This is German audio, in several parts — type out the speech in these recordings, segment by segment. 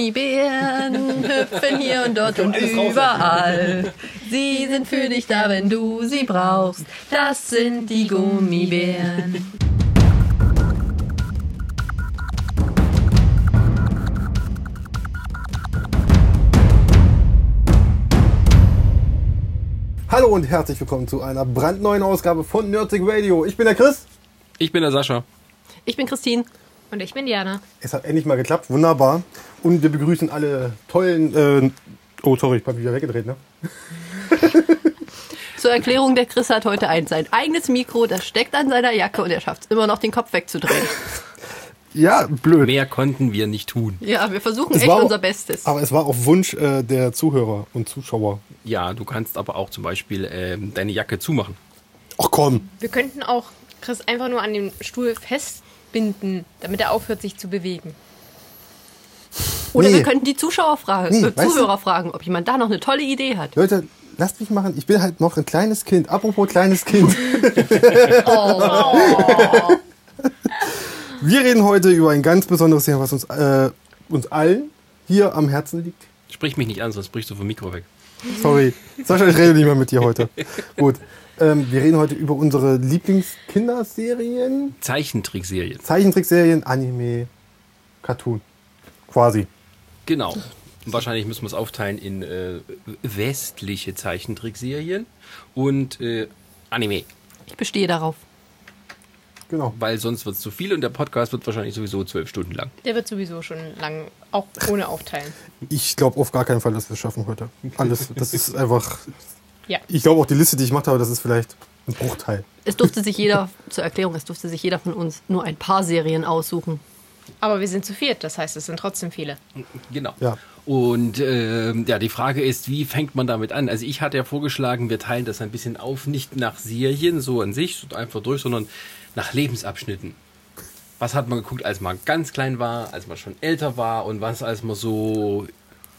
Gummibären hüpfen hier und dort und überall. Sie sind für dich da, wenn du sie brauchst. Das sind die Gummibären. Hallo und herzlich willkommen zu einer brandneuen Ausgabe von Nerdsig Radio. Ich bin der Chris. Ich bin der Sascha. Ich bin Christine. Und ich bin Diana. Es hat endlich mal geklappt, wunderbar. Und wir begrüßen alle tollen. Äh, oh, sorry, ich hab mich wieder weggedreht, ne? Zur Erklärung, der Chris hat heute ein sein eigenes Mikro, das steckt an seiner Jacke und er schafft es immer noch, den Kopf wegzudrehen. Ja, blöd. Mehr konnten wir nicht tun. Ja, wir versuchen Es echt war auch- unser Bestes. Aber es war auf Wunsch äh, der Zuhörer und Zuschauer. Ja, du kannst aber auch zum Beispiel ähm, deine Jacke zumachen. Ach komm, Wir könnten auch Chris einfach nur an den Stuhl festbinden, damit er aufhört, sich zu bewegen. Oder nee. wir könnten die Zuschauer fragen, Nee, äh, weißt Zuhörer fragen, ob jemand da noch eine tolle Idee hat. Leute, lasst mich machen. Ich bin halt noch ein kleines Kind. Apropos kleines Kind. Oh. Wir reden heute über ein ganz besonderes Thema, was uns, äh, uns allen hier am Herzen liegt. Sprich mich nicht an, sonst brichst du vom Mikro weg. Sorry. Sascha, ich rede nicht mehr mit dir heute. Gut. Ähm, wir reden heute über unsere Lieblingskinderserien, Zeichentrickserie. Zeichentrickserien, Anime, Cartoon. Quasi. Genau. Wahrscheinlich müssen wir es aufteilen in äh, westliche Zeichentrickserien und äh, Anime. Ich bestehe darauf. Genau. Weil sonst wird es zu viel und der Podcast wird wahrscheinlich sowieso zwölf Stunden lang. Der wird sowieso schon lang, auch ohne Aufteilen. Ich glaube auf gar keinen Fall, dass wir es schaffen heute. Alles. Das ist einfach. Ja. Ich glaube auch die Liste, die ich gemacht habe, das ist vielleicht ein Bruchteil. Es durfte sich jeder, zur Erklärung, es durfte sich jeder von uns nur ein paar Serien aussuchen. Aber wir sind zu viert, das heißt, es sind trotzdem viele. Genau. Ja. Und ähm, ja, die Frage ist, wie fängt man damit an? Also ich hatte ja vorgeschlagen, wir teilen das ein bisschen auf, nicht nach Serien so an sich, so einfach durch, sondern nach Lebensabschnitten. Was hat man geguckt, als man ganz klein war, als man schon älter war und was, als man so...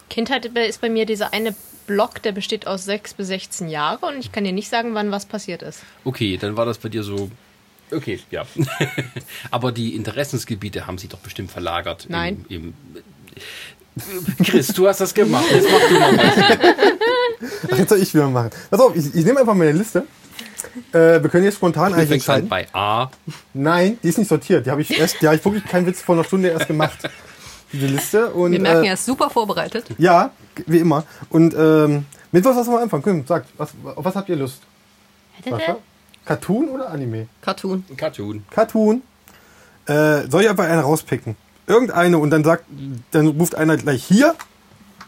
Kindheit ist bei mir dieser eine Block, der besteht aus 6 bis 16 Jahre und ich kann dir nicht sagen, wann was passiert ist. Okay, dann war das bei dir so... Okay, ja. Aber die Interessensgebiete haben sich doch bestimmt verlagert. im- Nein. Im, Chris, du hast das gemacht. Jetzt mach du mal was. Ach, Jetzt soll ich wieder machen. Pass auf, ich, ich nehme einfach meine Liste. Äh, wir können jetzt spontan Du eigentlich fängst halt entscheiden. bei A. Nein, die ist nicht sortiert. Die habe ich erst, die habe ich wirklich keinen Witz vor einer Stunde erst gemacht. Diese Liste. Und, Wir merken, äh, er ist super vorbereitet. Ja, wie immer. Und ähm, mit was wollen wir anfangen? Komm, sagt, was, auf was habt ihr Lust? Sascha? Cartoon oder Anime? Cartoon. Cartoon. Cartoon. Äh, soll ich einfach eine rauspicken? Irgendeine und dann sagt, dann ruft einer gleich hier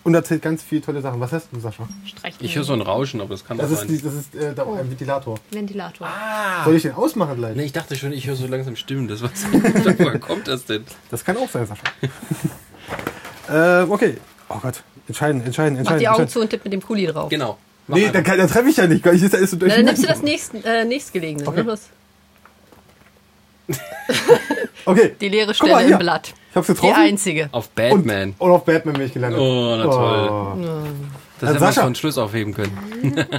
und erzählt ganz viele tolle Sachen. Was hast du, Sascha? Streichen. Ich höre so ein Rauschen, aber das kann Das doch ist, sein. die, das ist äh, da, ein Ventilator. Ventilator. Soll ich den ausmachen gleich? Nee, ich dachte schon, ich höre so langsam Stimmen. Das war's. Woher kommt das denn? Das kann auch sein, Sascha. äh, okay. Oh Gott. Entscheiden, entscheiden, entscheiden. Mach die Augen entscheiden. zu und tipp mit dem Kuli drauf. Genau. Mach Nee, einfach. dann, kann- dann treffe ich ja nicht. Gott, Ich ist da ist so durch. Na, dann nimmst du das nächst, äh, nächstgelegene. Okay. ne? Das- Okay. Die leere Guck Stelle mal hier. im Blatt. Ich hab's Die getroffen. einzige. auf und, Batman. und auf Batman bin ich gelandet. Oh, na toll. das hätte man äh, Sascha. von Schluss aufheben können.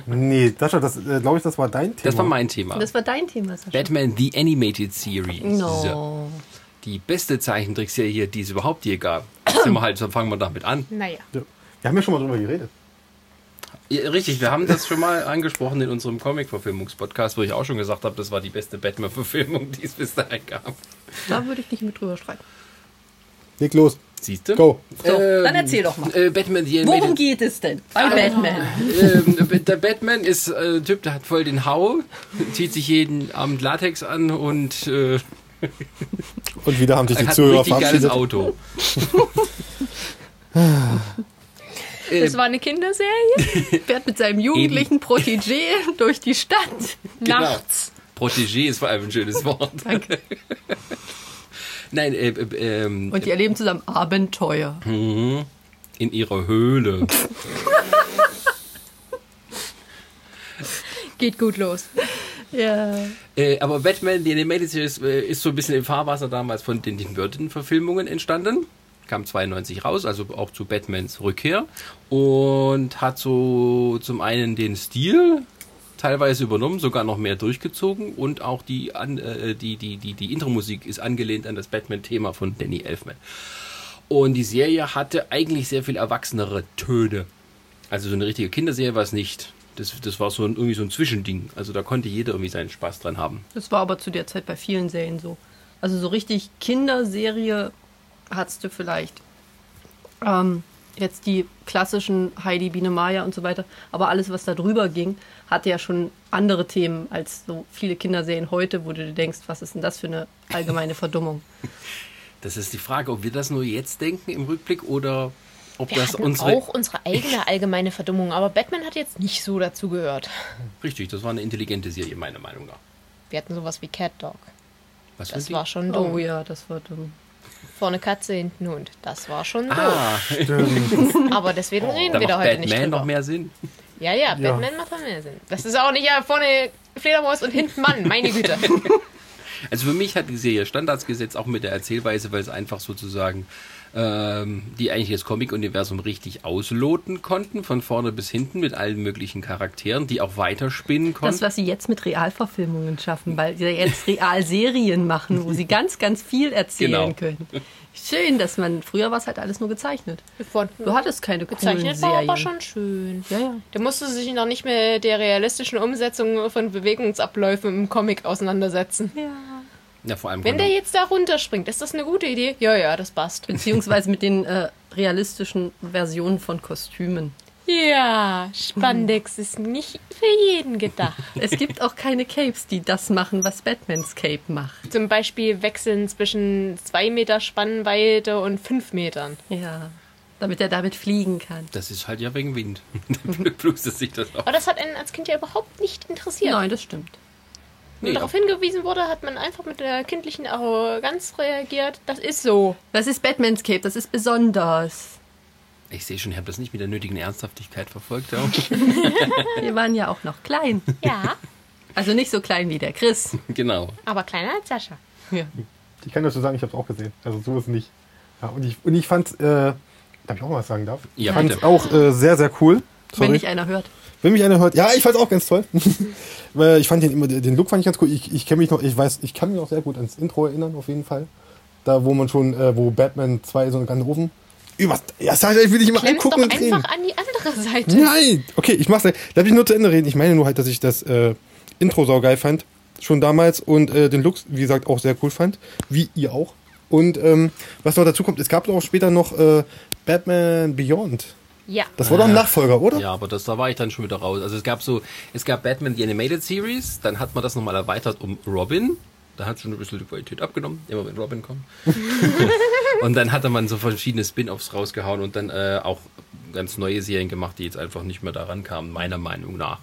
Nee, Sascha, das äh, glaube ich, das war dein Thema. Das war mein Thema. Das war dein Thema, Sascha. Batman The Animated Series. No. Die beste Zeichentrickserie, die es überhaupt je gab. Sind wir halt, so fangen wir damit an. Naja. Ja. Wir haben ja schon mal drüber geredet. Ja, Richtig, wir haben das schon mal angesprochen in unserem Comic-Verfilmungspodcast, wo ich auch schon gesagt habe, das war die beste Batman-Verfilmung, die es bis dahin gab. Da würde ich nicht mit drüber streiten. Leg los. Siehst du? Go. So, dann erzähl doch mal. Äh, Batman The Animated Worum geht es denn bei Batman? ähm, der Batman ist äh, ein Typ, der hat voll den Hau, zieht sich jeden Abend Latex an und äh, Und wieder haben sich die hat ein Zuhörer richtig geiles verabschiedet. Auto. äh, Das war eine Kinderserie? Fährt mit seinem jugendlichen Protégé durch die Stadt. Genau. Nachts. Protégé ist vor allem ein schönes Wort. Danke. Nein, äh, äh, ähm, Und die erleben zusammen Abenteuer. Hm. in ihrer Höhle. Geht gut los. Ja. Äh, aber Batman, die Animated Series, äh, ist so ein bisschen im Fahrwasser damals von den Tim Burton-Verfilmungen entstanden. Kam 92 raus, also auch zu Batmans Rückkehr. Und hat so zum einen den Stil teilweise übernommen, sogar noch mehr durchgezogen. Und auch die, an, äh, die, die, die, die Intro-Musik ist angelehnt an das Batman-Thema von Danny Elfman. Und die Serie hatte eigentlich sehr viel erwachsenere Töne. Also so eine richtige Kinderserie war es nicht. Das, das war so ein, irgendwie so ein Zwischending. Also da konnte jeder irgendwie seinen Spaß dran haben. Das war aber zu der Zeit bei vielen Serien so. Also so richtig Kinderserie hattest du vielleicht. Ähm, jetzt die klassischen Heidi, Biene, Maya und so weiter. Aber alles, was da drüber ging, hatte ja schon andere Themen als so viele Kinderserien heute, wo du dir denkst, was ist denn das für eine allgemeine Verdummung? Das ist die Frage, ob wir das nur jetzt denken im Rückblick oder ob Wir das hatten unsere. auch unsere eigene allgemeine Verdummung, aber Batman hat jetzt nicht so dazu gehört. Richtig, das war eine intelligente Serie, meiner Meinung nach. Wir hatten sowas wie Cat Dog. Was Das für ein war schon dumm. Oh ja, das war dumm. Vorne Katze, hinten Hund. Das war schon Ding? doof. Ah, Aber deswegen reden da wir macht Oh. da heute nicht Batman drüber. noch mehr Sinn. Ja, ja, Batman macht doch mehr Sinn. Das ist auch nicht, ja, vorne Fledermaus und hinten Mann, meine Güte. Also für mich hat die Serie Standards gesetzt, auch mit der Erzählweise, weil es einfach sozusagen ähm, die eigentlich das Comic-Universum richtig ausloten konnten, von vorne bis hinten mit allen möglichen Charakteren, die auch weiterspinnen Das, konnten. was sie jetzt mit Realverfilmungen schaffen, weil sie jetzt Realserien machen, wo sie ganz, ganz viel erzählen Genau. können. Schön, dass man, früher war es halt alles nur gezeichnet. Von, Du hattest keine coolen gezeichnet war Serien. aber schon schön. Ja, ja. Da musste sich noch nicht mehr der realistischen Umsetzung von Bewegungsabläufen im Comic auseinandersetzen. Ja, vor allem Wenn der konnte- jetzt da runterspringt, ist das eine gute Idee? Ja, ja, das passt. Beziehungsweise mit den äh, realistischen Versionen von Kostümen. Ja, Spandex ist nicht für jeden gedacht. Es gibt auch keine Capes, die das machen, was Batmans Cape macht. Zum Beispiel wechseln zwischen 2 Meter Spannweite und 5 Metern. Ja. Damit er damit fliegen kann. das ist halt ja wegen Wind. Dann Plus, dass sich das auch. Aber das hat einen als Kind ja überhaupt nicht interessiert. Nein, das stimmt. Wenn Nee, darauf hingewiesen wurde, hat man einfach mit der kindlichen Arroganz reagiert. Das ist so. Das ist Batmans Cape, das ist besonders. ich sehe schon, ich habe das nicht mit der nötigen Ernsthaftigkeit verfolgt. Ja. Wir waren ja auch noch klein. Ja, Also nicht so klein wie der Chris. genau. aber kleiner als Sascha. Ja. Ich kann dazu sagen, ich habe es auch gesehen. Also so ist es nicht. Ja, und ich, und ich fand es, äh, darf ich auch mal was sagen darf? Ja, ich fand es bitte. auch äh, sehr, sehr cool. Wenn Sorry. nicht einer hört. Wenn mich einer hört, ja, ich fand's auch ganz toll. Weil ich fand den, immer- den Look fand ich ganz cool. Ich, ich kenne mich noch, ich weiß, ich kann mich noch sehr gut ans Intro erinnern, auf jeden Fall. Da, wo man schon, äh, wo Batman 2 so einen ganzen Ofen. Über, ja, sag ich, will ich immer Klemm's doch angucken und reden. einfach an die andere Seite. Nein! Okay, ich mach's gleich. Lass mich nur zu Ende reden. Ich meine nur halt, dass ich das äh, Intro saugeil fand. Schon damals und äh, den Looks, wie gesagt, auch sehr cool fand. Wie ihr auch. Und ähm, was noch dazu kommt, es gab auch später noch äh, Batman Beyond. Ja. Das war doch ein Nachfolger, oder? Ah. Ja, aber das, da war ich dann schon wieder raus. Also es gab so, es gab Batman die Animated Series, dann hat man das nochmal erweitert um Robin. Da hat schon ein bisschen die Qualität abgenommen, immer wenn Robin kommt. und dann hatte man so verschiedene Spin-Offs rausgehauen und dann äh, auch ganz neue Serien gemacht, die jetzt einfach nicht mehr daran kamen, meiner Meinung nach.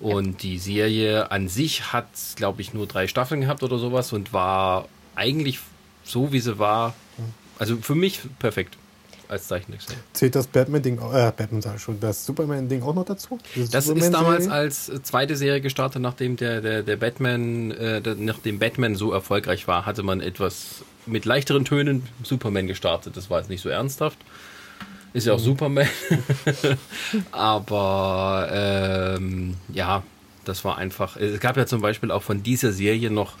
Und die Serie an sich hat, glaube ich, nur drei Staffeln gehabt oder sowas und war eigentlich so, wie sie war, also für mich perfekt als Zeichentrickserie. Zählt das Batman-Ding, auch- äh, Batman sag ich schon, das Superman-Ding auch noch dazu? Diese Das ist Superman-Serie? damals als äh, zweite Serie gestartet, nachdem der, der, der Batman, äh, der, nachdem Batman so erfolgreich war, hatte man etwas mit leichteren Tönen Superman gestartet. Das war jetzt nicht so ernsthaft. Ist ja auch Superman. Aber ähm, ja, das war einfach. Es gab ja zum Beispiel auch von dieser Serie noch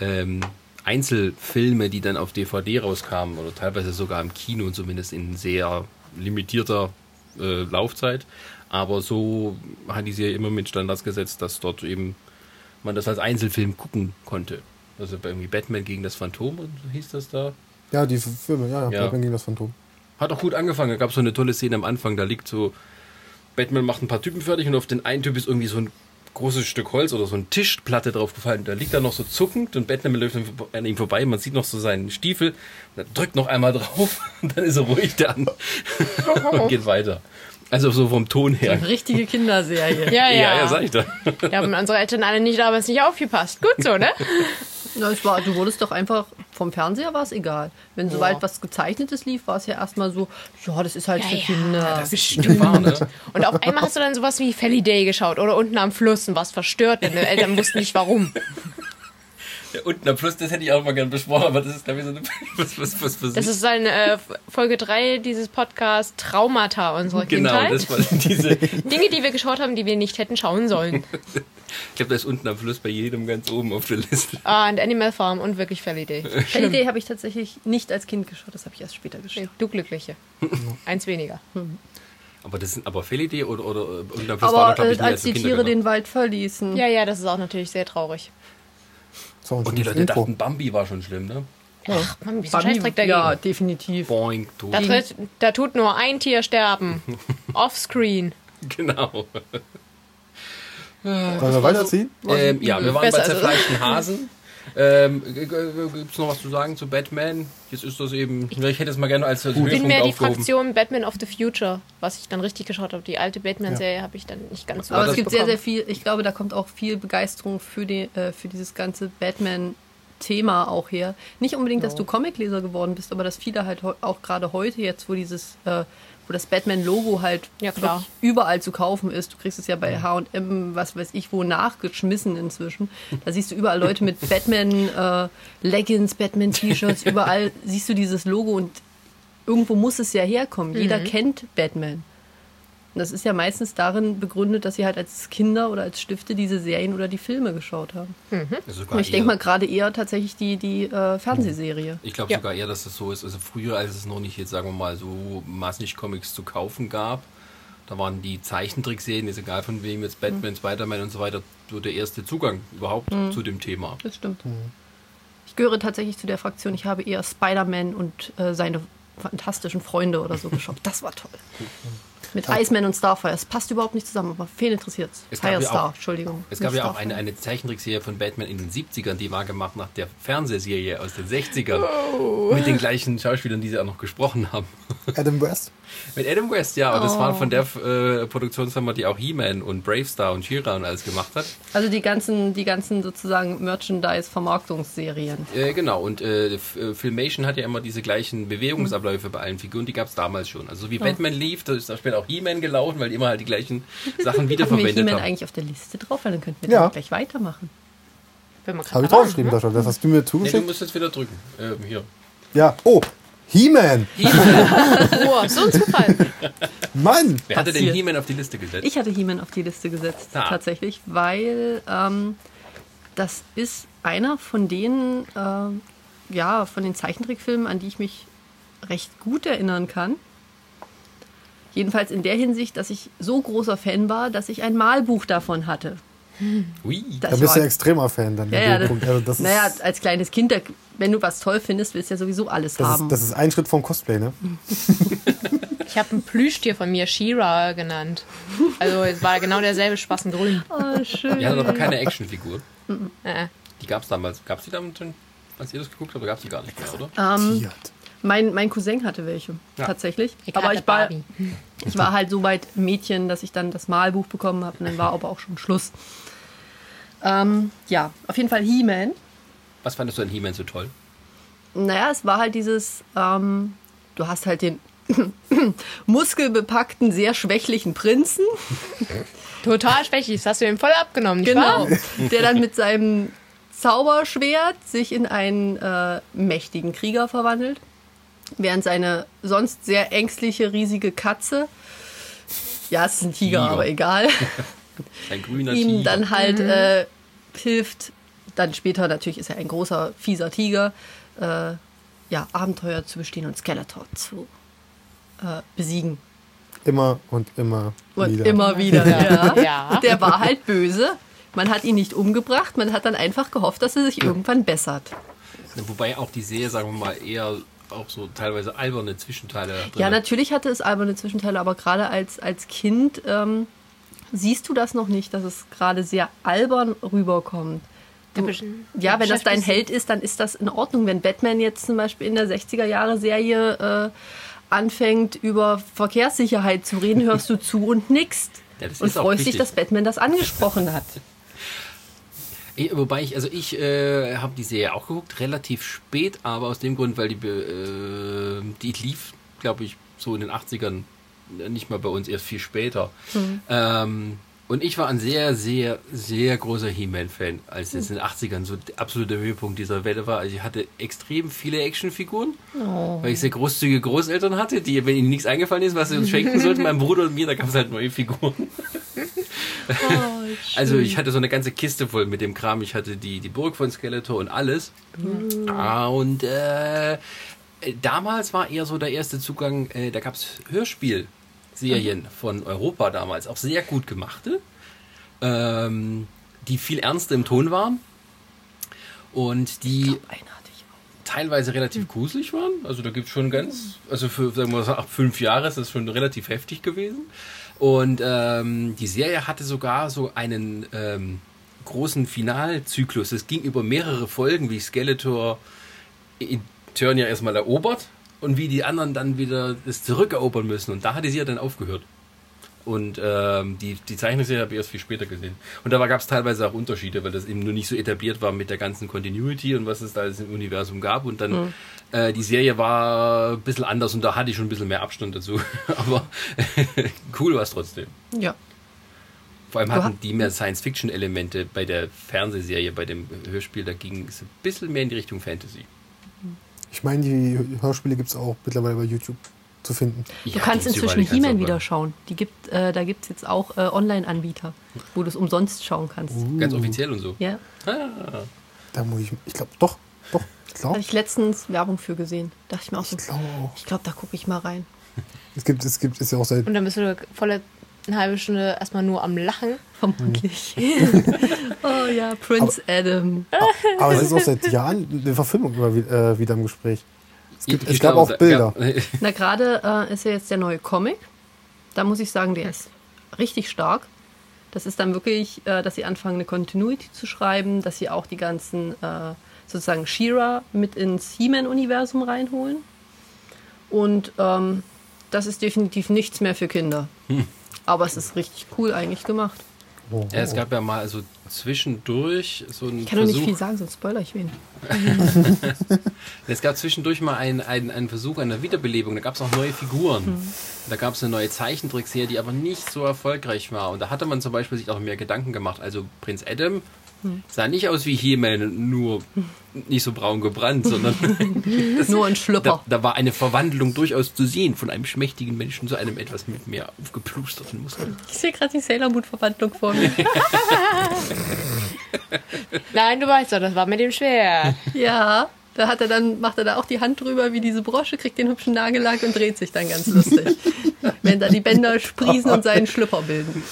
ähm, Einzelfilme, die dann auf DVD rauskamen oder teilweise sogar im Kino, zumindest in sehr limitierter äh, Laufzeit. Aber so hat die Serie immer mit Standards gesetzt, dass dort eben man das als Einzelfilm gucken konnte. Also bei irgendwie Batman gegen das Phantom und so hieß das da. Ja, die Filme, ja, Ja. Batman gegen das Phantom. Hat auch gut angefangen. Da gab es so eine tolle Szene am Anfang. Da liegt so, Batman macht ein paar Typen fertig und auf den einen Typ ist irgendwie so ein großes Stück Holz oder so eine Tischplatte draufgefallen. Da liegt er noch so zuckend und Batman läuft an ihm vorbei. Man sieht noch so seinen Stiefel. Und er drückt noch einmal drauf und dann ist er ruhig dann und geht weiter. Also so vom Ton her. Richtige Kinderserie. Ja, ja, ja. sag ich da. ja, haben unsere Eltern alle nicht damals nicht aufgepasst. Gut so, ne? Na, es war, du wurdest doch einfach vom Fernseher war es egal. Wenn soweit was gezeichnetes lief, war es ja erstmal so, ja, das ist halt Ja, für genau. ja. Kinder. Stimmt. War, ne? Und auf einmal hast du dann sowas wie Felly Day geschaut oder unten am Fluss und warst verstört, denn deine Eltern wussten nicht warum. Und na plus, das hätte ich auch mal gerne besprochen, aber das ist, glaube ich, so eine. Was, was, was, was Das ist eine äh, Folge 3 dieses Podcasts Traumata unserer genau, Kindheit. das war diese. Ich Dinge, die wir geschaut haben, die wir nicht hätten schauen sollen. glaube, das ist unten am Fluss bei jedem ganz oben auf der Liste. Ah, und Animal Farm und wirklich Fairly Day. Die Idee habe ich tatsächlich nicht als Kind geschaut, das habe ich erst später geschaut. Du Glückliche. Eins weniger. Aber das sind aber Felidee oder, oder äh, unten am Fluss Aber glaub äh, nie, als die wir Tiere Kinder waren. den Wald verließen. Ja, ja, das ist auch natürlich sehr traurig. So, Und die schönes Leute dachten, Bambi war schon schlimm, ne? Ach, Mann, wie ist ein Bambi- Scheißdreck dagegen? ja definitiv. Boing, Da, tot. tritt, da tut nur ein Tier sterben. Offscreen. Genau. Sollen wir weiterziehen? Ähm, ja, wir waren Besser bei als- zerfleischten Hasen. Ähm, Gibt es noch was zu sagen zu Batman? Jetzt ist das eben. Ich hätte es mal gerne als, als Ich bin mehr Höhepunkt die aufgehoben. Fraktion Batman of the Future, was ich dann richtig geschaut habe. Die alte Batman-Serie habe ich dann nicht ganz so Aber das es gibt sehr, bekommen. sehr viel, ich glaube, da kommt auch viel Begeisterung für, die, äh, für dieses ganze Batman-Thema auch her. Nicht unbedingt, dass du Comicleser geworden bist, aber dass viele halt heu- auch gerade heute jetzt, wo dieses, äh, wo das Batman-Logo halt Ja, klar. wirklich überall zu kaufen ist, du kriegst es ja bei H&M, was weiß ich wo, nachgeschmissen inzwischen. Da siehst du überall Leute mit äh, Batman-Leggings, Batman-T-Shirts, überall siehst du dieses Logo und irgendwo muss es ja herkommen. Jeder Mhm. kennt Batman. Und das ist ja meistens darin begründet, dass sie halt als Kinder oder als Stifte diese Serien oder die Filme geschaut haben. Sogar Und ich eher. denke mal gerade eher tatsächlich die, die äh, Fernsehserie. Ich glaube Ja. sogar eher, dass es so ist. Also früher, als es noch nicht jetzt, sagen wir mal, so massig Comics zu kaufen gab, da waren die Zeichentrickserien, ist egal von wem jetzt Batman, Hm. Spider-Man und so weiter, so der erste Zugang überhaupt zu dem Thema. Das stimmt. Mhm. Ich gehöre tatsächlich zu der Fraktion, ich habe eher Spider-Man und äh, seine fantastischen Freunde oder so geschaut. Das war toll. Mit Iceman und Starfire. Es passt überhaupt nicht zusammen, aber wen interessiert's? Es gab ja Firestar, auch- Entschuldigung. Es gab Nicht ja auch eine, Starfire. eine Zeichentrickserie von Batman in den 70ern, die war gemacht nach der Fernsehserie aus den 60ern. Oh. Mit den gleichen Schauspielern, die sie auch noch gesprochen haben. Adam West. Mit Adam West, ja. Und das waren von der Oh. äh, Produktionsfirma, die auch He-Man und Bravestar und She-Ra und alles gemacht hat. Also die ganzen, die ganzen sozusagen Merchandise-Vermarktungsserien. Äh, genau, und äh, F- äh, Filmation hat ja immer diese gleichen Bewegungsabläufe bei allen Figuren, die gab es damals schon. Also so wie Batman lief, da ist da später auch He-Man gelaufen, weil die immer halt die gleichen Sachen Haben wir wiederverwendet He-Man haben. eigentlich auf der Liste drauf? Weil dann könnten wir Ja. damit gleich weitermachen. Wenn man Habe ich gerade- draufgeschrieben, Sascha. Das hast du mir Nee, du zugeschickt. musst jetzt wieder drücken. Ähm, hier. Ja. Oh, He-Man. Oh, so uns gefallen. Mann. Wer hatte den Passiert. He-Man auf die Liste gesetzt? Ich hatte He-Man auf die Liste gesetzt, Ah. tatsächlich, weil ähm, das ist einer von den, ähm, ja, von den Zeichentrickfilmen, an die ich mich recht gut erinnern kann. Jedenfalls in der Hinsicht, dass ich so großer Fan war, dass ich ein Malbuch davon hatte. Ui. Das Da bist du war- ja extremer Fan dann. ja, in ja, dem das, Punkt. Also das, naja, ist, als kleines Kind, da, wenn du was toll findest, willst du ja sowieso alles das, haben. Mhm. ist, das ist ein Schritt vom Cosplay, ne? Ich habe ein Plüschtier von mir She-Ra genannt. Also es war genau derselbe Spaß in Grün. oh, schön. Die hatten aber keine Actionfigur. Äh, Die gab es damals. Gab es die damals schon, als ihr das geguckt habt? Gab es die gar nicht mehr, oder? Ah. Um. Tiert. Mein, mein Cousin hatte welche, Ja. tatsächlich. ich aber hatte ich war, Barbie. Ich war halt so weit Mädchen, dass ich dann das Malbuch bekommen habe und dann war aber auch schon Schluss. Ähm, ja, auf jeden Fall He-Man. Was fandest du an He-Man so toll? Naja, es war halt dieses, ähm, du hast halt den muskelbepackten, sehr schwächlichen Prinzen, Total schwächlich, das hast du ihm voll abgenommen, nicht genau, wahr? der dann mit seinem Zauberschwert sich in einen äh, mächtigen Krieger verwandelt, während seine sonst sehr ängstliche, riesige Katze, ja, es ist ein Tiger, Tiger. aber egal. Ein grüner ihm Tiger. dann halt äh, hilft. Dann später natürlich ist er ein großer, fieser Tiger. Äh, ja, Abenteuer zu bestehen und Skeletor zu äh, besiegen. Immer und immer Und wieder. immer wieder. Ja. Ja. Und der war halt böse. Man hat ihn nicht umgebracht, man hat dann einfach gehofft, dass er sich irgendwann bessert. Wobei auch die Serie, sagen wir mal, eher auch so teilweise alberne Zwischenteile drin Ja, hat. natürlich hatte es alberne Zwischenteile, aber gerade als, als Kind ähm, siehst du das noch nicht, dass es gerade sehr albern rüberkommt. Du, ja, wenn das dein Held ist, dann ist das in Ordnung. Wenn Batman jetzt zum Beispiel in der 60er-Jahre-Serie äh, anfängt, über Verkehrssicherheit zu reden, hörst du zu und nickst. Ja, das und ist auch freust dich, wichtig. dass Batman das angesprochen hat. Ich, wobei ich, also ich äh, habe die Serie auch geguckt, relativ spät, aber aus dem Grund, weil die, be- äh, die lief, äh, glaube ich, so in den 80ern, nicht mal bei uns, erst viel später. Ähm, Und ich war ein sehr, sehr, sehr großer He-Man-Fan, als es in den 80ern so der absolute Höhepunkt dieser Welle war. Also ich hatte extrem viele Actionfiguren, weil ich sehr großzügige Großeltern hatte, die, wenn ihnen nichts eingefallen ist, was sie uns schenken sollten, meinem Bruder und mir, da gab es halt neue Figuren. Also ich hatte so eine ganze Kiste voll mit dem Kram. Ich hatte die, die Burg von Skeletor und alles. Ah, und äh, damals war eher so der erste Zugang, äh, da gab es Hörspielserien von Europa damals, auch sehr gut gemachte, ähm, die viel ernster im Ton waren und die Einer hatte ich auch. teilweise relativ gruselig waren. Also da gibt es schon ganz, also für sagen wir mal, so ab fünf Jahre ist das schon relativ heftig gewesen. Und ähm, die Serie hatte sogar so einen ähm, großen Finalzyklus. Es ging über mehrere Folgen, wie Skeletor Eternia erstmal erobert und wie die anderen dann wieder es zurückerobern müssen. Und da hatte sie ja dann aufgehört. Und ähm, die, die Zeichnungsserie habe ich erst viel später gesehen. Und da gab es teilweise auch Unterschiede, weil das eben nur nicht so etabliert war mit der ganzen Continuity und was es da alles im Universum gab. Und dann Mhm. äh, die Serie war ein bisschen anders und da hatte ich schon ein bisschen mehr Abstand dazu. Aber cool war es trotzdem. Ja. Vor allem Du hatten ha- die mehr Science-Fiction-Elemente bei der Fernsehserie, bei dem Hörspiel. Da ging es ein bisschen mehr in die Richtung Fantasy. Ich meine, die Hörspiele gibt es auch mittlerweile bei YouTube zu finden. Du kannst inzwischen halt He-Man wieder schauen. Die gibt, äh, da gibt es jetzt auch äh, Online-Anbieter, wo du es umsonst schauen kannst. Ganz offiziell und so. Ja, Da muss ich, ich glaube, doch, doch, ich habe glaube, ich letztens Werbung für gesehen. Dachte ich mir auch so, ich glaube auch. ich glaube, da gucke ich mal rein. Es gibt, es gibt, ist ja auch seit, Und dann bist du volle eine halbe Stunde erstmal nur am Lachen. Vermutlich. oh ja, Prince Adam. aber es ist auch seit Jahren eine Verfilmung immer wie- äh, wieder im Gespräch. Es, gibt, es gab glaube, auch da- Bilder. ja. Na, gerade äh, ist ja jetzt der neue Comic. Da muss ich sagen, der ist richtig stark. Das ist dann wirklich, äh, dass sie anfangen, eine Continuity zu schreiben, dass sie auch die ganzen äh, sozusagen She-Ra mit ins He-Man-Universum reinholen. Und ähm, das ist definitiv nichts mehr für Kinder. Aber es ist richtig cool eigentlich gemacht. Oh. Ja, es gab ja mal also zwischendurch so einen Ich kann doch nicht Versuch. viel sagen, sonst spoiler ich wen. Es gab zwischendurch mal einen, einen, einen Versuch einer Wiederbelebung. Da gab es auch neue Figuren. Da gab es eine neue Zeichentrickserie, die aber nicht so erfolgreich war. Und da hatte man zum Beispiel sich auch mehr Gedanken gemacht. Also Prinz Adam sah nicht aus wie He-Man, nur nicht so braun gebrannt, sondern Nur ein da, Schlüpper. da war eine Verwandlung durchaus zu sehen von einem schmächtigen Menschen zu einem etwas mit mehr aufgeplusterten Muskeln. Ich sehe gerade die Sailor Moon-Verwandlung vor mir. Nein, du weißt doch, das war mit dem Schwert. Ja, da hat er dann, macht er da auch die Hand drüber wie diese Brosche, kriegt den hübschen Nagellack und dreht sich dann ganz lustig. Wenn da die Bänder sprießen und seinen Schlüpper bilden.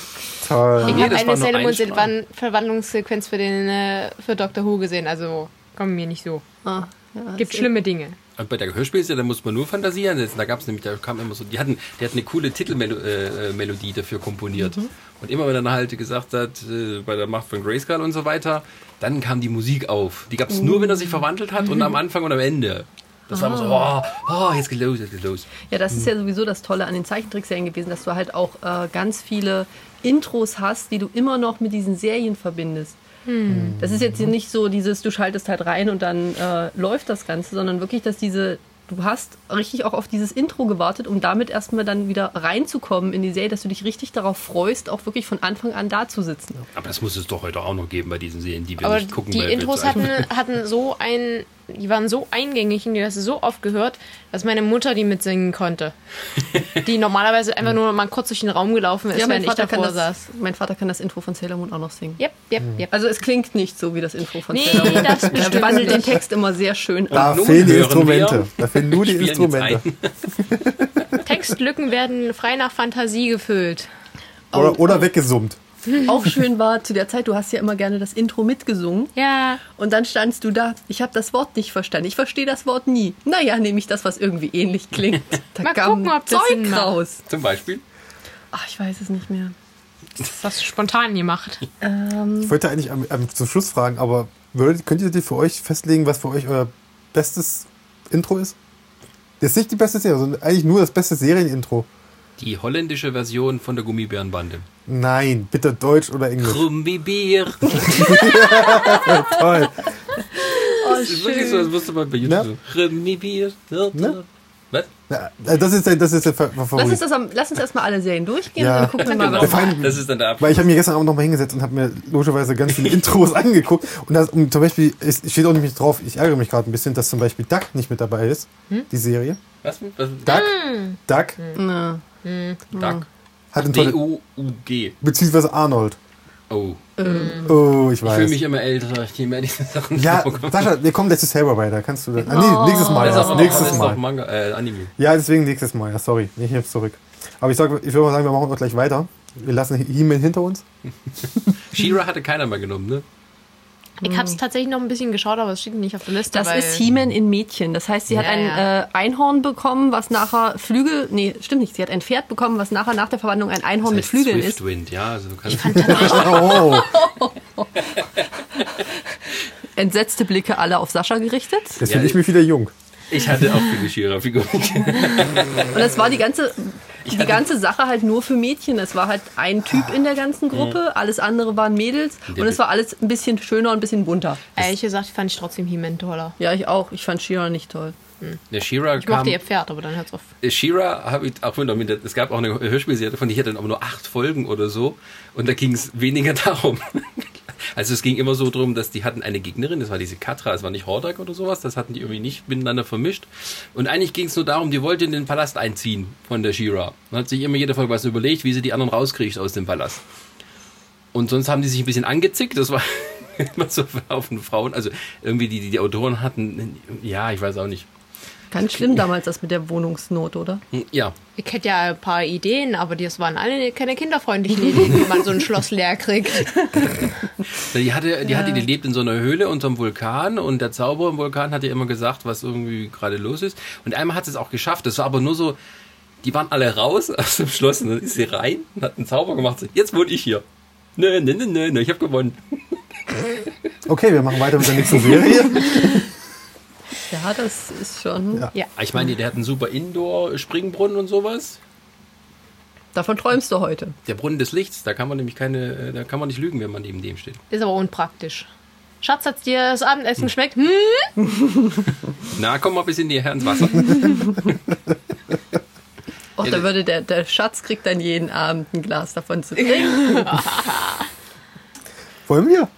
Toll. Ich Nee, habe das war eine nur Sailor ein Moon Strang. Silvan- Verwandlungssequenz für den äh, für Doctor Who gesehen, also kommen mir nicht so. Ah, ja, Gibt das- schlimme Dinge. Und bei der Hörspielserie, da muss man nur Fantasie ansetzen. Da gab's nämlich, da kam immer so, die hatten, die hatten eine coole Titelmelodie äh, äh, Melodie dafür komponiert. Mhm. Und immer wenn er dann halt gesagt hat, äh, bei der Macht von Grayskull und so weiter, dann kam die Musik auf. Die gab's nur, wenn er sich verwandelt hat Mhm. und am Anfang und am Ende. Das war immer Ah. so, oh, oh, jetzt geht's los, jetzt geht's los. Ja, das ist ja sowieso das Tolle an den Zeichentrickserien gewesen, dass du halt auch äh, ganz viele Intros hast, die du immer noch mit diesen Serien verbindest. Hm. Das ist jetzt hier nicht so dieses, du schaltest halt rein und dann äh, läuft das Ganze, sondern wirklich, dass diese, du hast richtig auch auf dieses Intro gewartet, um damit erstmal dann wieder reinzukommen in die Serie, dass du dich richtig darauf freust, auch wirklich von Anfang an da zu sitzen. Aber das muss es doch heute auch noch geben bei diesen Serien, die wir Aber nicht gucken. die weil wir Intros zu alt hatten, hatten so ein, die waren so eingängig und die hast du so oft gehört, dass meine Mutter die mitsingen konnte. Die normalerweise einfach nur mal kurz durch den Raum gelaufen ist, wenn ich kann davor saß. das, mein Vater kann das Intro von Sailor Moon auch noch singen. Yep, yep, yep. Also es klingt nicht so wie das Intro von Nee, Sailor Moon. das bestimmt er wandelt den nicht. Text immer sehr schön ab. Da nun fehlen die hören Instrumente. wir- Da fehlen nur die spielen jetzt Instrumente. ein. Textlücken werden frei nach Fantasie gefüllt. Oder, Oh, oder weggesummt. auch schön war zu der Zeit, du hast ja immer gerne das Intro mitgesungen. Ja. Und dann standst du da, ich habe das Wort nicht verstanden. Ich verstehe das Wort nie. Naja, nehme ich das, was irgendwie ähnlich klingt. Da Mal kam gucken, ob das Sinn Zeug macht. raus. Zum Beispiel. Ach, ich weiß es nicht mehr. Das hast du spontan gemacht. Ich wollte eigentlich am, am, zum Schluss fragen, aber würdet, könnt ihr die für euch festlegen, was für euch euer bestes Intro ist? Jetzt nicht die beste Serie, sondern eigentlich nur das beste Serienintro. Die holländische Version von der Gummibärenbande. Nein, bitte Deutsch oder Englisch. Gummibär. Toll. Oh, Das ist wirklich so, das musste man bei Na? YouTube so. Gummibär. Ne? Was? Ja, äh, das ist der, das ist der Ver Oh, Ver- Lass uns, Favorit. das am, lass uns erstmal alle Serien durchgehen Ja. und dann gucken wir mal, Der was. Feind- Das ist dann der Abschluss. Weil ich habe mir gestern Abend nochmal hingesetzt und habe mir logischerweise ganz viele Intros angeguckt. Und das, um, zum Beispiel, es steht auch nicht mit drauf, ich ärgere mich gerade ein bisschen, dass zum Beispiel Duck nicht mit dabei ist, die Serie. Was? Was? Duck, Duck Na, Duck. hat einen tollen... D-U-U-G. Beziehungsweise Arnold. Oh. äh, Mhm. Oh, ich Ich weiß. fühle mich immer älter, je mehr diese Sachen ja, vorkommen. Sascha, wir kommen jetzt zu Saber bei, da kannst du... dann- Ah, nee, nächstes Mal. Oh Das erst, ist aber auch- das nächstes ist Mal. auch Manga, äh, Anime. Ja, deswegen nächstes Mal. Ja, sorry, ich nehme zurück. Aber ich, sag, ich würde mal sagen, wir machen auch gleich weiter. Wir lassen He-Man hinter uns. She-Ra hatte keiner mehr genommen, ne? Ich habe es tatsächlich noch ein bisschen geschaut, aber es steht nicht auf der Liste. Mm. Das weil ist He-Man in Mädchen. Das heißt, sie hat Ja, ein ja. Äh, Einhorn bekommen, was nachher Flügel. Nee, stimmt nicht. Sie hat ein Pferd bekommen, was nachher nach der Verwandlung ein Einhorn mit heißt Flügeln Äh, Swift ist. Wind, ja. Also du kannst Oh, Entsetzte Blicke alle auf Sascha gerichtet. jetzt fühle Ja, ich mich wieder jung. ich hatte auch viele She-Ra-Figuren. Und das war die ganze, Ähm, die ganze Sache halt nur für Mädchen. Es war halt ein Typ in der ganzen Gruppe, alles andere waren Mädels und es war alles ein bisschen schöner und ein bisschen bunter. Ehrlich gesagt, fand ich trotzdem He-Man toller. Ja, ich auch. Ich fand Shira nicht toll. Der She-Ra Ich mochte kam. ihr Pferd, aber dann hört's auf. She-Ra habe ich auch noch mit, es gab auch eine Hörspielserie davon, die hatte dann aber nur acht Folgen oder so. Und da ging es weniger darum. Also es ging immer so drum, dass die hatten eine Gegnerin, das war diese Katra, es war nicht Hordak oder sowas, das hatten die irgendwie nicht miteinander vermischt. Und eigentlich ging es nur darum, die wollte in den Palast einziehen von der She-Ra. Dann hat sich immer jede Folge was überlegt, wie sie die anderen rauskriegt aus dem Palast. Und sonst haben die sich ein bisschen angezickt. Das war immer so für Haufen Frauen. Also irgendwie die, die, die Autoren hatten, ja, ich weiß auch nicht. Ganz schlimm damals das mit der Wohnungsnot, oder? Hm, Ja, Ich hätte ja ein paar Ideen, aber das waren alle keine kinderfreundlichen Ideen, wie man so ein Schloss leer kriegt. Die hatte, die hatte, die lebt in so einer Höhle unterm Vulkan und der Zauberer im Vulkan hat ihr immer gesagt, was irgendwie gerade los ist. Und einmal hat sie es auch geschafft. Das war aber nur so, die waren alle raus aus dem Schloss und dann ist sie rein und hat einen Zauber gemacht. So, Jetzt wohne ich hier. Nö, nö, nö, nö, nö, ich habe gewonnen. Okay, wir machen weiter mit der nächsten Serie. Ja, das ist schon. Ja. Ja. Ah, Ich meine, der hat einen super Indoor-Springbrunnen und sowas. Davon träumst du heute. Der Brunnen des Lichts, da kann man nämlich keine, äh, da kann man nicht lügen, wenn man neben dem steht. Ist aber unpraktisch. Schatz, hat dir das Abendessen geschmeckt? Hm? Na, komm mal ein bisschen näher ins Wasser. Och, Ja, da das- würde der, der Schatz kriegt dann jeden Abend ein Glas davon zu trinken. Wollen wir?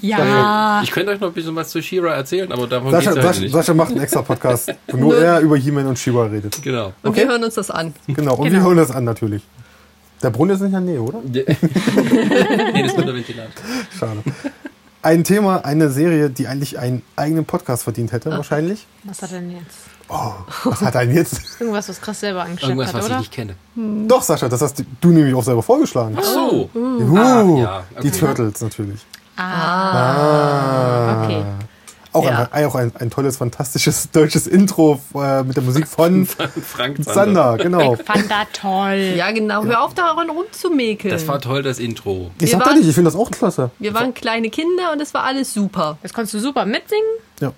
Ja. Ich könnte euch noch ein bisschen was zu She-Ra erzählen, aber davon geht's Sascha, heute Sascha, nicht. Sascha macht einen extra Podcast, wo nur er über He-Man und Shiba redet. Genau. Und Okay. wir hören uns das an. Genau, und wir hören das an natürlich. Der Brunnen ist nicht in der Nähe, oder? nee, das ist nur der Ventilator. Schade. Ein Thema, eine Serie, die eigentlich einen eigenen Podcast verdient hätte, wahrscheinlich. Was hat er denn jetzt? Was hat er denn jetzt? Irgendwas, was Chris selber angeschleppt Irgendwas, hat, was ich oder? nicht kenne. Doch, Sascha, das hast du nämlich auch selber vorgeschlagen. Ach so. Juhu, Ah. ja, okay. die Turtles natürlich. Ah, okay. Auch, Ja. ein, auch ein, ein tolles, fantastisches deutsches Intro äh, mit der Musik von Frank Zander. Sander, genau. Ich fand das toll. Ja, genau. Hör auf, daran rumzumäkeln. Das war toll, das Intro. Ich Wir sag da waren- nicht, ich finde das auch klasse. wir waren kleine Kinder und es war alles super. Das konntest du super mitsingen. Ja.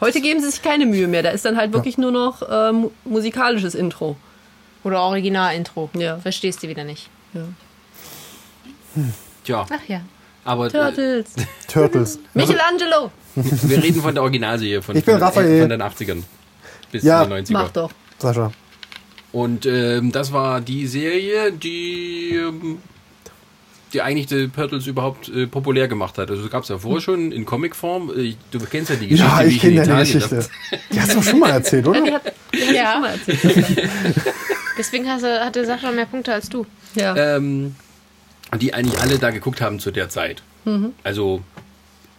Heute geben sie sich keine Mühe mehr. Da ist dann halt wirklich nur noch ähm, musikalisches Intro. Oder Original-Intro. Ja. Verstehst du wieder nicht. Ja. Tja, Ach ja. aber äh, Turtles. Turtles. Michelangelo. wir reden von der Originalserie von, Ich bin von, Raphael. von den 80ern bis Ja. in die 90er. Mach doch. Sascha. Und ähm, das war die Serie, die, ähm, die eigentlich die Turtles überhaupt äh, populär gemacht hat. Also gab es ja vorher schon in Comicform. Äh, du kennst ja die Geschichte. Ja, wie ich in kenne deine Italien Geschichte. das- Die hast du schon mal erzählt, Die oder? hat, die hat Ja. schon mal erzählt. Deswegen hast du, hatte Sascha mehr Punkte als du. Ja. Ähm, die eigentlich alle da geguckt haben zu der Zeit. Also,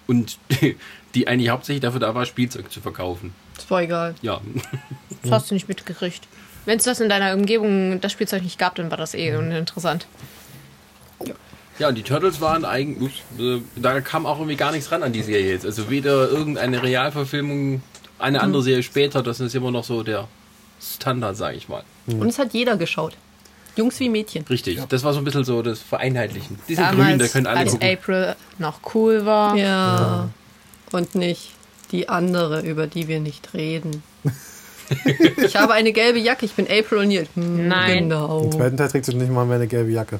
und die eigentlich hauptsächlich dafür da war, Spielzeug zu verkaufen. Das war egal. Ja, Das hast du nicht mitgekriegt. Wenn es das in deiner Umgebung, das Spielzeug nicht gab, dann war das eh uninteressant. Ja, und die Turtles waren eigentlich, ups, äh, da kam auch irgendwie gar nichts ran an die Serie jetzt. Also weder irgendeine Realverfilmung, eine andere Serie später, das ist immer noch so der Standard, sage ich mal. Und es hat jeder geschaut. Jungs wie Mädchen. Richtig, das war so ein bisschen so das Vereinheitlichen. Die sind grün, da Damals, können alle als gucken. April noch cool war. Ja. Und nicht die andere, über die wir nicht reden. Ich habe eine gelbe Jacke, ich bin April O'Neil. Hm, Nein. Genau. Im zweiten Teil trägt sie nicht mal mehr eine gelbe Jacke.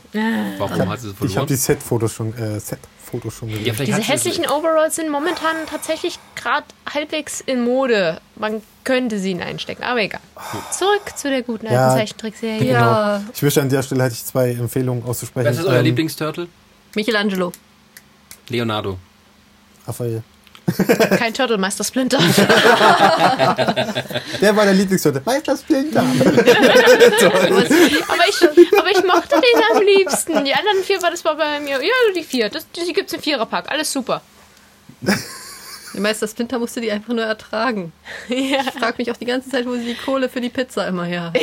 Warum hat sie es Ich habe die verloren? Set-Fotos schon, äh, Set-Fotos schon gesehen. Ja, vielleicht Diese hat sie es- hässlichen Overalls sind momentan tatsächlich gerade halbwegs in Mode. Man könnte sie hineinstecken, aber egal. Zurück zu der guten alten Ja. Zeichentrickserie. Genau. Ja. Ich wünschte, an der Stelle hätte ich zwei Empfehlungen auszusprechen. Was ist euer Ähm, Lieblingsturtle? Michelangelo. Leonardo. Raphael. Kein Turtle, Meister Splinter. Der war der Lieblingstorte. Meister Splinter. aber, ich, aber ich mochte den am liebsten. Die anderen vier war das war bei mir. Ja, die vier. Das, die gibt's im Viererpack. Alles super. Der Meister Splinter musste die einfach nur ertragen. Ich frage mich auch die ganze Zeit, wo sie die Kohle für die Pizza immer her hat.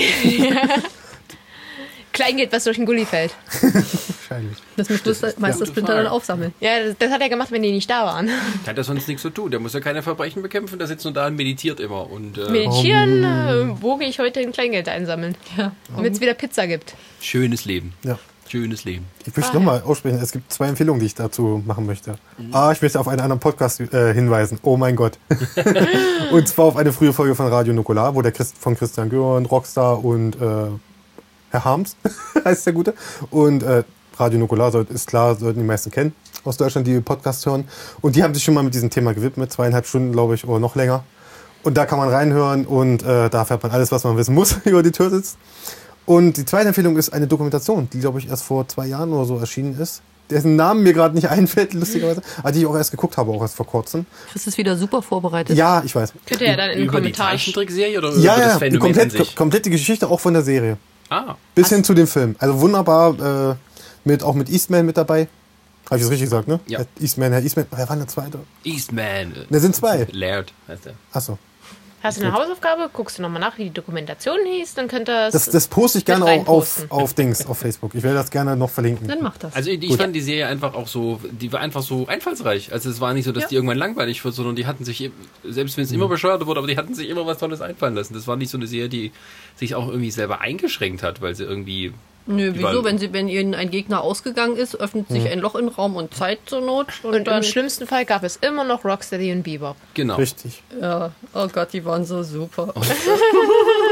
Kleingeld, was durch den Gully fällt. Wahrscheinlich. Das muss Meister Splinter Frage. dann aufsammeln. Ja, das, das hat er gemacht, wenn die nicht da waren. Der hat ja sonst nichts zu tun. Der muss ja keine Verbrechen bekämpfen. Der sitzt nur da und meditiert immer. Und äh, Meditieren, Ähm. äh, wo gehe ich heute in Kleingeld einsammeln? Ja. Damit es wieder Pizza gibt. schönes Leben. Ja. Schönes Leben. Ich möchte nochmal aussprechen, es gibt zwei Empfehlungen, die ich dazu machen möchte. Ah, ich möchte auf einen anderen Podcast äh, hinweisen. Oh mein Gott. und zwar auf eine frühe Folge von Radio Nukular, wo der Christ von Christian Gören, Rockstar und äh, Herr Harms heißt der Gute. Und äh, Radio Nukular soll, ist klar, sollten die meisten kennen aus Deutschland, die Podcasts hören. Und die haben sich schon mal mit diesem Thema gewidmet, zweieinhalb Stunden, glaube ich, oder noch länger. Und da kann man reinhören und äh, da erfährt man alles, was man wissen muss über die Turtles. Und die zweite Empfehlung ist eine Dokumentation, die, glaube ich, erst vor zwei Jahren oder so erschienen ist. Dessen Namen mir gerade nicht einfällt, lustigerweise. Aber die ich auch erst geguckt habe, auch erst vor kurzem. Chris ist wieder super vorbereitet. Ja, ich weiß. Könnt ihr ja dann in den über die Kommentaren. Zeichentrickserie oder Ja, über Also das ja, die Phänomen komplett, an sich? komplette Geschichte auch von der Serie. Ah, Bis hin zu dem Film. Also wunderbar, äh, mit, auch mit Eastman mit dabei. Habe ich das richtig gesagt, ne? Ja. Herr Eastman, Herr Eastman. Wer war denn der zweite? Eastman. Ne, sind zwei. Laird heißt er. Achso. Hast du eine Hausaufgabe? Guckst du nochmal nach, wie die Dokumentation hieß? Dann könnt ihr Das, das poste ich gerne Mit auch auf, reinposten. auf Dings, auf Facebook. Ich werde das gerne noch verlinken. Dann mach das. Also ich, ich fand die Serie einfach auch so, die war einfach so einfallsreich. Also es war nicht so, dass die irgendwann langweilig wird, sondern die hatten sich, eben- Mhm. selbst wenn es immer bescheuert wurde, aber die hatten sich immer was Tolles einfallen lassen. Das war nicht so eine Serie, die sich auch irgendwie selber eingeschränkt hat, weil sie irgendwie... Nö, Die wieso? Hm. waren- Wenn, sie, wenn ihnen ein Gegner ausgegangen ist, öffnet sich ein Loch in Raum und Zeit zur Not. Und, Und im ähm, dann. schlimmsten Fall gab es immer noch Rocksteady und Bebop. Genau. Richtig. Ja. Oh Gott, die waren so super. Oh,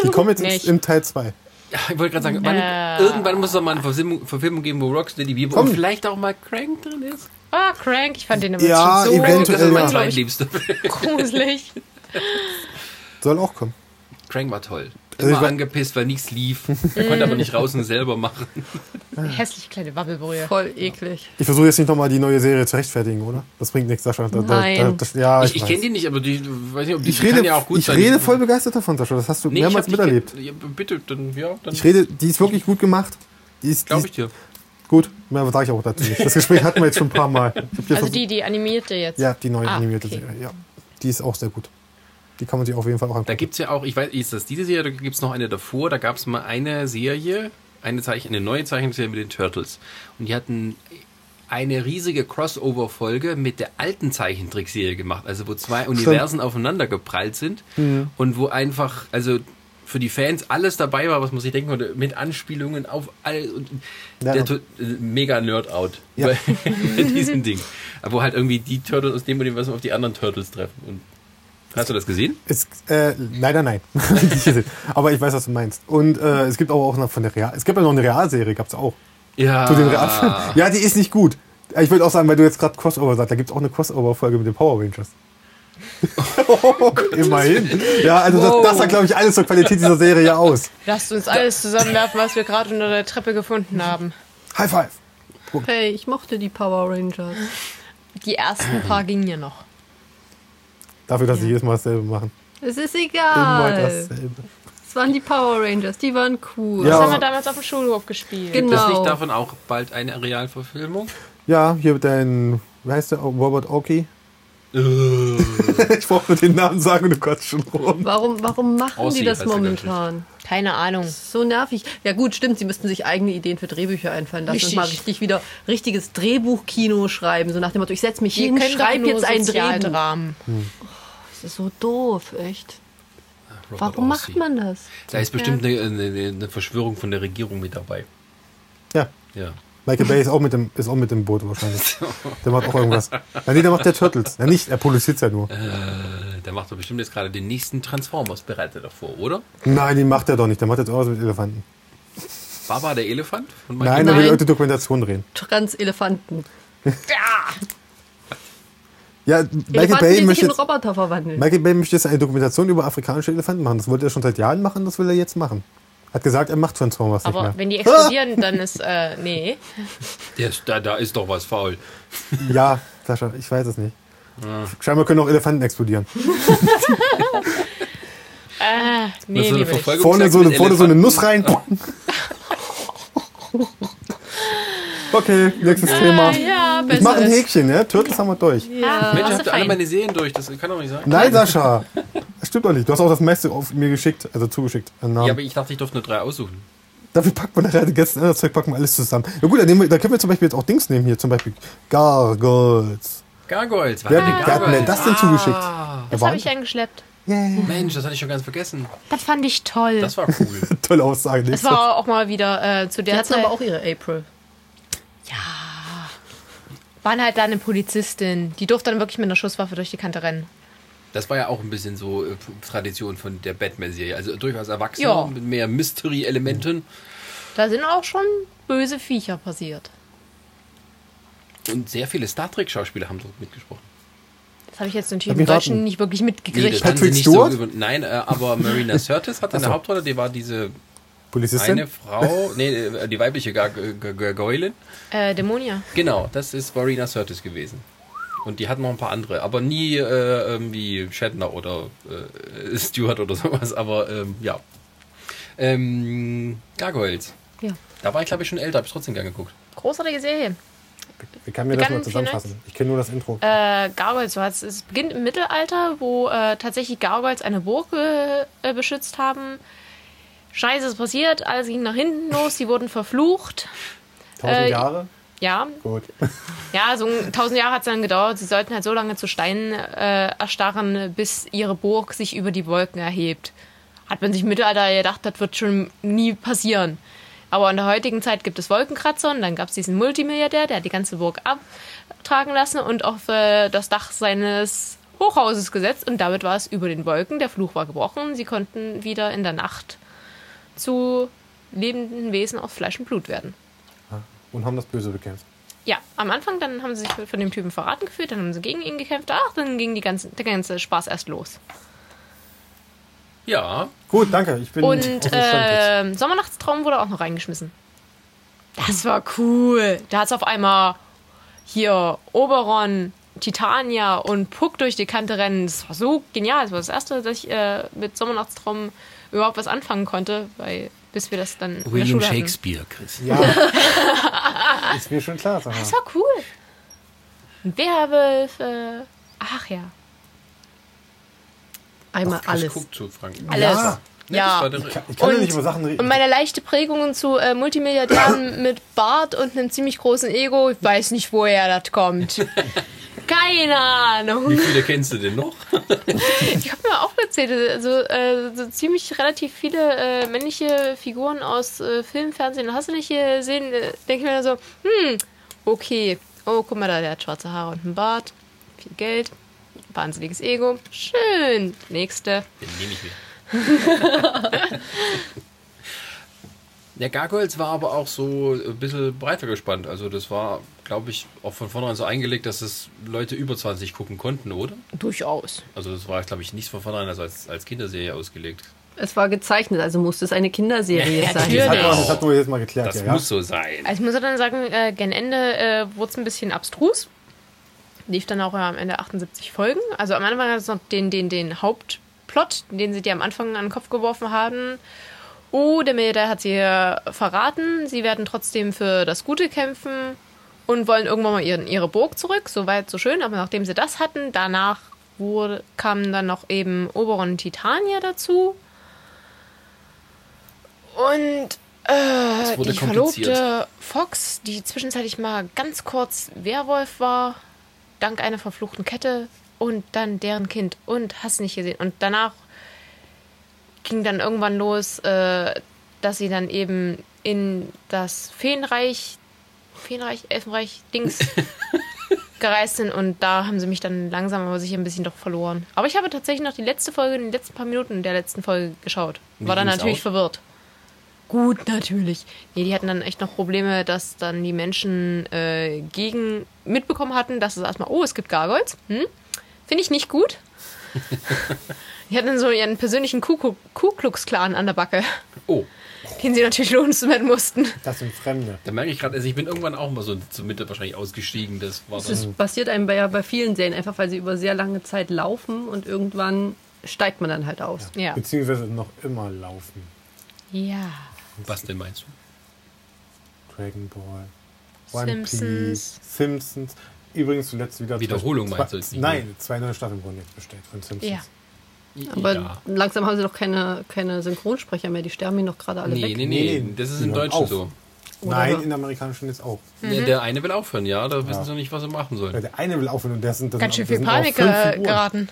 Die kommen jetzt Nicht. im Teil 2. Ja, ich wollte gerade sagen, wann, Äh. irgendwann muss es doch mal eine Verfilmung, Verfilmung geben, wo Rocksteady Bebop Komm. und vielleicht auch mal Crank drin ist. Ah, Crank, ich fand den immer Ja, schon so Das ist eventuell, mein ja. zweitliebster. gruselig. Soll auch kommen. Crank war toll. Also Immer ich war- angepisst, weil nichts lief. Er konnte aber nicht raus und selber machen. Hässliche kleine Wabbelbrühe. Voll eklig. Ich versuche jetzt nicht nochmal die neue Serie zu rechtfertigen, oder? Das bringt nichts, Sascha. Da, Da, Nein. da, das, ja, Ah, ich, Ich, ich weiß. kenne die nicht, aber die weiß nicht, ob die ich die rede, kann ja auch gut ich sein. rede Die- voll begeistert davon, Sascha. Das hast du Nee, ich mehrmals hab die miterlebt. ge- Ja, bitte, dann ja, dann Ich rede, die ist wirklich gut gemacht. Die ist, glaube die ich dir. ist gut. Mehr sage ich auch dazu nicht. Das Gespräch hatten wir jetzt schon ein paar Mal. Ich hab dir Also versucht- die, die animierte jetzt. ja, die neue Ah, animierte okay. Serie. Ja. Die ist auch sehr gut. Die kann man sich auf jeden Fall auch Da angucken. gibt es ja auch, ich weiß, ist das diese Serie, da gibt es noch eine davor, da gab es mal eine Serie, eine, Zeichen, eine neue Zeichenserie mit den Turtles. Und die hatten eine riesige Crossover-Folge mit der alten Zeichentrickserie gemacht, also wo zwei Universen aufeinander geprallt sind und wo einfach, also für die Fans alles dabei war, was man sich denken konnte, mit Anspielungen auf all und Ja. der to- äh, mega Nerd-Out Ja. bei diesem Ding. Wo halt irgendwie die Turtles aus dem Universum auf die anderen Turtles treffen. Und hast du das gesehen? Es, äh, leider nein. aber ich weiß, was du meinst. Und äh, es gibt aber auch noch von der Real. Es gibt ja noch eine Realserie, gab es auch. Ja. Zu den Realfilmen. Ja, die ist nicht gut. Ich wollte auch sagen, weil du jetzt gerade Crossover sagst, da gibt es auch eine Crossover-Folge mit den Power Rangers. Immerhin. Ja, also Wow. das, das sagt, glaube ich, alles zur Qualität dieser Serie ja aus. Lasst uns alles zusammenwerfen, was wir gerade unter der Treppe gefunden haben. High five. Hey, ich mochte die Power Rangers. Die ersten paar gingen ja noch. Dafür, dass sie jedes Mal dasselbe machen. Es ist Immer egal. dasselbe. Es waren die Power Rangers, die waren cool. Das Ja. haben wir damals auf dem Schulhof gespielt. Genau. Ist nicht davon auch bald eine Realverfilmung? Ja, hier mit deinem, wie heißt der? Robert Oki. Äh, ich brauche nur den Namen sagen und du kotzt schon rum. Warum, warum machen Aussie die das heißt der, glaub ich. momentan? Keine Ahnung. So nervig. Ja gut, stimmt, sie müssten sich eigene Ideen für Drehbücher einfallen lassen Richtig. und mal richtig wieder richtiges Drehbuchkino schreiben. So nach dem Motto, ich setze mich Wir hin, können doch schreibe nur jetzt ein Drehbuch. Sozialdramen. Das ist so doof, echt. Oh Warum macht man das? Da ist bestimmt eine, eine, eine Verschwörung von der Regierung mit dabei. Ja. Ja. Michael Bay ist auch mit dem, ist auch mit dem Äh. Boot wahrscheinlich. Der macht auch irgendwas. Ja, nee, der macht der Turtles. Ja, nicht, er produziert ja nur. Äh, Der macht doch bestimmt jetzt gerade den nächsten Transformers, bereitet er vor, oder? Nein, den macht er doch nicht. Der macht jetzt irgendwas mit Elefanten. Baba der Elefant? Von Michael Nein, er Nein. will irgendeine Dokumentation drehen. Trans-Elefanten. Ja, Michael Elefanten, Bay, die sich möchte in jetzt, Roboter verwandeln. Michael Bay möchte jetzt eine Dokumentation über afrikanische Elefanten machen. Das wollte er schon seit Jahren machen, das will er jetzt machen. Hat gesagt, er macht Transformers Aber nicht mehr. wenn die explodieren, dann ist, äh, nee. Der ist, da, da ist doch was faul. Ja, Sascha, ich weiß es nicht. Scheinbar können auch Elefanten explodieren. Äh, Das ist nee, so eine liebe ich. Verfolgung- Vorne Rucksack so, eine, mit vorne so eine Elefanten. Nuss rein. okay, nächstes Thema. Ah, ja, Ich mache besser ein ist. Häkchen, ne? Turtles haben wir durch. Ja, Mensch, hast habt du ihr alle fein. meine Serien durch, das kann doch nicht sein. Nein, Sascha. Das stimmt doch nicht. Du hast auch das meiste auf mir geschickt, also zugeschickt. An Namen. Ja, aber ich dachte, ich durfte nur drei aussuchen. Dafür packen wir nachher den ganzen anderen Zeug, packen wir alles zusammen. Na gut, dann, nehmen wir, dann können wir zum Beispiel jetzt auch Dings nehmen hier. Zum Beispiel Gargoyles. Gargoyles, was Wer, hat denn wer hat mir Gargoyles? das denn zugeschickt? Ah. Das habe ich eingeschleppt. yeah. Mensch, das hatte ich schon ganz vergessen. Das fand ich toll. Das war cool. Tolle Aussage. Das nächstes. war auch mal wieder äh, zu Die der hatten Zeit. aber auch ihre April. waren halt da eine Polizistin. Die durfte dann wirklich mit einer Schusswaffe durch die Kante rennen. Das war ja auch ein bisschen so äh, Tradition von der Batman-Serie. Also durchaus erwachsen, Ja. mit mehr Mystery-Elementen. Da sind auch schon böse Viecher passiert. Und sehr viele Star Trek-Schauspieler haben dort mitgesprochen. Das habe ich jetzt Hab natürlich mich im Deutschen raten. nicht wirklich Nee, mitgekriegt. das haben sie Patrick nicht Stewart? So über Nein, äh, aber Marina Sirtis hatte eine Hauptrolle, die war diese Polizistin? eine Frau, nee, äh, die weibliche Gar- Gar- Gargoyle. äh, Dämonia. Genau, das ist Marina Sirtis gewesen. Und die hatten noch ein paar andere, aber nie äh, irgendwie Shatner oder äh, Stewart oder sowas, aber ähm, ja. Ähm, Gargoyles. Ja. Da war ich glaube ich schon älter, habe ich trotzdem gern geguckt. Großartige Serie. Wie kann mir das Begann mal zusammenfassen? Ich kenne nur das Intro. Äh, Gargoyles, du hast, es beginnt im Mittelalter, wo äh, tatsächlich Gargoyles eine Burg äh, äh, beschützt haben. Scheiße, es ist passiert, alles ging nach hinten los, sie wurden verflucht. Tausend äh, Jahre? Ja, Gut. Ja, so ein- tausend Jahre hat es dann gedauert. Sie sollten halt so lange zu Steinen äh, erstarren, bis ihre Burg sich über die Wolken erhebt. Hat man sich im Mittelalter gedacht, das wird schon nie passieren. Aber in der heutigen Zeit gibt es Wolkenkratzer und dann gab es diesen Multimilliardär, der hat die ganze Burg abtragen lassen und auf äh, das Dach seines Hochhauses gesetzt und damit war es über den Wolken. Der Fluch war gebrochen. Sie konnten wieder in der Nacht zu lebenden Wesen aus Fleisch und Blut werden. Und haben das Böse bekämpft. Ja, am Anfang, dann haben sie sich von dem Typen verraten gefühlt, dann haben sie gegen ihn gekämpft, ach, dann ging die ganze, der ganze Spaß erst los. Ja, Gut, danke. Ich Hm, bin auf dem Und Stand jetzt. äh, Sommernachtstraum wurde auch noch reingeschmissen. Das war cool. Da hat es auf einmal hier Oberon, Titania und Puck durch die Kante rennen. Das war so genial. Das war das erste, dass ich äh, mit Sommernachtstraum überhaupt was anfangen konnte, weil bis wir das dann in der William Schule Shakespeare, Chris. Ja. ist mir schon klar, Sarah. Hatten. Das war cool. Ein Werwolf, äh, ach ja, Einmal alles. Guck zu, Frank. alles. Ja. Nee, Ja. Das war der Ich kann ja Und- nicht über Sachen Und reden. meine leichte Prägung zu äh, Multimilliardären mit Bart und einem ziemlich großen Ego, ich weiß nicht, woher das kommt. Keine Wie Ahnung. viele kennst du denn noch? Ich habe mir aufgezählt, also äh, so ziemlich relativ viele äh, männliche Figuren aus äh, Film, Fernsehen, hast du nicht gesehen, äh, denke ich mir dann so, hm, okay, oh, guck mal da, der hat schwarze Haare und einen Bart, viel Geld, wahnsinniges Ego, schön, nächste. Den nehme ich mir. Der Gargoyles war aber auch so ein bisschen breiter gespannt. Also das war, glaube ich, auch von vornherein so eingelegt, dass es Leute über 20 gucken konnten, oder? Durchaus. Also das war, glaube ich, nicht von vornherein also als, als Kinderserie ausgelegt. Es war gezeichnet, also musste es eine Kinderserie Ja, sein. Das hat, natürlich. man, das hat man jetzt mal geklärt. Das ja, muss so sein. Also ich muss ja dann sagen, äh, gen Ende äh, wurde es ein bisschen abstrus. Lief dann auch äh, am Ende 78 Folgen. Also am Anfang hat es noch den, den, den Hauptplot, den sie dir am Anfang an den Kopf geworfen haben. Oh, der Milliardär hat sie äh, verraten. Sie werden trotzdem für das Gute kämpfen und wollen irgendwann mal ihren, ihre Burg zurück. So weit, so schön. Aber nachdem sie das hatten, danach wurde, kamen dann noch eben Oberon und Titania dazu. Und äh, wurde kompliziert. die verlobte Fox, die zwischenzeitlich mal ganz kurz Werwolf war, dank einer verfluchten Kette. Und dann deren Kind. Und hast nicht gesehen. Und danach ging dann irgendwann los, äh, dass sie dann eben in das Feenreich, Feenreich, Elfenreich, Dings, gereist sind und da haben sie mich dann langsam aber sicher ein bisschen doch verloren. Aber ich habe tatsächlich noch die letzte Folge, die letzten paar Minuten der letzten Folge geschaut. Wie War dann ging's natürlich aus? verwirrt. Gut, natürlich. Nee, die hatten dann echt noch Probleme, dass dann die Menschen äh, gegen mitbekommen hatten, dass es erstmal, oh, es gibt Gargoyles. Hm? Finde ich nicht gut. die hatten so ihren persönlichen Ku Ku Klux Klan an der Backe, Oh, den sie natürlich loswerden mussten. Das sind Fremde. da merke ich gerade, also ich bin irgendwann auch mal so zur Mitte wahrscheinlich ausgestiegen. Das war Es dann, ist, passiert einem bei, ja bei vielen Serien, einfach weil sie über sehr lange Zeit laufen und irgendwann steigt man dann halt aus. Ja. Beziehungsweise noch immer laufen. Ja. was denn meinst du? Dragon Ball. Simpsons. Piece, Simpsons. Übrigens zuletzt wieder. Wiederholung zwei, meinst du jetzt nicht, ne? Nein, zwei neue Staffeln wurden jetzt bestellt von Simpsons. Ja. Aber ja. langsam haben sie doch keine, keine Synchronsprecher mehr, die sterben hier noch gerade alle Nee, weg. nee, nee, Nee, das ist die im hören Deutschen auf. so. Nein, in amerikanischen jetzt auch. Ja, Der eine will aufhören, ja, da wissen sie nicht, was sie machen Ja, sollen. der eine will aufhören und der sind das Ganz schön sind- viel das sind aber Panik fünf äh, Figuren. geraten.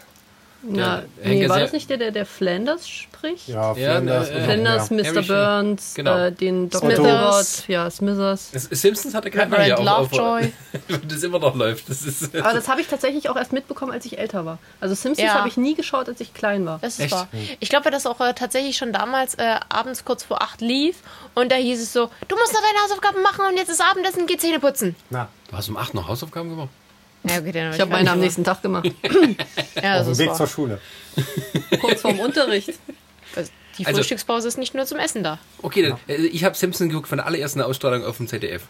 Na, Der nee Henker war sehr- das nicht der, der, der Flanders spricht? Ja, Ja, Flanders. ne, und äh, noch Flanders, mehr. Mr. Harry Schmidt. Burns, Genau. äh, den Dr. Smithers. Robot, ja, Smithers. Es- Simpsons hatte keiner Reverend hier, auf- Lovejoy. auf- das immer noch läuft. Das ist, Aber das habe ich tatsächlich auch erst mitbekommen, als ich älter war. Also Simpsons Ja. habe ich nie geschaut, als ich klein war. Das ist Echt? wahr. Ich glaube, das auch äh, tatsächlich schon damals äh, abends kurz vor acht lief und da hieß es so, du musst noch deine Hausaufgaben machen und jetzt ist Abendessen, geh Zähne putzen. Na, du hast um 8 noch Hausaufgaben gemacht? Ja, okay, dann Ich habe meine am nächsten Tag gemacht. Ja, auf das dem ist Weg zur wahr. Schule. Kurz vorm Unterricht. Also, die Also- Frühstückspause ist nicht nur zum Essen da. Okay, dann, äh, ich habe Simpsons geguckt von der allerersten Ausstrahlung auf dem ZDF.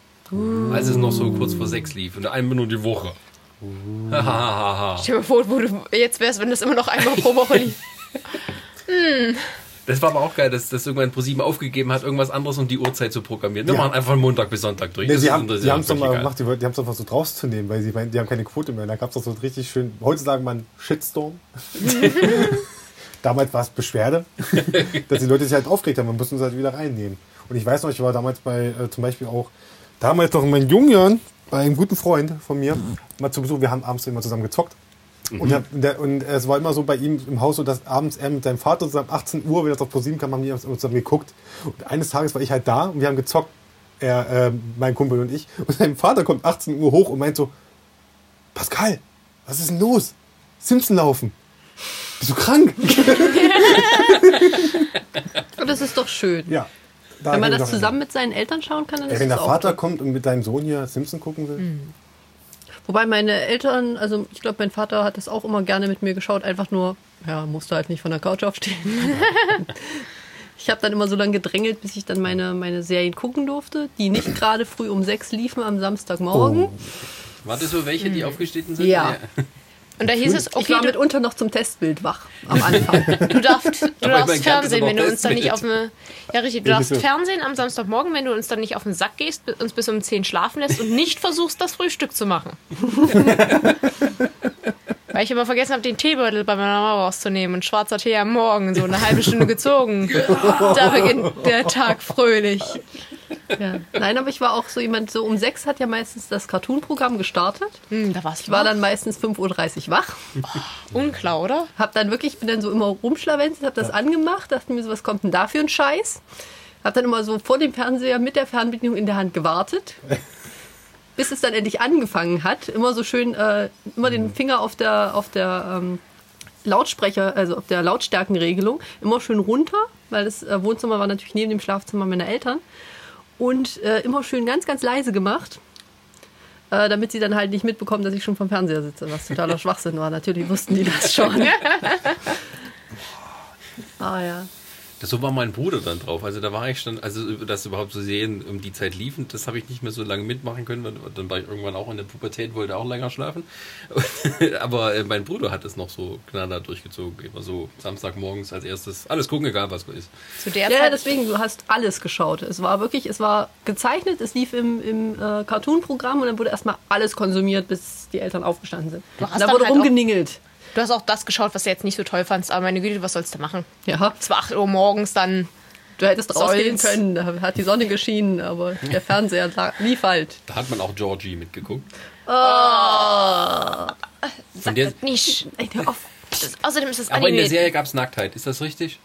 Als es noch so kurz vor sechs lief. Und einmal nur die Woche. Uh. Hahaha. Stell dir mal vor, wo du jetzt wärst, wenn das immer noch einmal pro Woche lief. das war aber auch geil, dass das irgendwann ProSieben aufgegeben hat, irgendwas anderes um die Uhrzeit zu programmieren. Wir Ja. machen einfach Montag bis Sonntag durch. Nee, Das sie ist haben unter- sie haben's doch völlig mal egal. gemacht, die, wollten- die haben es einfach so drauszunehmen, weil sie meinen, die haben keine Quote mehr. Da gab es doch so einen richtig schön, heute sagen man Shitstorm. damals war es Beschwerde, dass die Leute sich halt aufgeregt haben, man muss uns halt wieder reinnehmen. Und ich weiß noch, ich war damals bei, äh, zum Beispiel auch, damals noch in meinen jungen Jahren, bei einem guten Freund von mir, mal zu Besuch, wir haben abends immer zusammen gezockt. Und, hab, der, und es war immer so bei ihm im Haus so, dass abends er mit seinem Vater zusammen 18 Uhr, wenn er auf ProSieben kam, haben die abends immer zusammen geguckt. Und eines Tages war ich halt da und wir haben gezockt, er, äh, mein Kumpel und ich. Und sein Vater kommt 18 Uhr hoch und meint so, Pascal, was ist denn los? Simpson laufen. Bist du krank? Aber das ist doch schön. Ja. Da Wenn man hab ich das doch- zusammen mit seinen Eltern schauen kann, dann Ey, ist Wenn es der auch. Mhm. Vater kommt und mit deinem Sohn hier Simpson gucken will, Wobei meine Eltern, also ich glaube, mein Vater hat das auch immer gerne mit mir geschaut, einfach nur, ja, musste halt nicht von der Couch aufstehen. ich habe dann immer so lange gedrängelt, bis ich dann meine, meine Serien gucken durfte, die nicht gerade früh um sechs liefen am Samstagmorgen. Oh. War das so welche, die aufgestanden sind? Ja. Und da hieß es, ich okay, war du, mitunter noch zum Testbild wach am Anfang. du darfst, du Aber ich darfst mein, Kant ist Fernsehen, aber wenn du uns dann Testbild. nicht auf den, ja richtig, du Ja, darfst bitte. Fernsehen am Samstagmorgen, wenn du uns dann nicht auf den Sack gehst, bi- uns bis um 10 schlafen lässt und nicht versuchst, das Frühstück zu machen. Weil ich immer vergessen habe, den Teebeutel bei meiner Mama rauszunehmen und schwarzer Tee am Morgen, so eine halbe Stunde gezogen. Da beginnt der Tag fröhlich. ja. Nein, aber ich war auch so jemand, so um sechs hat ja meistens das Cartoon-Programm gestartet. Hm, da warst Ich du war dann meistens 5.30 Uhr wach. unklar, oder? Hab dann wirklich, bin dann so immer rumschlawenzelt, hab das angemacht, dachte mir so, was kommt denn da für ein Scheiß? Hab dann immer so vor dem Fernseher mit der Fernbedienung in der Hand gewartet, bis es dann endlich angefangen hat. Immer so schön, äh, immer den Finger auf der, auf der ähm, Lautsprecher, also auf der Lautstärkenregelung, immer schön runter, weil das äh, Wohnzimmer war natürlich neben dem Schlafzimmer meiner Eltern. Und äh, immer schön ganz, ganz leise gemacht. Äh, damit sie dann halt nicht mitbekommen, dass ich schon vom Fernseher sitze, was totaler Schwachsinn war. Natürlich wussten die das schon. ah ja. Das, so war mein Bruder dann drauf. Also da war ich schon, also das überhaupt zu sehen, um die Zeit liefen, das habe ich nicht mehr so lange mitmachen können, weil dann war ich irgendwann auch in der Pubertät, wollte auch länger schlafen. Aber äh, mein Bruder hat es noch so knaller durchgezogen, immer so Samstagmorgens als erstes. Alles gucken, egal was ist. Zu der Ja, ja, Zeit. deswegen, du hast alles geschaut. Es war wirklich, es war gezeichnet, es lief im, im äh, Cartoon-Programm und dann wurde erstmal alles konsumiert, bis die Eltern aufgestanden sind. Du hast Und da dann wurde halt rumgeningelt. du hast auch das geschaut, was du jetzt nicht so toll fandst, aber meine Güte, was sollst du machen? Ja, Es war 8 Uhr morgens dann. du hättest rausgehen Soll's. können, da hat die Sonne geschienen, aber der Fernseher lag- lief halt. Da hat man auch Georgie mitgeguckt. Sag der- das nicht. Ey, hör auf. Das, außerdem ist das Aber in der Anime. Serie gab es Nacktheit, ist das richtig?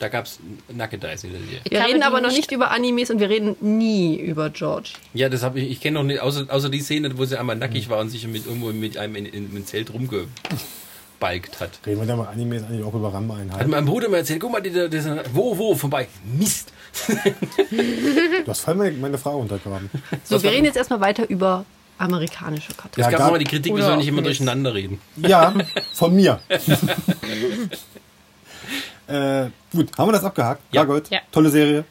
Da gab es Naked Eyes in der Serie. Wir habe reden die aber noch nicht- nicht über Animes und wir reden nie über George. Ja, das habe ich, ich kenne noch nicht, außer, außer die Szene, wo sie einmal nackig war und sich mit, irgendwo mit einem in, in, im Zelt rumgebalgt hat. Reden wir da mal Anime eigentlich auch über Rambo Hat einhalten. meinem Bruder mir erzählt, guck mal, die, die, die, wo, wo, vorbei. Mist. Mhm. Du hast voll meine, meine Frage untergraben. So, Was wir war- reden jetzt erstmal weiter über amerikanische Cartoons. Es Ja, gab da- immer die Kritik, wir Oder sollen auch nicht immer nicht. durcheinander reden. Ja, von mir. äh, gut, haben wir das abgehakt? Ja. Gargold, Ja. tolle Serie.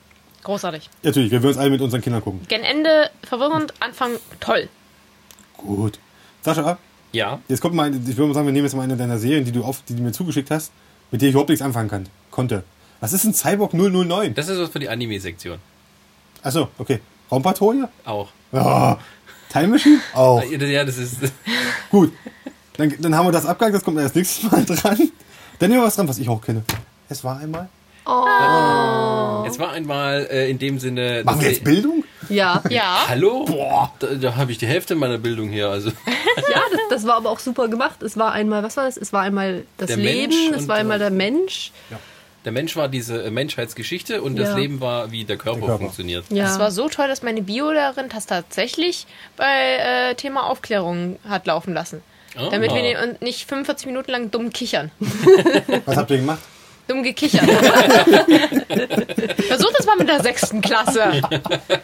Großartig. Natürlich, wir würden es alle mit unseren Kindern gucken. Gen Ende verwirrend, Anfang toll. Gut. Sascha, Ja. jetzt kommt mal, eine- ich würde mal sagen, wir nehmen jetzt mal eine deiner Serien, die du, auf, die du mir zugeschickt hast, mit der ich überhaupt nichts anfangen kann, konnte. Was ist ein Cyborg 009? Das ist was für die Anime-Sektion. Achso, okay. Raumpatrouille? Auch. Ja. Time Machine? Auch. Ja, das ist. Gut. Dann, dann haben wir das abgehakt, das kommt erst nächstes Mal dran. Dann nehmen wir was dran, was ich auch kenne. Es war einmal. Es war einmal äh, in dem Sinne. Machen wir dass jetzt die- Bildung? Ja, ja, Ja, Hallo? Boah. Da, da habe ich die Hälfte meiner Bildung hier. Also das, das war aber auch super gemacht. Es war einmal, was war das? Es war einmal das Der Leben, Mensch es und, war einmal äh, der Mensch. der Mensch war diese äh, Menschheitsgeschichte und Ja. das Leben war, wie der Körper, Der Körper. funktioniert. Ja. das war so toll, dass meine Biolehrerin das tatsächlich bei äh, Thema Aufklärung hat laufen lassen. Ah. Damit wir ne- und nicht 45 Minuten lang dumm kichern. Was habt ihr gemacht? Dumm gekichert. Versuch das mal mit der sechsten Klasse.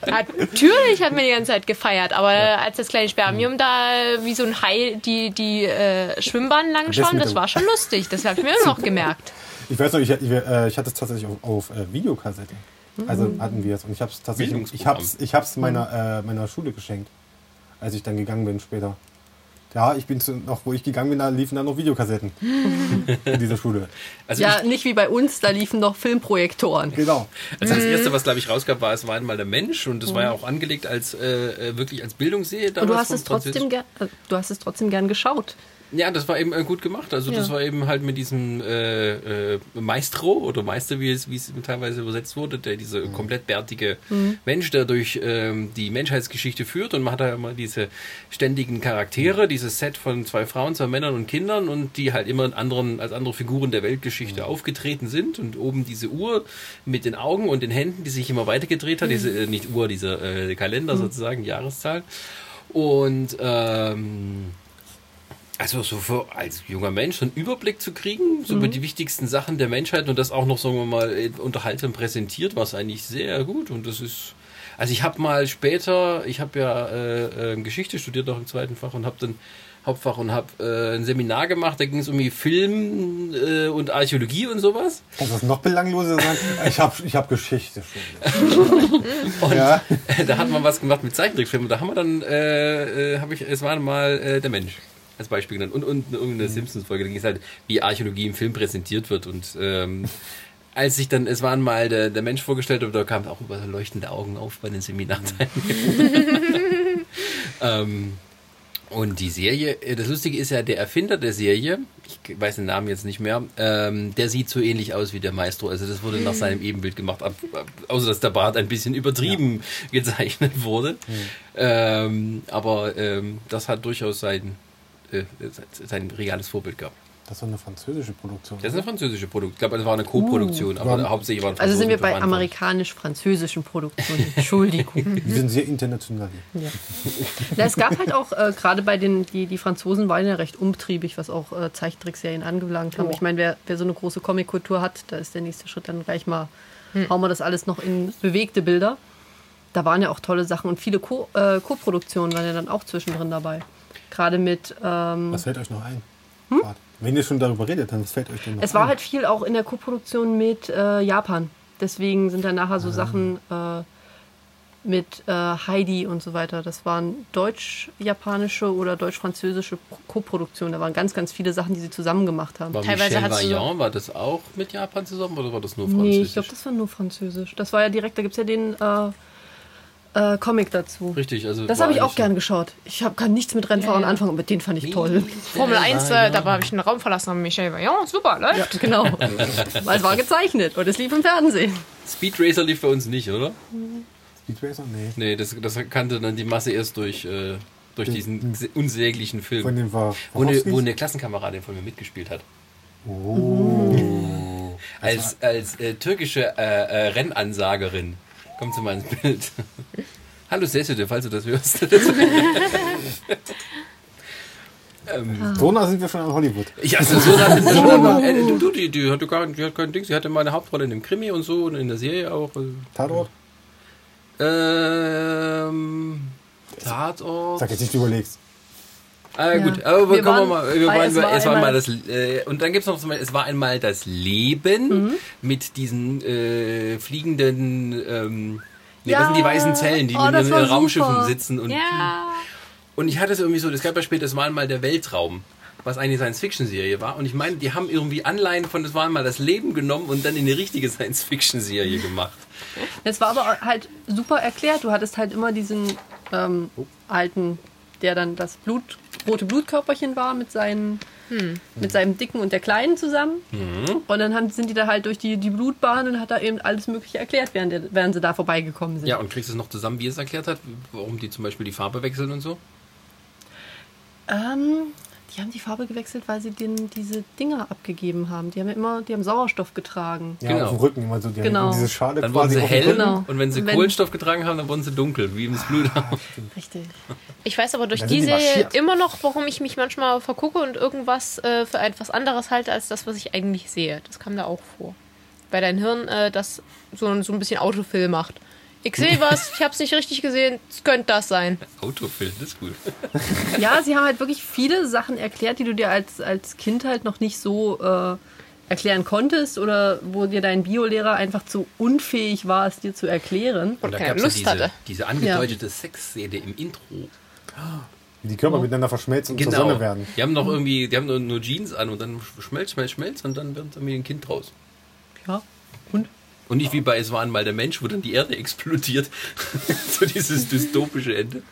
Natürlich hat mir die ganze Zeit gefeiert, aber als das kleine Spermium da wie so ein Hai die, die äh, Schwimmbahn lang schwamm, mit das dem- war schon lustig. Das habe ich mir immer noch gemerkt. Ich weiß noch, ich, ich, äh, ich hatte es tatsächlich auf, auf äh, Videokassette. Mhm. Also hatten wir es. Und ich habe es tatsächlich. Ich Bildungsprogramm. hab's, ich hab's meiner, äh, meiner Schule geschenkt, als ich dann gegangen bin später. Ja, ich bin zu, noch, wo ich gegangen bin, da liefen dann noch Videokassetten in dieser Schule. Also Ja, ich, nicht wie bei uns, da liefen noch Filmprojektoren. Genau. also Mhm. das erste, was glaube ich rausgab, war, es war einmal der Mensch und das war ja auch angelegt als äh, äh, wirklich als Bildungsserie. Und du hast damals vom es trotzdem Französischen- gern, äh, du hast es trotzdem gern geschaut. Also Ja, das war eben äh, gut gemacht. Also das Ja. war eben halt mit diesem äh, äh, Maestro oder Meister, wie es, wie es teilweise übersetzt wurde, der diese komplett bärtige Mensch, der durch ähm, die Menschheitsgeschichte führt. Und man hat da immer diese ständigen Charaktere, dieses Set von zwei Frauen, zwei Männern und Kindern und die halt immer in anderen, als andere Figuren der Weltgeschichte aufgetreten sind. Und oben diese Uhr mit den Augen und den Händen, die sich immer weitergedreht hat, diese, äh, nicht Uhr, dieser äh, Kalender sozusagen, Jahreszahl. Und ähm, also so für, als junger Mensch so einen Überblick zu kriegen, so über die wichtigsten Sachen der Menschheit und das auch noch, sagen wir mal, äh, unterhaltsam präsentiert, war es eigentlich sehr gut und das ist... Also ich habe mal später, ich habe ja äh, äh, Geschichte studiert noch im zweiten Fach und habe dann Hauptfach und habe äh, ein Seminar gemacht, da ging es um die Film äh, und Archäologie und sowas. Kannst du das noch belangloser sagen? Ich habe ich hab Geschichte schon. Und Ja. da hat man was gemacht mit Zeichentrickfilmen. Da haben wir dann, äh, äh, habe ich, es war mal äh, der Mensch als Beispiel genannt und, und irgendeine Simpsons-Folge, da ging es halt, wie Archäologie im Film präsentiert wird und ähm, als ich dann, es waren mal der, der Mensch vorgestellt habe, da kam auch über leuchtende Augen auf bei den Seminarteilen. ähm, und die Serie, äh, das Lustige ist ja, der Erfinder der Serie, ich weiß den Namen jetzt nicht mehr, ähm, der sieht so ähnlich aus wie der Maestro. Also das wurde Hm. nach seinem Ebenbild gemacht, ab, ab, außer dass der Bart ein bisschen übertrieben gezeichnet Hm. wurde. Ähm, aber ähm, das hat durchaus sein, äh, sein reales Vorbild gehabt. Das war eine französische Produktion. Das ist eine französische Produkt. Ich glaube, das war eine Co-Produktion, aber hauptsächlich waren Uh, Also sind wir Franzosen bei verantwortlich. amerikanisch-französischen Produktionen. Entschuldigung. Die sind sehr international. Mhm. Na, es gab halt auch, äh, gerade bei den, die, die Franzosen waren ja recht umtriebig, was auch äh, Zeichentrickserien angelangt Oh. haben. Ich meine, wer, wer so eine große Comic-Kultur hat, da ist der nächste Schritt dann gleich mal, Hm. hauen wir das alles noch in bewegte Bilder. Da waren ja auch tolle Sachen und viele Co- äh, Co-Produktionen waren ja dann auch zwischendrin dabei. Gerade mit, ähm, Was fällt euch noch ein? Warte. Wenn ihr schon darüber redet, dann was fällt euch denn noch Hm? es war ein? halt viel auch in der Co-Produktion mit äh, Japan. Deswegen sind dann Ah. nachher so Sachen äh, mit äh, Heidi und so weiter. Das waren deutsch-japanische oder deutsch-französische Pro- Co-Produktionen. Da waren ganz, ganz viele Sachen, die sie zusammen gemacht haben. War Teilweise Michel hat's so- Vaillant, war das auch mit Japan zusammen oder war das nur französisch? Nee, ich glaube, das war nur französisch. Das war ja direkt, da gibt es ja den äh, äh, Comic dazu. Richtig, also Das war habe ich auch eigentlich- gern geschaut. Ich hab, kann nichts mit Rennfahrern Ja, ja. anfangen, aber den fand ich toll. Formel 1, äh, dabei habe ich den Raum verlassen und Michel war, ja, super, Ja, läuft. genau. Weil es war gezeichnet und es lief im Fernsehen. Speed Racer lief bei uns nicht, oder? Speed Racer? Nee. Nee, das, das kannte dann die Masse erst durch, äh, durch diesen se- unsäglichen Von Film, dem war. wo eine, wo eine Klassenkameradin von mir mitgespielt hat. oh. Als, als äh, türkische äh, äh, Rennansagerin. Kommt sie mal ins Bild. Hallo Sesede, falls du das hörst. So nah sind wir schon an Hollywood. Ja, also so das ist schon aber, äh, du, du, die, die hatte gar die hat kein Ding. Sie hatte mal eine Hauptrolle in dem Krimi und so und in der Serie auch. also- Tatort? Ähm. Tatort. Sag jetzt nicht, du überlegst. Ah, Ja. gut, aber Wir wir kommen waren mal. Wir bei waren, Es bei war es war einmal- einmal das. Äh, und dann gibt's noch zum Beispiel, es war einmal das Leben Mhm. mit diesen äh, fliegenden. Ähm, nee, Ja. das sind die weißen Zellen, die Oh, mit das in war den Raumschiffen super. sitzen. Und, Ja. und ich hatte es irgendwie so, es gab ja später, es war einmal der Weltraum, was eine Science-Fiction-Serie war. Und ich meine, die haben irgendwie Anleihen von, es war einmal das Leben genommen und dann in eine richtige Science-Fiction-Serie gemacht. Das war aber halt super erklärt. Du hattest halt immer diesen ähm, alten, der dann das Blut, rote Blutkörperchen war mit seinen. Mit seinem Dicken und der Kleinen zusammen. Und dann haben, sind die da halt durch die, die Blutbahn und hat da eben alles Mögliche erklärt, während, der, während sie da vorbeigekommen sind. Ja, und kriegst du es noch zusammen, wie es erklärt hat, warum die zum Beispiel die Farbe wechseln und so? Ähm, die haben die Farbe gewechselt, weil sie den, diese Dinger abgegeben haben. Die haben ja immer, die haben Sauerstoff getragen. Ja, Genau. auf dem Rücken immer so. Die Genau. Diese Schale Dann wurden sie auf dem hell Rücken. Genau. und wenn sie Wenn- Kohlenstoff getragen haben, dann wurden sie dunkel, wie im Blut. Richtig. Ich weiß aber durch Da sind die diese marschiert. immer noch, warum ich mich manchmal vergucke und irgendwas äh, für etwas anderes halte, als das, was ich eigentlich sehe. Das kam da auch vor. Weil dein Hirn äh, das so, so ein bisschen Autofill macht. Ich sehe was, ich hab's nicht richtig gesehen, es könnte das sein. Autofilm, das ist gut. Ja, sie haben halt wirklich viele Sachen erklärt, die du dir als, als Kind halt noch nicht so äh, erklären konntest oder wo dir dein Biolehrer einfach zu unfähig war, es dir zu erklären. Und da keine gab es Lust diese, hatte. diese angedeutete Sexszene im Intro. Genau. Wie die Mhm. Körper miteinander verschmelzen und zur Sonne werden. Die haben noch irgendwie, die haben nur, nur Jeans an und dann schmelzt, schmelzt, schmelzt und dann wird irgendwie ein Kind draus. Ja. Und? Und nicht wie bei Es war einmal der Mensch, wo dann die Erde explodiert. so dieses dystopische Ende.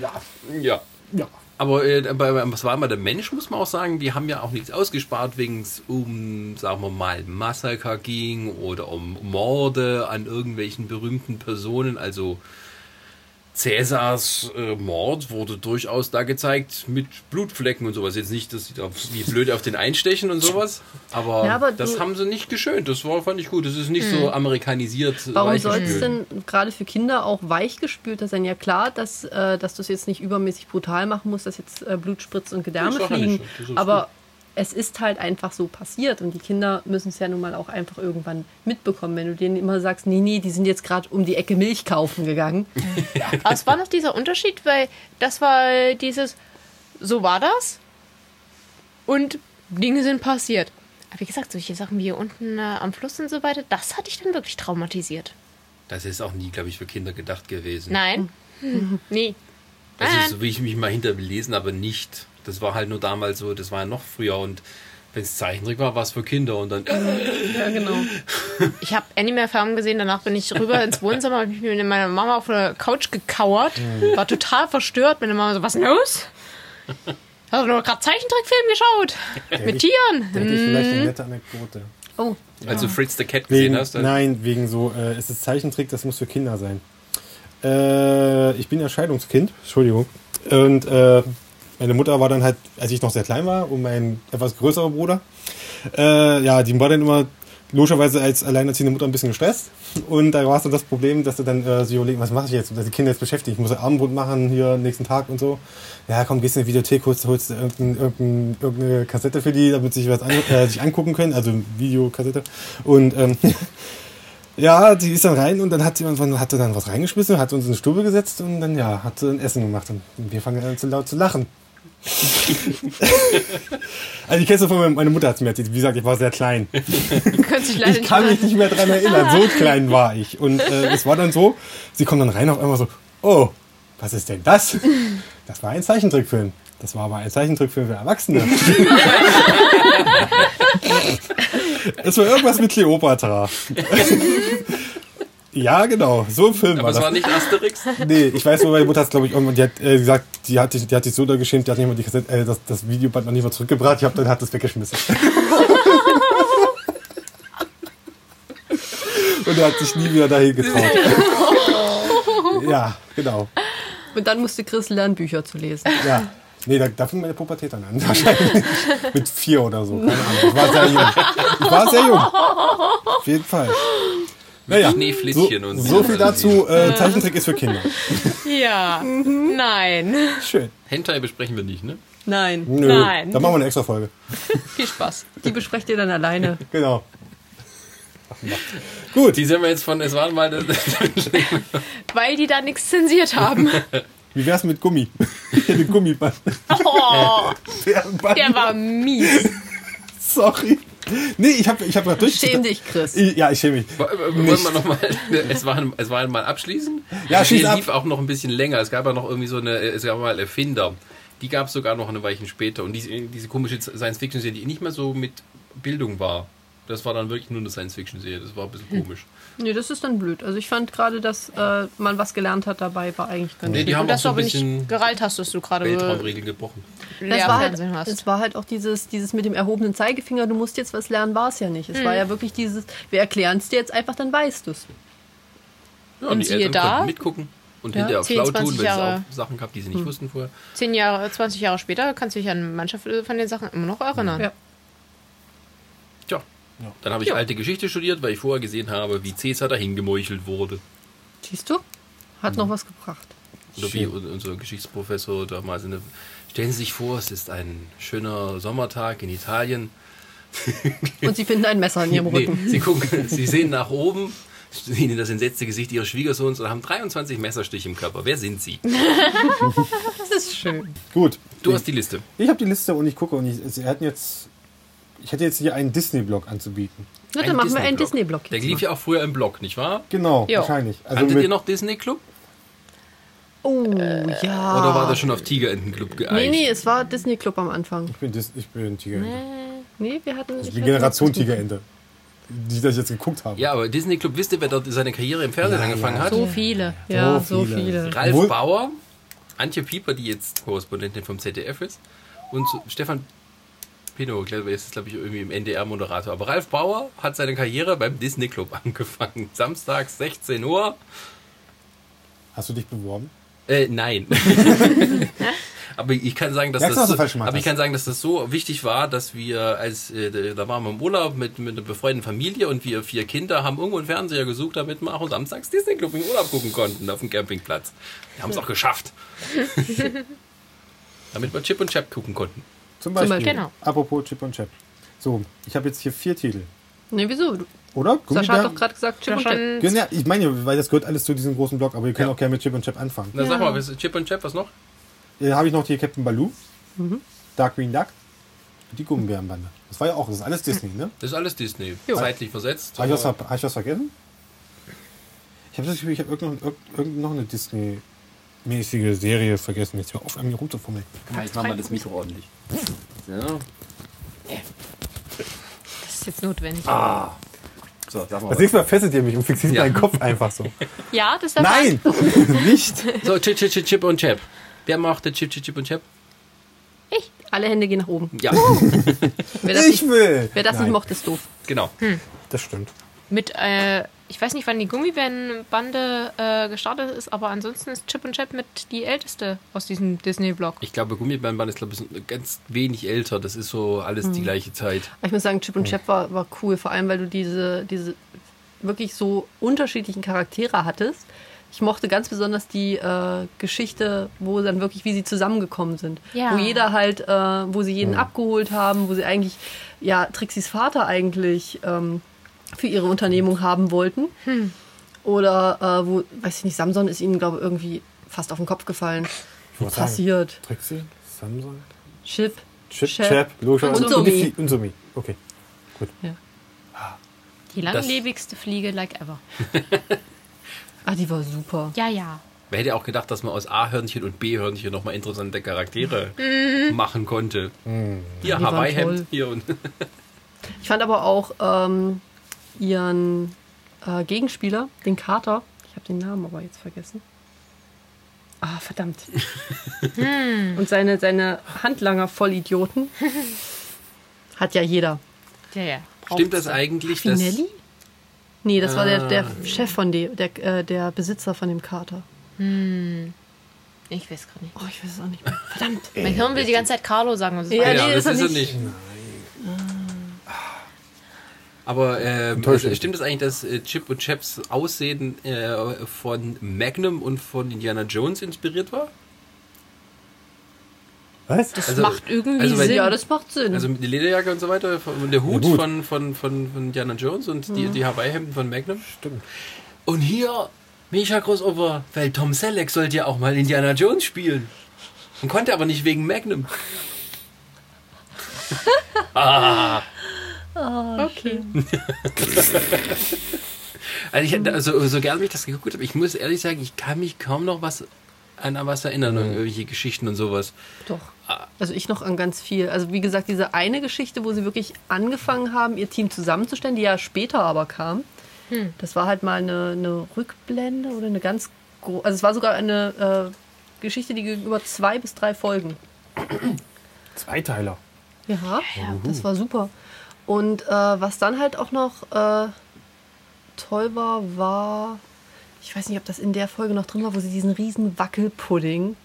Ja, Ja. ja. Aber äh, bei, bei was war immer der Mensch, muss man auch sagen, die haben ja auch nichts ausgespart, wegen es um, sagen wir mal, Massaker ging oder um Morde an irgendwelchen berühmten Personen. Also Cäsars äh, Mord wurde durchaus da gezeigt mit Blutflecken und sowas. Jetzt nicht, dass sie da wie blöd auf den einstechen und sowas, aber, Ja, aber das du- Hm. haben sie nicht geschönt. Das war, fand ich gut. Das ist nicht so amerikanisiert. Warum soll weichgespült. es denn gerade für Kinder auch weichgespült sein? Ja klar, dass, äh, dass du es jetzt nicht übermäßig brutal machen musst, dass jetzt äh, Blut spritzt und Gedärme Das ist auch fliegen. nicht so. Das ist Aber gut. es ist halt einfach so passiert und die Kinder müssen es ja nun mal auch einfach irgendwann mitbekommen. Wenn du denen immer sagst, nee, nee, die sind jetzt gerade um die Ecke Milch kaufen gegangen. Aber es war noch dieser Unterschied, weil das war dieses, so war das und Dinge sind passiert. Aber wie gesagt, solche Sachen wie hier unten äh, am Fluss und so weiter, das hatte ich dann wirklich traumatisiert. Das ist auch nie, glaube ich, für Kinder gedacht gewesen. Nein. Oh. nee. Das Nein. ist, Also so wie ich mich mal hinterbelesen, aber nicht. Das war halt nur damals so, das war ja noch früher und wenn es Zeichentrick war, war es für Kinder und dann äh, Ja, genau. Ich habe Animal Farm gesehen, danach bin ich rüber ins Wohnzimmer, habe mich mit meiner Mama auf der Couch gekauert, Mhm. war total verstört. Meine Mama so, was ist denn los? Hast du nur gerade Zeichentrickfilm geschaut? mit Da Tieren? Hm, hätte ich vielleicht Mhm. eine nette Anekdote. Oh, als du Fritz the Cat gesehen Wegen, hast, dann nein, wegen so, äh, es ist Zeichentrick, das muss für Kinder sein. Äh, ich bin ja Scheidungskind, Entschuldigung. Und äh, meine Mutter war dann halt, als ich noch sehr klein war, und mein etwas größerer Bruder, äh, ja, die war dann immer logischerweise als alleinerziehende Mutter ein bisschen gestresst. Und da war es dann das Problem, dass sie dann äh, sich überlegen, was mache ich jetzt, dass die Kinder jetzt beschäftigen. Ich muss ja Abendbrot machen hier am nächsten Tag und so. Ja, komm, gehst in die Videothek, holst, holst du irgendein, irgendein, irgendeine Kassette für die, damit sie sich was an, äh, sich angucken können, also Videokassette. Und ähm, ja, die ist dann rein und dann hat sie irgendwann hat sie dann was reingeschmissen, hat uns in die Stube gesetzt und dann ja, hat sie ein Essen gemacht und wir fangen an zu laut zu lachen. also die kennst du von meiner meine Mutter hat es mir erzählt. Wie gesagt, ich war sehr klein. Könntest dich leider Ich nicht kann mich erinnern. nicht mehr dran erinnern. So klein war ich. Und äh, es war dann so, sie kommt dann rein auf einmal so, oh, was ist denn das? Das war ein Zeichentrickfilm. Das war aber ein Zeichentrickfilm für Erwachsene. es war irgendwas mit Cleopatra. ja, genau. So ein Film aber war es das. war nicht Asterix. Nee, ich weiß nur, meine Mutter hat glaube ich irgendwann, die hat äh, gesagt, die hat, sich, die hat sich so da geschämt, die hat nicht mal die Kassette, äh, das, das Videoband noch nicht mal zurückgebracht, ich habe dann hat das weggeschmissen. Und er hat sich nie wieder dahin getraut. ja, genau. und dann musste Chris lernen, Bücher zu lesen. Ja. Nee, da, da fing meine Pubertät dann an. Wahrscheinlich. Mit vier oder so. Keine Ahnung. Ich war sehr jung. Ich war sehr jung. Auf jeden Fall. Naja, Schneeflittchen so, und so viel dazu. Äh, Zeichentrick ist für Kinder. Ja, Mhm. nein, Schön. Hentai besprechen wir nicht, ne? Nein, Nö, Nein. Dann machen wir eine extra Folge. viel Spaß. die besprecht ihr dann alleine. Genau. Die sind wir jetzt von, es waren mal, Weil die da nichts zensiert haben. Wie wär's mit Gummi? Eine Gummiband. Oh, Bärenband. der war mies. Sorry. Nee, ich habe ich hab grad durch. Schäm dich, Chris. Ich- Ja, ich schäme mich. wollen wir nochmal, es waren, es waren mal abschließen. Ja, schieß Die ab. lief auch noch ein bisschen länger. Es gab ja noch irgendwie so eine, es gab mal Erfinder. Die gab es sogar noch eine Weile später. Und diese, diese komische Science-Fiction-Serie, die nicht mehr so mit Bildung war. Das war dann wirklich nur eine Science-Fiction-Serie. Das war ein bisschen komisch. Nee, das ist dann blöd. Also ich fand gerade, dass äh, man was gelernt hat dabei, war eigentlich ganz Nee, die Und haben auch dass so du ein aber bisschen nicht gereilt hast, dass du gerade Weltraumregeln gebrochen. Das war halt, Lehrfernsehen hast. es war halt auch dieses, dieses mit dem erhobenen Zeigefinger, du musst jetzt was lernen, war es ja nicht. Es war ja wirklich dieses, wir erklären es dir jetzt einfach, dann weißt du es. Ja, Und die siehe Eltern da- konnten mitgucken und hinterher auch 10, schlau tun, 20 wenn es auch Jahre. Hm. Sachen gab, die sie nicht wussten vorher. Zehn Jahre, 20 Jahre später kannst du dich an manche von den Sachen immer noch erinnern. Ja. Tja, dann habe ich alte Geschichte studiert, weil ich vorher gesehen habe, wie Cäsar dahin gemeuchelt wurde. Siehst du? Hat noch was gebracht. Oder wie un- unser Geschichtsprofessor damals. In der Stellen Sie sich vor, es ist ein schöner Sommertag in Italien. Und sie finden ein Messer in ihrem Nee, Rücken. Sie gucken, Sie sehen nach oben, sehen das entsetzte Gesicht Ihres Schwiegersohns und haben 23 Messerstiche im Körper. Wer sind Sie? Das ist schön. Gut. Du hast die Liste. Ich habe die Liste und ich gucke und ich, sie hätten jetzt. Ich hätte jetzt hier einen Disney-Blog anzubieten. Na, Ein dann machen wir einen Disney-Block Disney-Block. Der jetzt. lief mal. ja auch früher im Blog, nicht wahr? Genau, Jo. wahrscheinlich. Also Hattet mit- ihr noch Disney Club? Oh, ja. Oder war das schon auf Tigerentenclub Ah. Nee, geeicht? nee, es war Disney Club am Anfang. Ich bin, Dis ich bin Tigerente. Nee, wir hatten. Ich bin Generation Tigerente. Die das jetzt geguckt haben. Ja, aber Disney Club, wisst ihr, wer dort seine Karriere im Fernsehen angefangen hat? So viele. Ja, So so viele. viele. Ralf Wohl- Bauer, Antje Pieper, die jetzt Korrespondentin vom ZDF ist, und so- Stefan Pino, glaub- ist jetzt glaube ich irgendwie im NDR-Moderator. Aber Ralf Bauer hat seine Karriere beim Disney Club angefangen. Samstags 16 Uhr. Hast du dich beworben? Äh, nein. aber ich kann sagen, dass Merkst du, das was du so, falsch gemacht aber ich hast? kann sagen, dass das so wichtig war, dass wir als äh, da waren wir im Urlaub mit mit einer befreundeten Familie und wir vier Kinder haben irgendwo einen Fernseher gesucht, damit wir auch samstags Disney Club im Urlaub gucken konnten auf dem Campingplatz. Wir haben es auch geschafft. damit wir Chip und Chap gucken konnten. Zum Beispiel. Beispiel. Genau. Apropos Chip und Chap. So, ich habe jetzt hier vier Titel. Nee, wieso? Du- Oder? Sascha hat Gummibär- doch gerade gesagt, Chip Ja, und Chip. schon Genau, ich meine, weil das gehört alles zu diesem großen Blog, aber ihr könnt Ja. auch gerne mit Chip und Chap anfangen. Na sag mal, was ist Chip und Chap, was noch? Dann habe ich noch hier Captain Baloo, Mhm. Dark Green Duck, die Gummibärenbande. Das war ja auch, das ist alles Disney, ne? Das ist alles Disney, Jo. zeitlich versetzt. Habe ich, was aber- ver- hab ich was vergessen? Ich habe das Gefühl, ich habe irgend, irgend, irgend noch eine Disney-mäßige Serie vergessen. Jetzt hör auf, an mir rumzufummeln. Jetzt machen wir das Mikro ordentlich. So, Das ist jetzt notwendig. so sag mal. Das nächste Mal fesselt ihr mich und fixiert Ja. meinen Kopf einfach so. Ja, das darf Nein! Nicht! So Chip, Chip, Chip, Chip und Chap. Wer machte Chip, Chip, Chip und Chap? Alle Hände gehen nach oben. Ja, Wer das, Ich nicht, will! wer das nicht Nein, mochte, ist doof. genau. Das stimmt. Mit, äh, ich weiß nicht, wann die Gummibärenbande äh, gestartet ist, aber ansonsten ist Chip und Chap mit die älteste aus diesem Disney-Blog. Ich glaube, Gummibärenband ist, glaube ich, ganz wenig älter. Das ist so alles Hm. die gleiche Zeit. Ich muss sagen, Chip Hm. und Chap war, war cool, vor allem weil du diese, diese wirklich so unterschiedlichen Charaktere hattest. Ich mochte ganz besonders die äh, Geschichte, wo dann wirklich, wie sie zusammengekommen sind. Ja. Wo jeder halt, äh, wo sie jeden abgeholt haben, wo sie eigentlich, ja, Trixis Vater eigentlich ähm, für ihre Unternehmung haben wollten. Oder äh, wo, weiß ich nicht, Samson ist ihnen, glaube ich, irgendwie fast auf den Kopf gefallen. wollte sagen. Passiert. Trixie, Samsung, Chip. Chip, Chap Chap, Lucia und und, die Sumi. Flie- und Sumi. Okay. Die langlebigste Fliege like ever. Ah, die war super. Ja, ja. Wer hätte auch gedacht, dass man aus A-Hörnchen und B-Hörnchen nochmal interessante Charaktere machen konnte? Hier Mhm. Die waren Hawaii-Hemd, toll. hier und. Ich fand aber auch ähm, ihren äh, Gegenspieler, den Kater. Ich habe den Namen aber jetzt vergessen. Ah, verdammt. Und seine, seine Handlanger Vollidioten. Hat ja jeder. Ja, ja. Braucht's. Stimmt das eigentlich, dass. Finelli? Nee, das war der, der Chef von dem, der, äh, der Besitzer von dem Kater. Ich weiß gerade nicht. Oh, ich weiß es auch nicht mehr. Verdammt. Mein Hirn will die ganze Zeit Carlo sagen. Das ist Ja. ja. nee, ist er nicht. Ah. Aber ähm, Enttäuschend. stimmt es eigentlich, dass äh, Chip und Chaps Aussehen äh, von Magnum und von Indiana Jones inspiriert war? Was? Das Also- macht irgendwie also weil- Sinn. Ja, das macht Sinn. Also die Lederjacke und so weiter von- und der Hut gut. von, von, von, von Indiana Jones und Mhm. die, die Hawaii-Hemden von Magnum. Stimmt. Und hier, Misha Crossover, weil Tom Selleck sollte ja auch mal Indiana Jones spielen. Und konnte aber nicht wegen Magnum. okay. Also, Mhm. ich, hätte- also so gerne mich das geguckt habe, ich muss ehrlich sagen, ich kann mich kaum noch was an was erinnern, Mhm. an irgendwelche Geschichten und sowas. Doch. Also ich noch an ganz viel. Also wie gesagt, diese eine Geschichte, wo sie wirklich angefangen haben, ihr Team zusammenzustellen, die ja später aber kam. Das war halt mal eine, eine Rückblende oder eine ganz große. Also es war sogar eine äh, Geschichte, die ging über zwei bis drei Folgen. Zweiteiler. Ja, das war super. Und äh, was dann halt auch noch äh, toll war, war, ich weiß nicht, ob das in der Folge noch drin war, wo sie diesen riesen Wackelpudding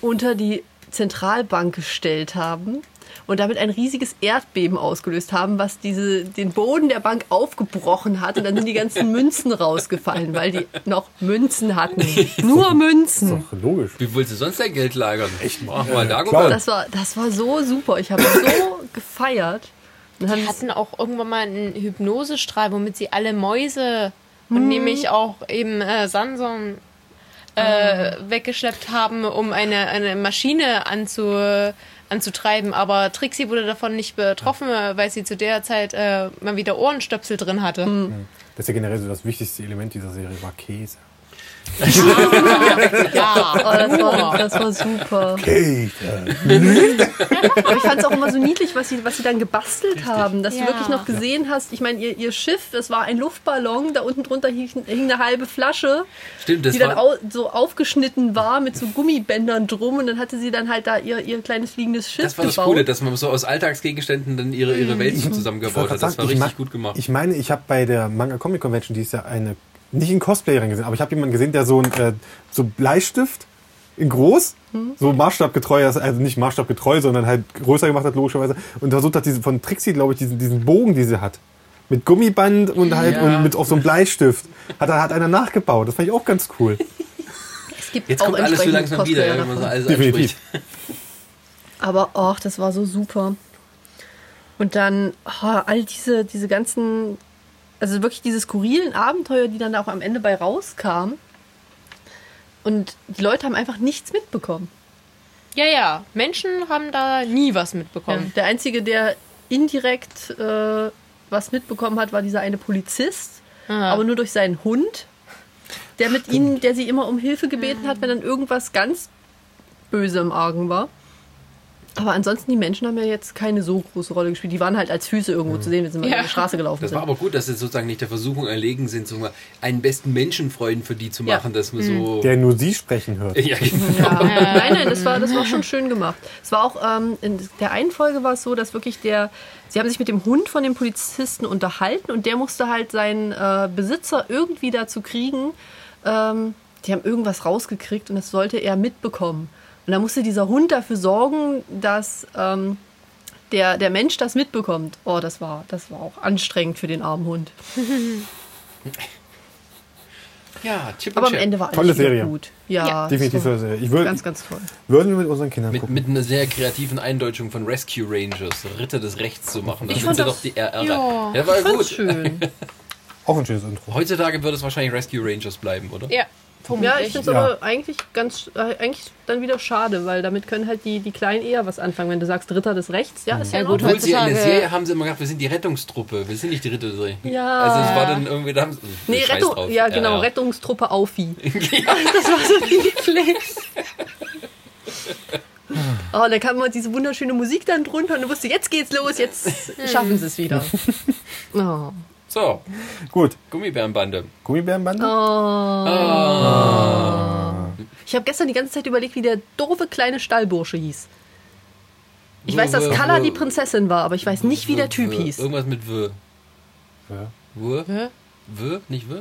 unter die Zentralbank gestellt haben und damit ein riesiges Erdbeben ausgelöst haben, was diese, den Boden der Bank aufgebrochen hat. Und dann sind die ganzen Münzen rausgefallen, weil die noch Münzen hatten. Nur Münzen. Doch, logisch. Wie willst du sonst dein Geld lagern? Echt? Mach mal da klar. Das war, das war so super. Ich habe so gefeiert. Und dann Die hatten auch irgendwann mal einen Hypnosestrahl, womit sie alle Mäuse und nämlich auch eben äh, Sanson äh, weggeschleppt haben, um eine, eine Maschine anzu, anzutreiben. Aber Trixie wurde davon nicht betroffen, äh, weil sie zu der Zeit äh, mal wieder Ohrenstöpsel drin hatte. Das ist ja generell so das wichtigste Element dieser Serie war Käse. Oh, das, war, das war super. Käse. Aber ich fand es auch immer so niedlich, was sie, was sie dann gebastelt haben, dass Ja. du wirklich noch gesehen hast. Ich meine, ihr, ihr Schiff, das war ein Luftballon, da unten drunter hing, hing eine halbe Flasche, Stimmt, das die dann war, au, so aufgeschnitten war mit so Gummibändern drum und dann hatte sie dann halt da ihr, ihr kleines fliegendes Schiff das war das gebaut. Mhm. Coole, dass man so aus Alltagsgegenständen dann ihre, ihre Welt so zusammengebaut hat. Das war Ich richtig mag- gut gemacht. Ich meine, ich habe bei der Manga Comic Convention, die ist ja eine, nicht in Cosplayerin gesehen, aber ich habe jemanden gesehen, der so ein äh, so Bleistift in groß, so maßstabgetreu, also nicht maßstabgetreu, sondern halt größer gemacht hat, logischerweise, und versucht hat, diese, von Trixie, glaube ich, diesen, diesen Bogen, die sie hat. Mit Gummiband und halt Ja. und mit auf so einem Bleistift. Hat, da hat einer nachgebaut. Das fand ich auch ganz cool. Es gibt Jetzt kommt alles so entsprechende langsam wieder, Cosplayer wenn man so davon. alles Definitiv. anspricht. Aber ach, das war so super. Und dann oh, all diese, diese ganzen, also wirklich diese skurrilen Abenteuer, die dann auch am Ende bei rauskamen. Und die Leute haben einfach nichts mitbekommen. Ja, ja. Menschen haben da nie was mitbekommen. Der einzige, der indirekt äh, was mitbekommen hat, war dieser eine Polizist, Ah. aber nur durch seinen Hund, der mit ihnen, der sie immer um Hilfe gebeten Ah. hat, wenn dann irgendwas ganz böse im Argen war. Aber ansonsten, die Menschen haben ja jetzt keine so große Rolle gespielt. Die waren halt als Füße irgendwo zu sehen, wenn sie mal Mhm. Ja. über die Straße gelaufen Das sind. war aber gut, dass sie sozusagen nicht der Versuchung erlegen sind, so mal einen besten Menschenfreund für die zu Ja. Mhm. machen, dass man so. Der nur sie sprechen hört. ja, genau. Ja. Äh, Nein, nein, das war, das war schon schön gemacht. Es war auch, ähm, in der einen Folge war es so, dass wirklich der, sie haben sich mit dem Hund von dem Polizisten unterhalten und der musste halt seinen äh, Besitzer irgendwie dazu kriegen, ähm, die haben irgendwas rausgekriegt und das sollte er mitbekommen. Und da musste dieser Hund dafür sorgen, dass ähm, der, der Mensch das mitbekommt. Oh, das war, das war auch anstrengend für den armen Hund. ja Chip Aber und am Chap. Ende war alles Tolle wieder Serie. gut. Ja, das Definitiv. war Serie. Ich würd, Ganz, ganz toll. würden wir mit unseren Kindern Mit, gucken. mit einer sehr kreativen Eindeutschung von Rescue Rangers, Ritter des Rechts zu machen. Das Ich sind fand ja das- doch die RR. ja. ja war Ganz gut. schön. Auch ein schönes Intro. Heutzutage würde es wahrscheinlich Rescue Rangers bleiben, oder? Ja, Ja, ich vermutlich. finde es Ja. aber eigentlich ganz äh, eigentlich dann wieder schade, weil damit können halt die, die Kleinen eher was anfangen. Wenn du sagst Ritter des Rechts, ja, ist ja, Ja, in gut, Ordnung. Obwohl sie in der Heutzutage- Serie haben sie immer gedacht, wir sind die Rettungstruppe, wir sind nicht die Ritter des Rechts. Ja. Also es war dann irgendwie, da haben sie. Nee, Scheiß Rettung, drauf. ja genau, ja. Rettungstruppe Aufi. Das war so niedlich. Oh, und dann kam immer diese wunderschöne Musik dann drunter und du wusstest, jetzt geht's los, jetzt schaffen sie es wieder. Oh. So, Gut. Gummibärenbande. Gummibärenbande? Oh. Ich habe gestern die ganze Zeit überlegt, wie der doofe kleine Stallbursche hieß. Ich weiß, dass Wuh, wuh, Kala die wuh. Prinzessin war, aber ich weiß äh, nicht, wie der Typ W- hieß. Irgendwas mit W. Ja. W? Hä? W? Nicht W?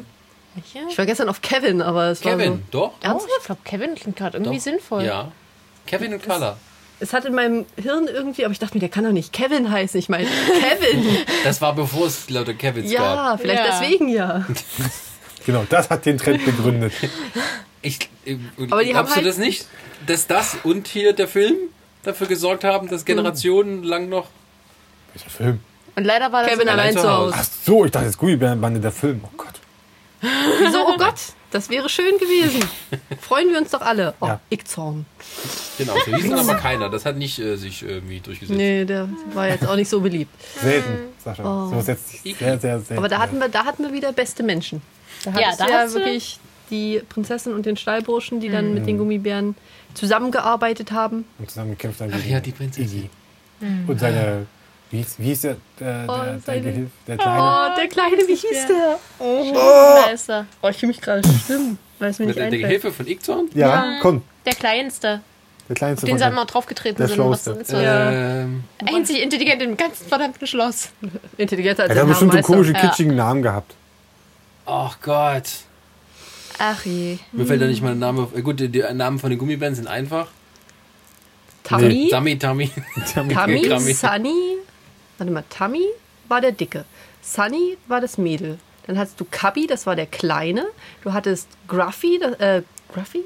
Ich war gestern auf Kevin, aber es war so. Kevin, doch. Ernsthaft? oh, Ich glaube, Kevin klingt gerade irgendwie Doch. sinnvoll. Ja. Kevin und Carla. Es hat in meinem Hirn irgendwie, aber ich dachte mir, der kann doch nicht Kevin heißen. Ich meine, Kevin. Das war bevor es lauter Kevins ja, gab. vielleicht Ja. deswegen ja. Genau, das hat den Trend begründet. Ich, Aber die glaubst haben du halt- das nicht, dass das und hier der Film dafür gesorgt haben, Hm. dass generationenlang noch Welcher Film? Und leider war das. Kevin allein zu Hause. Ach so, ich dachte, jetzt Gummibärenbande der Film. Oh Gott. Wieso? Oh Gott, das wäre schön gewesen. Freuen wir uns doch alle. Oh, Ja. ich zorn. genau so hießen, aber keiner. Das hat nicht äh, sich irgendwie durchgesetzt. Nee, der war jetzt auch nicht so beliebt. Selten, Sascha. Oh. So setzt sich sehr, sehr selten. Aber da hatten wir, da hatten wir wieder beste Menschen. Da Ja, hattest da du ja hast du- wirklich die Prinzessin und den Stallburschen, die dann mit den Gummibären zusammengearbeitet haben. und zusammengekämpft haben Ach ja, die Prinzessin. Iggy. Und seine. Wie hieß, wie hieß der, der, Oh, der, der seine- Gehilf, der Kleine? Oh, der Kleine, wie hieß der? Da ist er. Oh, ich fühle mich gerade schlimm, weil es mir Mit nicht der einfällt. Hilfe von Ikzorn? Ja, komm, Der Kleinste. der Kleinste. Den von sie den- mal draufgetreten halt Der sind. Was Schlauste. ist so Ja. Ähm, Einzig intelligent im ganzen verdammten Schloss. Intelligenter als Ja, der der hat bestimmt einen Herrmeister. komischen, Ja. kitschigen Namen gehabt. ach Gott. Ach je. Mir Hm. fällt da nicht mal ein Name. auf- Äh, gut, die, die Namen von den Gummibären sind einfach. Tammy, Dummy, Dummy. Tammy, Grammy. Sunny. Warte mal, Tammy war der Dicke. Sunny war das Mädel. Dann hattest du Cubby, das war der Kleine. Du hattest Gruffy, das, äh, Gruffy?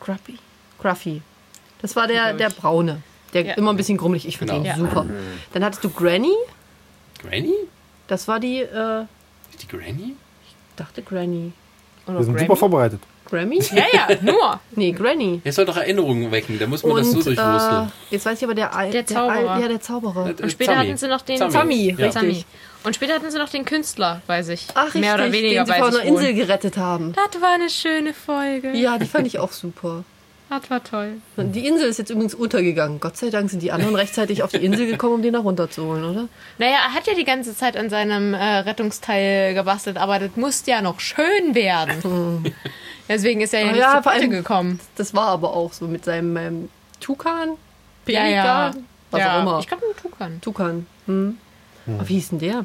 Gruffy? Gruffy. Das war der, der Braune. Der Ja. immer ein bisschen grummelig, ich finde Genau. den Ja. super. Dann hattest du Granny, Granny? das war die, äh, Ist die Granny? dachte Granny. Wir sind super vorbereitet. Grammy? Ja, ja, nur. Nee, Granny. Jetzt soll doch Erinnerungen wecken, da muss man das Und so äh, durchwursteln. jetzt weiß ich aber, der, Al Der Al- Zauberer. ja, der Zauberer. Und später Zami. hatten sie noch den Zami. Zami, Ja. richtig. Und später hatten sie noch den Künstler bei sich. Ach, richtig, Mehr oder weniger den sie bei von sich. einer Insel gerettet haben. Das war eine schöne Folge. Ja, die fand ich auch super. Das war toll. Und Die Insel ist jetzt übrigens untergegangen. Gott sei Dank sind die anderen rechtzeitig auf die Insel gekommen, um den da runterzuholen, oder? Naja, er hat ja die ganze Zeit an seinem äh, Rettungsteil gebastelt, aber das musste ja noch schön werden. Deswegen ist er ja Ah nicht ja, zu vor Potte allem- gekommen. Das war aber auch so mit seinem ähm, Tukan, Ja, Pelikan, ja. was ja. auch immer. Ich glaube, ein Tukan. Tukan. Hm? Aber wie hieß denn der?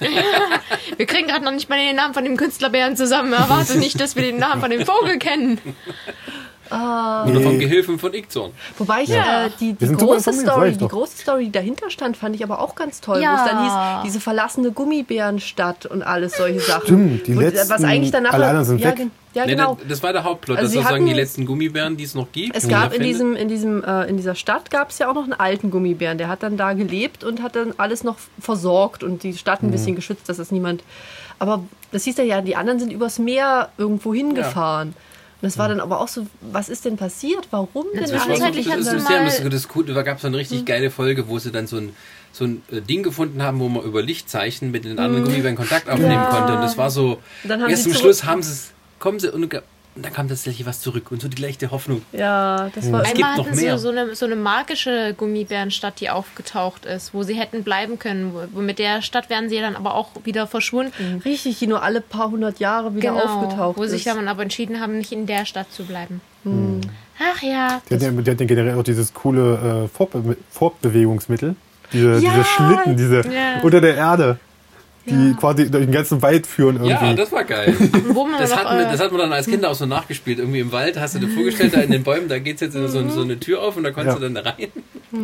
Wir kriegen gerade noch nicht mal den Namen von dem Künstlerbären zusammen. Erwarte nicht, dass wir den Namen von dem Vogel kennen. Oder vom Nee, Gehilfen von Ikzorn. Wobei ich äh, die, die Wir sind super große informiert, sag Story, ich die doch. große Story, die dahinter stand, fand ich aber auch ganz toll, wo Ja. es dann hieß, diese verlassene Gummibärenstadt und alles solche Sachen. Stimmt, die Wo- äh, letzten- was eigentlich danach alle anderen sind ja, weg. gen- Ja, Nee, genau. da- Das war der Hauptplot, Also das sie sozusagen die hatten- letzten Gummibären, die es noch gibt. Es die gab er in findet. diesem, in diesem, äh, in dieser Stadt gab es ja auch noch einen alten Gummibären. Der hat dann da gelebt und hat dann alles noch versorgt und die Stadt Mhm. ein bisschen geschützt, dass es niemand. Aber das hieß ja, ja, die anderen sind übers Meer irgendwo hingefahren. Und das war dann aber auch so, was ist denn passiert? Warum denn Das eigentlich? war so, Zwischenzeitlich das hatten ist sie ein sehr mal- lustiges- das ist cool, da gab es eine Hm. richtig geile Folge, wo sie dann so ein, so ein äh, Ding gefunden haben, wo man über Lichtzeichen mit den anderen Gummibären Kontakt aufnehmen konnte. Und das war so, Hm. Dann haben erst sie zum zurück- Schluss haben sie es, kommen sie und, ge- und dann kam tatsächlich was zurück. Und so die gleiche Hoffnung. Ja, das war Es immer. gibt Einmal noch hatten sie mehr. so eine, so eine magische Gummibärenstadt, die aufgetaucht ist, wo sie hätten bleiben können. Wo- Mit der Stadt wären sie dann aber auch wieder verschwunden. Genau. Richtig, die nur alle paar hundert Jahre wieder aufgetaucht wo ist. sich dann aber entschieden haben, nicht in der Stadt zu bleiben. Mhm. Ach ja. die hatten, ja- die hatten ja generell auch dieses coole äh, Fortbe Fortbewegungsmittel. Diese, Ja. diese Schlitten, diese Ja. unter der Erde, die quasi durch den ganzen Wald führen irgendwie. Ja, das war geil. Wo man Das noch, hatten, wir, äh, das hatten wir dann als Kinder auch so nachgespielt. Irgendwie im Wald hast du dir vorgestellt, da in den Bäumen, da geht es jetzt in so, so eine Tür auf und da konntest Ja. du dann rein.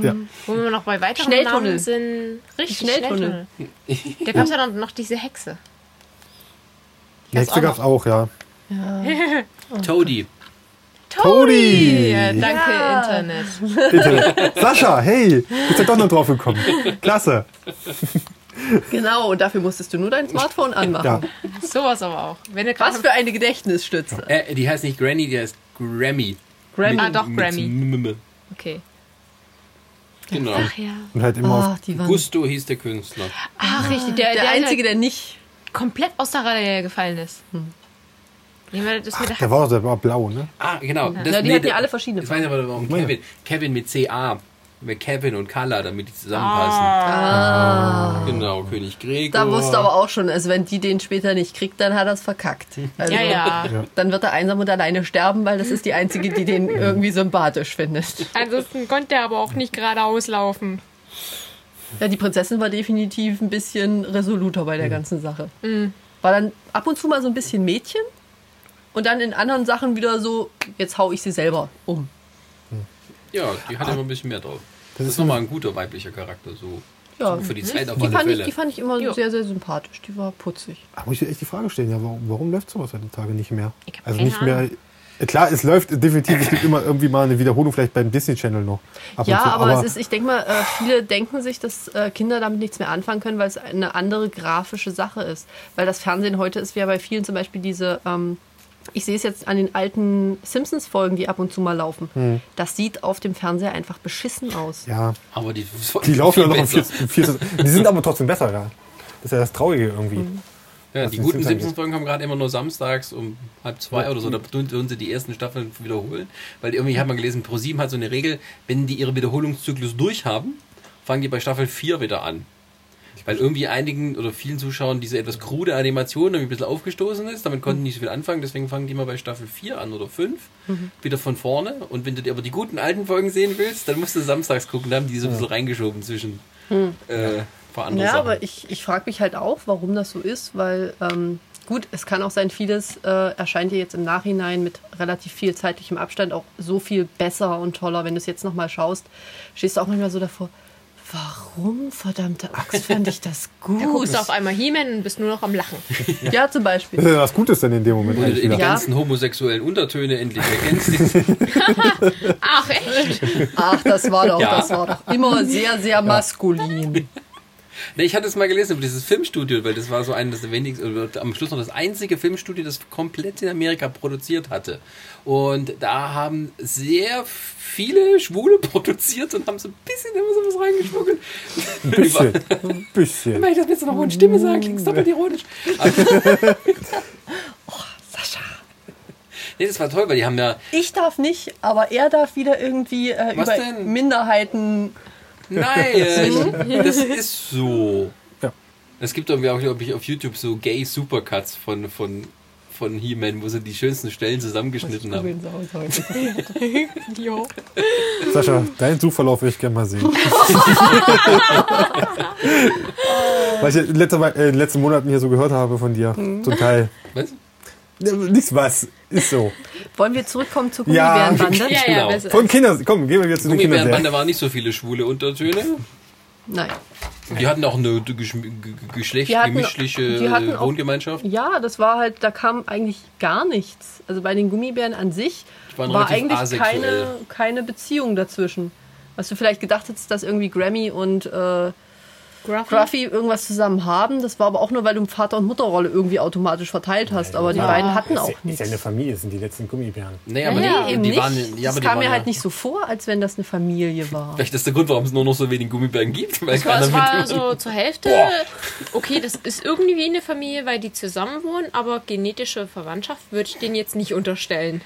ja. Wo wir noch bei weiteren Schnelltunnel. Namen sind. Richtig, Schnelltunnel. Schnelltunnel. Da gab es ja dann noch diese Hexe. Nächste auch gab's auch, ja. Toadie. Todi! Ja, danke, Internet. Internet. Sascha, hey, bist du doch noch drauf gekommen. Klasse. Genau, und dafür musstest du nur dein Smartphone Ja. anmachen. Sowas aber auch. Wenn ihr Was gerade für eine Gedächtnisstütze. Äh, die heißt nicht Granny, die heißt Grammy. Grammy. Ah, doch, Mit Grammy. M- M- M. Okay. Genau. Ach ja. Und halt immer auf Ach, die waren Gusto hieß der Künstler. Ach, richtig. Der, der Einzige, der nicht der komplett aus der Reihe gefallen ist. Nehmen wir das mit der Der war doch der war blau, ne? Ah, genau. Das, Ja, die hatten ja da- alle verschiedene Ich weiß aber warum Ja. Kevin. Kevin mit CA. Mit Kevin und Carla, damit die zusammenpassen. Ah. Genau, König Gregor. Da wusste aber auch schon, also wenn die den später nicht kriegt, dann hat er es verkackt. Also, Ja, ja. Dann wird er einsam und alleine sterben, weil das ist die einzige, die den irgendwie sympathisch findet. Ansonsten konnte er aber auch nicht geradeaus laufen. Mhm. Ja, die Prinzessin war definitiv ein bisschen resoluter bei der ganzen Sache. War dann ab und zu mal so ein bisschen Mädchen und dann in anderen Sachen wieder so, jetzt hau ich sie selber um. Ja, die hat immer ein bisschen mehr drauf. Das ist nochmal ein guter weiblicher Charakter, so. Ja. Für die Zeit auf Die alle fand, ich, Fälle. die fand ich immer Jo. sehr, sehr sympathisch. Die war putzig. Da muss ich echt die Frage stellen, ja, warum, warum läuft sowas heutzutage nicht mehr? Ich hab Also keine nicht mehr. äh, Klar, es läuft definitiv, es gibt immer irgendwie mal eine Wiederholung, vielleicht beim Disney Channel noch. ab und Ja, zu, aber, es ist, ich denke mal, äh, viele denken sich, dass äh, Kinder damit nichts mehr anfangen können, weil es eine andere grafische Sache ist. Weil das Fernsehen heute ist ja bei vielen zum Beispiel diese, ähm, ich sehe es jetzt an den alten Simpsons-Folgen, die ab und zu mal laufen. Hm. Das sieht auf dem Fernseher einfach beschissen aus. Ja, Aber die, die laufen ja noch im besser. 4. Die sind aber trotzdem besser, ja. Das ist ja das Traurige irgendwie. Ja, Was die den guten Simpsons Simpsons-Folgen haben gerade immer nur samstags um halb zwei oder so. Da tun tun sie die ersten Staffeln wiederholen. Weil irgendwie, ich habe mal gelesen, ProSieben hat so eine Regel, wenn die ihre Wiederholungszyklus durchhaben, fangen die bei Staffel 4 wieder an. Weil irgendwie einigen oder vielen Zuschauern diese etwas krude Animation irgendwie ein bisschen aufgestoßen ist. Damit konnten die nicht so viel anfangen. Deswegen fangen die mal bei Staffel 4 an oder 5. Mhm. Wieder von vorne. Und wenn du dir aber die guten alten Folgen sehen willst, dann musst du samstags gucken. Da haben die so ein bisschen reingeschoben zwischen äh, ein paar Hm. andere Ja, Sachen. aber ich, ich frage mich halt auch, warum das so ist, weil ähm, gut, es kann auch sein, vieles äh, erscheint dir jetzt im Nachhinein mit relativ viel zeitlichem Abstand auch so viel besser und toller. Wenn du es jetzt nochmal schaust, stehst du auch manchmal so davor, warum, verdammte Axt, fand ich das Da gut? guckst du auf einmal He-Man und bist nur noch am Lachen. ja, zum Beispiel. Das ist ja was Gutes denn in dem Moment Oder eigentlich die wieder. Ja. ganzen homosexuellen Untertöne endlich erkennst. Ach, echt? Ach, das war doch, Ja. das war doch immer sehr, sehr maskulin. nee, ich hatte es mal gelesen über dieses Filmstudio, weil das war so eines der wenigsten, oder am Schluss noch das einzige Filmstudio, das komplett in Amerika produziert hatte. Und da haben sehr viele Schwule produziert und haben so ein bisschen immer so was reingeschmuggelt. Ein bisschen. Ein bisschen. Wenn ich das jetzt in einer hohen Stimme sagen, klingt es doppelt ironisch. Aber, Sascha. nee, das war toll, weil die haben ja, Ich darf nicht, aber er darf wieder irgendwie äh, Was über denn? Minderheiten. Mhm. nein, das ist so. Ja. Es gibt irgendwie auch, glaube ich, auf YouTube so Gay Supercuts von, von, von He-Man, wo sie die schönsten Stellen zusammengeschnitten haben. Googeln Sie auch heute. jo. Sascha, deinen Suchverlauf würde ich gerne mal sehen. Weil ich in, letzter, Mal- äh, in den letzten Monaten hier so gehört habe von dir. Zum Teil. Was? Ja, Nichts was. Ist so. Wollen wir zurückkommen zur Ja. Gummibärenbande? Ja, ja, Genau. besser. Von Kindern. Komm, gehen wir wieder zu den Kindern. Gummibärenbande waren nicht so viele schwule Untertöne. Nein. Die hatten auch eine Geschm- G- G- Geschlecht, Die hatten- gemischliche die hatten äh, auch- Wohngemeinschaft. Ja, das war halt, da kam eigentlich gar nichts. Also bei den Gummibären an sich waren war relativ eigentlich asexuell. keine, keine Beziehung dazwischen. Was du vielleicht gedacht hättest, dass irgendwie Grammy und äh, Gruffy. Gruffy irgendwas zusammen haben, das war aber auch nur, weil du Vater- und Mutterrolle irgendwie automatisch verteilt hast. Aber die ja. beiden hatten auch Ah, Ist ja nichts. eine Familie, sind die letzten Gummibären. Nee, aber Ja, die, Eben die nicht. waren, ja, aber das die kam waren mir ja- halt nicht so vor, als wenn das eine Familie war. Vielleicht ist der Grund, warum es nur noch so wenig Gummibären gibt, weil Es war, es keiner war mit so zur Hälfte. Okay, das ist irgendwie wie eine Familie, weil die zusammen wohnen, aber genetische Verwandtschaft würde ich denen jetzt nicht unterstellen.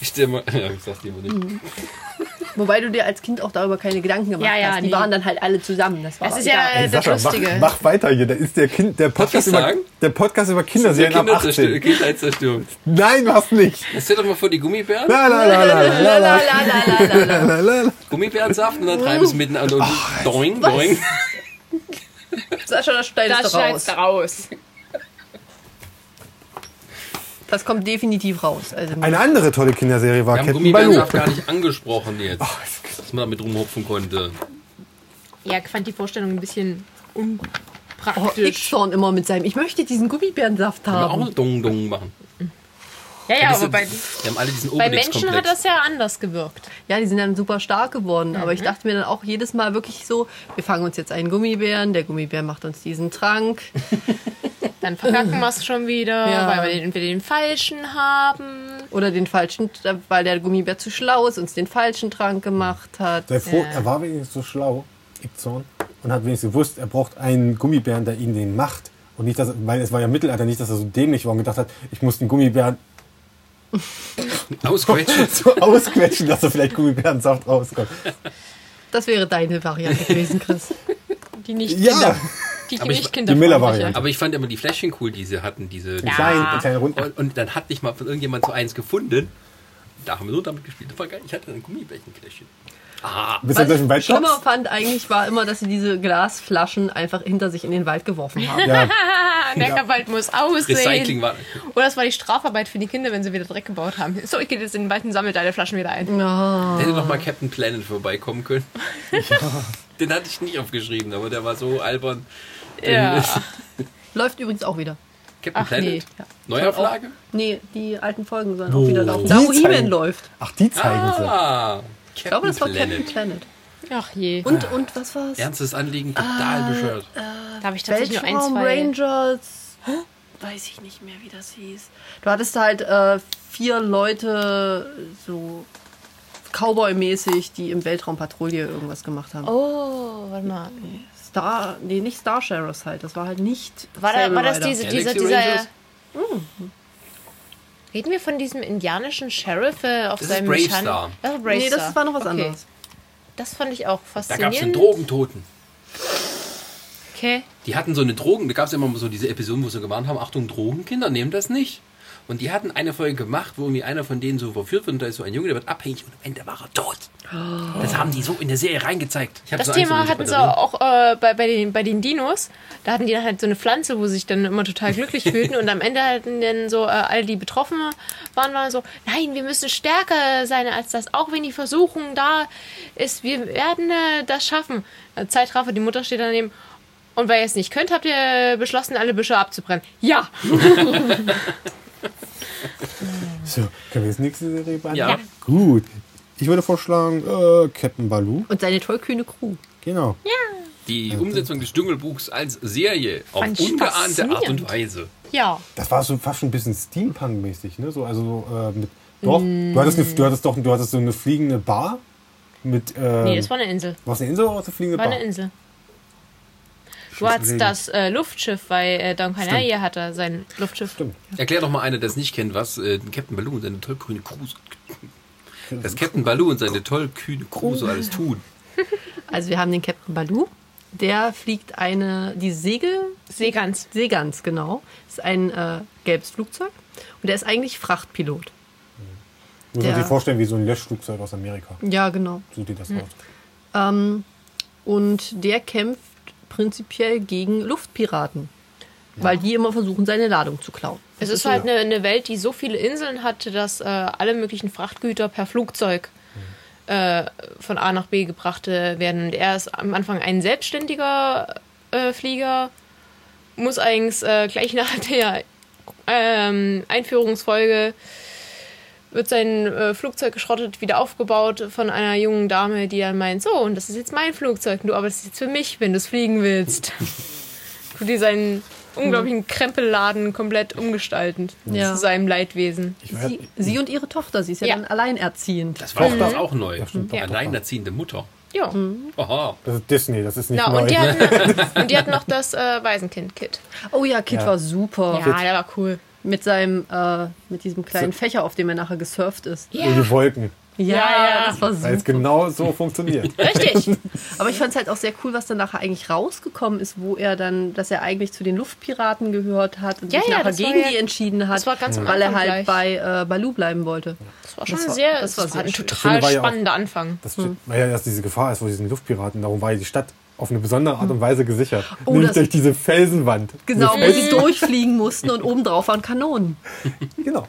Ich stimme. Ja, ich sag's lieber nicht. Wobei du dir als Kind auch darüber keine Gedanken gemacht Ja, ja, hast. Die nee. waren dann halt alle zusammen. Das war Das aber ist egal. ja äh, das mach, Lustige. mach weiter hier. Da ist der Kind, der Podcast über, sagen? der Podcast über Kinderserien ab Kinderzerstörung, 18. Kindheitszerstörung. Nein, mach's nicht. Jetzt hört doch mal vor die Gummibären, La, la, la, la, la, la, la, la, la, la. Gummibärensaft und dann treiben sie miteinander und doing, doing. Sascha, das schneidest Das du raus. schneidest du raus. Das kommt definitiv raus. Also Eine andere tolle Kinderserie war Wir haben Captain Baloo. Gummibärensaft gar nicht angesprochen jetzt, dass man damit rumhupfen konnte. Ja, ich fand die Vorstellung ein bisschen Oh, unpraktisch. X-Zorn immer mit seinem, ich möchte diesen Gummibärensaft Kann man auch haben. ein Dung Dung machen. ja, ja, aber bei, Wir haben alle diesen bei Menschen hat Obelix-Komplex. das ja anders gewirkt. Ja, die sind dann super stark geworden. Aber ich dachte mir dann auch jedes Mal wirklich so, wir fangen uns jetzt einen Gummibären, der Gummibär macht uns diesen Trank. Dann verkacken wir es schon wieder, Ja. weil wir den, wir den falschen haben. Oder den falschen, weil der Gummibär zu schlau ist, uns den falschen Trank gemacht hat. Sei froh, Ja. er war wenigstens so schlau, Ixon, und hat wenigstens gewusst, er braucht einen Gummibären, der ihn den macht. Und nicht, dass, er- weil es war ja Mittelalter, nicht, dass er so dämlich war und gedacht hat, ich muss den Gummibären Ausquetschen. so ausquetschen, dass er vielleicht Gummibärensaft rauskommt. Das wäre deine Variante gewesen, Chris. Die nicht Ja, Kinder, die Aber ich- nicht die Kinder. Miller-Variante. Aber ich fand immer die Fläschchen cool, die sie hatten, diese. die diese- kleinen, die kleinen Runden. Und, und dann hatte ich mal von irgendjemand so eins gefunden. Da haben wir nur damit gespielt. Das war geil. Ich hatte ein Gummibärchenfläschchen. Bist du Was gleich im ich Wald schlimmer tapst? fand eigentlich war immer, dass sie diese Glasflaschen einfach hinter sich in den Wald geworfen haben. Ja, Ah, Neckarwald muss aussehen. Recycling war. Oder das war die Strafarbeit für die Kinder, wenn sie wieder Dreck gebaut haben. So, ich gehe jetzt in den Wald und sammle deine Flaschen wieder ein. Ah. Hätte noch mal Captain Planet vorbeikommen können. Den hatte ich nicht aufgeschrieben, aber der war so albern. Ja. Läuft übrigens auch wieder. Captain Ach, Planet? nee. Ja. Neuauflage? Nee, die alten Folgen sollen Oh. auch wieder laufen. Die Da wo zeigen- He-Man läuft. Ach, die zeigen sie. Ah, Ich glaube, Captain das war Captain Planet. Planet. Ach je. Und, und was war's? Ernstes Anliegen, Ah, total bescheuert. da habe ich tatsächlich nur ein, Weltraum zwei. Rangers. Weiß ich nicht mehr, wie das hieß. Du hattest halt äh, vier Leute äh, so Cowboy-mäßig, die im Weltraum Patrouille irgendwas gemacht haben. Oh, warte mal. Star, nee, nicht Star Sheriffs halt. Das war halt nicht. War, da, Saber war das Rider. diese, Galaxy dieser, dieser. Rangers? Reden wir von diesem indianischen Sheriff äh, auf Das ist seinem Brave Schan- Star. Das war Brave Nee, Star. das war noch was Okay. anderes. Das fand ich auch Da gab es einen faszinierend. Drogentoten. okay. Die hatten so eine Drogen, da gab es immer mal so diese Episoden, wo sie gewarnt haben, Achtung, Drogenkinder nehmen das nicht. Und die hatten eine Folge gemacht, wo irgendwie einer von denen so verführt wird und da ist so ein Junge, der wird abhängig und am Ende war er tot. Das haben die so in der Serie reingezeigt. Ich hab Oh. Das so Angst, Thema um die hatten sie Batterien. auch äh, bei, bei, den, bei den Dinos. Da hatten die dann halt so eine Pflanze, wo sie sich dann immer total glücklich fühlten. Und am Ende hatten dann so äh, all die Betroffenen waren, waren so, nein, wir müssen stärker sein als das. Auch wenn die Versuchung da ist, wir werden äh, das schaffen. Äh, Zeitraffer, die Mutter steht daneben. Und weil ihr es nicht könnt, habt ihr beschlossen, alle Büsche abzubrennen. Ja, So, können wir jetzt nächste Serie beenden? Ja. Ja. Gut. Ich würde vorschlagen, äh, Captain Baloo. Und seine tollkühne Crew. Genau. Die Umsetzung des Dschungelbuchs als Serie auf Fand ich ungeahnte Art und faszinierend. Weise. ja. Das war so fast schon ein bisschen Steampunk-mäßig, ne? So, also so, äh, mit. Doch, du, hattest eine, du hattest doch du hattest so eine fliegende Bar mit. Äh, Nee, das war eine Insel. war es eine Insel oder war es eine fliegende War Bar? eine Insel. Du hattest überlegen. das äh, Luftschiff, weil äh, Don Canaria hatte sein Luftschiff. Stimmt. Erklär doch mal einer, der es nicht kennt, was äh, Captain Baloo und seine tollkühne Crew das Captain Baloo und seine tollkühne Crew so alles tun. Also wir haben den Captain Baloo. Der fliegt eine, die Segel, Seegans. Seegans, genau. Ist ein äh, gelbes Flugzeug. Und der ist eigentlich Frachtpilot. Muss man Ja. sich vorstellen, wie so ein Löschflugzeug aus Amerika. Ja, genau. So sieht Hm. das aus. Ähm, und der kämpft prinzipiell gegen Luftpiraten, weil die immer versuchen, seine Ladung zu klauen. Es ist halt eine, eine Welt, die so viele Inseln hat, dass äh, alle möglichen Frachtgüter per Flugzeug äh, von A nach B gebracht äh, werden. Und er ist am Anfang ein selbstständiger äh, Flieger, muss eigentlich äh, gleich nach der ähm, Einführungsfolge wird sein äh, Flugzeug geschrottet, wieder aufgebaut von einer jungen Dame, die dann meint, so, und das ist jetzt mein Flugzeug, und du arbeitest jetzt für mich, wenn du es fliegen willst. Tut dir seinen unglaublichen Krempelladen komplett umgestalten. Ja. Zu seinem Leidwesen. Sie, sie und ihre Tochter, sie ist ja, Ja. dann alleinerziehend. Das war mhm. auch neu. stimmt, doch, doch, doch. Alleinerziehende Mutter. Ja. Hm. Aha. Das ist Disney, das ist nicht Na, neu. und die, hatten, und die hatten noch das äh, Waisenkind-Kit. Oh ja, Kid Ja. war super. Ja, der war cool. Mit seinem, äh, mit diesem kleinen Fächer, auf dem er nachher gesurft ist. Ja, Ohne Wolken. Ja, ja. das war Weil es super. genau so funktioniert. Richtig. Aber ich fand es halt auch sehr cool, was dann nachher eigentlich rausgekommen ist, wo er dann, dass er eigentlich zu den Luftpiraten gehört hat und Ja, sich ja, nachher das war gegen ja- die entschieden hat, das war ganz am weil er Anfang halt bei gleich. äh, Baloo bleiben wollte. Das war schon Das war- sehr, das das war war, sehr ein schön. total Schöne war ja auch- spannender Anfang. Das steht, Weil ja erst diese Gefahr ist, wo diesen Luftpiraten, darum war ja die Stadt auf eine besondere Hm. Art und Weise gesichert. Oh, Nämlich das- durch diese Felsenwand. Genau, Diese wo sie durchfliegen mussten und obendrauf waren Kanonen. Fel- genau.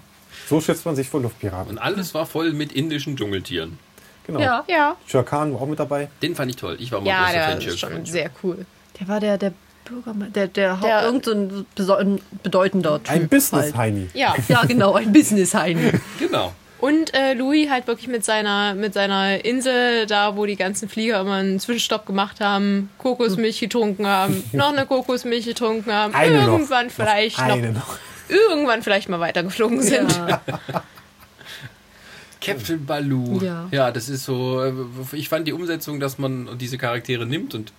So schützt man sich vor Luftpiraten. Und alles war voll mit indischen Dschungeltieren. Genau. Ja. Ja. Shurkan war auch mit dabei. Den fand ich toll. Ich war mal Ja, großer der Fan ist Sheriff. schon sehr cool. Der war der, der Bürgermeister, der, der, Der- der irgend so ein beso- ein bedeutender Typ. Ein halt. Business-Heini. Ja. Ja, genau, ein Business-Heini. Genau. Und äh, Louis halt wirklich mit seiner, mit seiner Insel, da wo die ganzen Flieger immer einen Zwischenstopp gemacht haben, Kokosmilch getrunken haben, noch eine Kokosmilch getrunken haben, Eine noch. irgendwann vielleicht noch, Eine noch. irgendwann vielleicht mal weitergeflogen sind. Ja. Captain Baloo. Ja. das ist so. äh, Ich fand die Umsetzung, dass man diese Charaktere nimmt und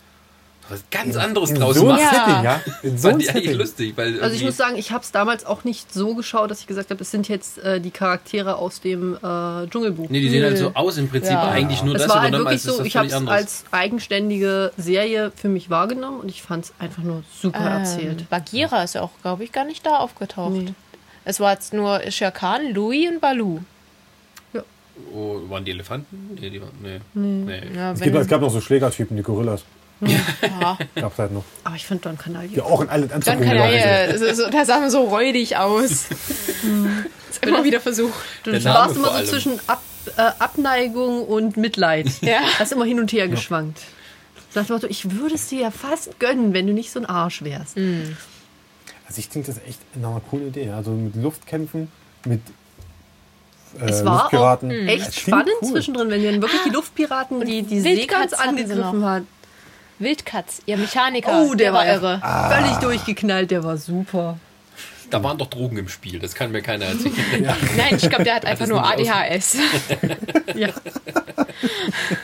was ganz anderes In draus so einem macht. Ja. Setting, ja. In so einem Fand ich eigentlich Setting. lustig, weil Also ich irgendwie- muss sagen, ich habe es damals auch nicht so geschaut, dass ich gesagt habe, es sind jetzt äh, die Charaktere aus dem äh, Dschungelbuch. Nee, die sehen halt so aus im Prinzip, Ja. aber eigentlich nur es das, war aber halt dann wirklich ist das so, was ich habe völlig es anderes. als eigenständige Serie für mich wahrgenommen und ich fand es einfach nur super Ah. erzählt. Ähm, Bagheera ist ja auch, glaube ich, gar nicht da aufgetaucht. Nee. Es war jetzt nur Shere Khan, Louis und Baloo. Ja. Oh, waren die Elefanten? Nee, die waren, nee. nee. Ja, Es, wenn, gibt, es gab noch so Schlägertypen, die Gorillas. ja. Gab's halt noch. Aber ich fand Don Kanal Die auch in allen Dann Anzügen kann gelaufen sind. er, so, so, da sah man so räudig aus. ist immer wieder versucht. Du Der Name warst immer vor so allem. zwischen Ab, äh, Abneigung und Mitleid. Ja. Hast immer hin und her geschwankt. Sagt Motto, ich würde es dir ja fast gönnen, wenn du nicht so ein Arsch wärst. Mhm. Also ich denke, das ist echt noch eine coole Idee. Also mit Luftkämpfen, mit äh, Es war auch Luftpiraten. echt Das klingt spannend cool. zwischendrin, wenn dann wirklich die Luftpiraten die, die Ah. Wildkatz Seekatz hatten sie angegriffen noch. hat. Wildkatz, ihr Mechaniker. Oh, der, war ja- irre. Völlig durchgeknallt, der war super. Da waren doch Drogen im Spiel, das kann mir keiner erzählen. Nein, ich glaube, der hat einfach nur nur die ADHS. Ja.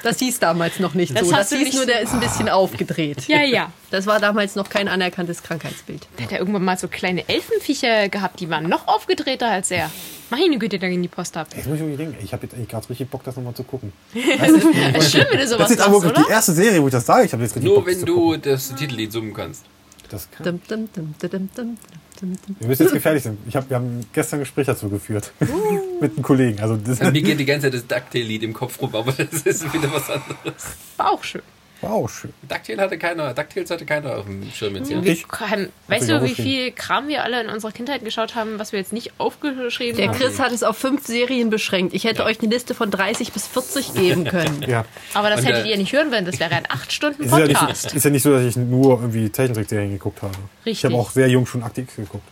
Das hieß damals noch nicht Das so. hast Das du hieß nicht- nur, der ist ein bisschen aufgedreht. ja, ja. Das war damals noch kein anerkanntes Krankheitsbild. Der hat ja irgendwann mal so kleine Elfenviecher gehabt, die waren noch aufgedrehter als er. Meine Güte, da ging die Post ab. Jetzt muss ich irgendwie denken, ich habe jetzt eigentlich gerade richtig Bock, das nochmal zu gucken. Das ist schön, wenn du Das sowas ist jetzt machst, aber wirklich oder? die erste Serie, wo ich das sage. Ich habe jetzt richtig Nur Bock, das wenn zu du gucken. das Titellied summen kannst. Das kann. Dum, dum, dum, dum, dum, dum, dum, dum. Wir müssen jetzt gefährlich sein. Ich hab, wir haben gestern ein Gespräch dazu geführt. mit einem Kollegen. Also das Mir geht die ganze Zeit das Ducktail-Lied im Kopf rum, aber das ist wieder was anderes. War auch schön. war auch schön. Ducktail hatte keiner, Ducktails hatte keiner auf dem Schirm jetzt, ja. Ich, Kann, weißt ich du, auch wie geschrieben. viel Kram wir alle in unserer Kindheit geschaut haben, was wir jetzt nicht aufgeschrieben Der haben? Chris hat es auf fünf Serien beschränkt. Ich hätte euch eine Liste von 30 bis 40 geben können. ja. Aber das Und, hättet äh, ihr nicht hören wollen, das wäre ein 8-Stunden-Podcast. Ist ja, nicht, ist ja nicht so, dass ich nur irgendwie Zeichentrickserien geguckt habe. Ich Richtig. habe auch sehr jung schon Akte X geguckt.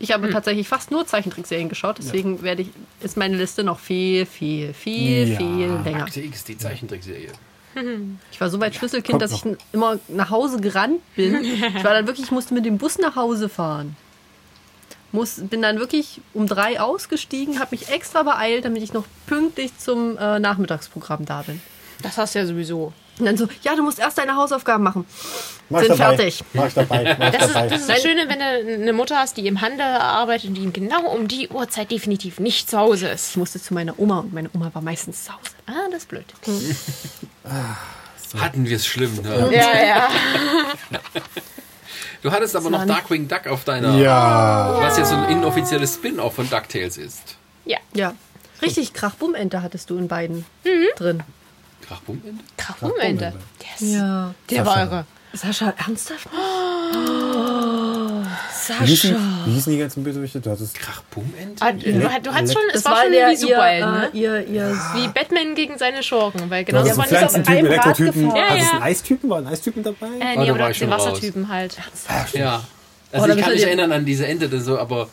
Ich Hm. habe tatsächlich fast nur Zeichentrickserien geschaut, deswegen werde ich, ist meine Liste noch viel, viel, viel, Ja. viel länger. Akte X, die Zeichentrickserie. Ich war so weit Schlüsselkind, dass ich n- immer nach Hause gerannt bin. Ich war dann wirklich, ich musste mit dem Bus nach Hause fahren. Muss, bin dann wirklich um drei ausgestiegen, habe mich extra beeilt, damit ich noch pünktlich zum äh, Nachmittagsprogramm da bin. Das hast du ja sowieso. Und dann so, ja, du musst erst deine Hausaufgaben machen. Mach Sind ich dabei. fertig. Mach ich dabei. Mach ich Das ist dabei. das, ist das Schöne, wenn du eine Mutter hast, die im Handel arbeitet und die genau um die Uhrzeit definitiv nicht zu Hause ist. Ich musste zu meiner Oma und meine Oma war meistens zu Hause. Ah, das ist blöd. Hatten wir es schlimm, ne? Ja, ja. Du hattest aber noch Darkwing Duck auf deiner, ja. was jetzt so ein inoffizielles Spin-off von Ducktails ist. Ja. Ja. Richtig, Krachbummenter hattest du in beiden drin. Ach, Moment. Krachmomente. Yes. Ja. Der war irre. Sascha, ernsthaft? Oh. Wie hießen, wie hießen die ganzen Bösewichte? Das ist Ach, Moment? Ah, Du, du hast schon, es Das war, schon wie Superhelden, ne? ihr, äh, ihr, ihr Wie Batman gegen seine Schurken, weil genau das so ist ein waren das auf kleinsten Typen, einem Rad Elektrotypen. gefahren. Ja, Hat es ja. einen Eistypen? War ein Eistypen dabei? Äh, Ah, nee, da oder war ich den schon raus. Wassertypen halt. Ja. Also Oder ich bist kann du mich dir- erinnern an diese Ende das so, aber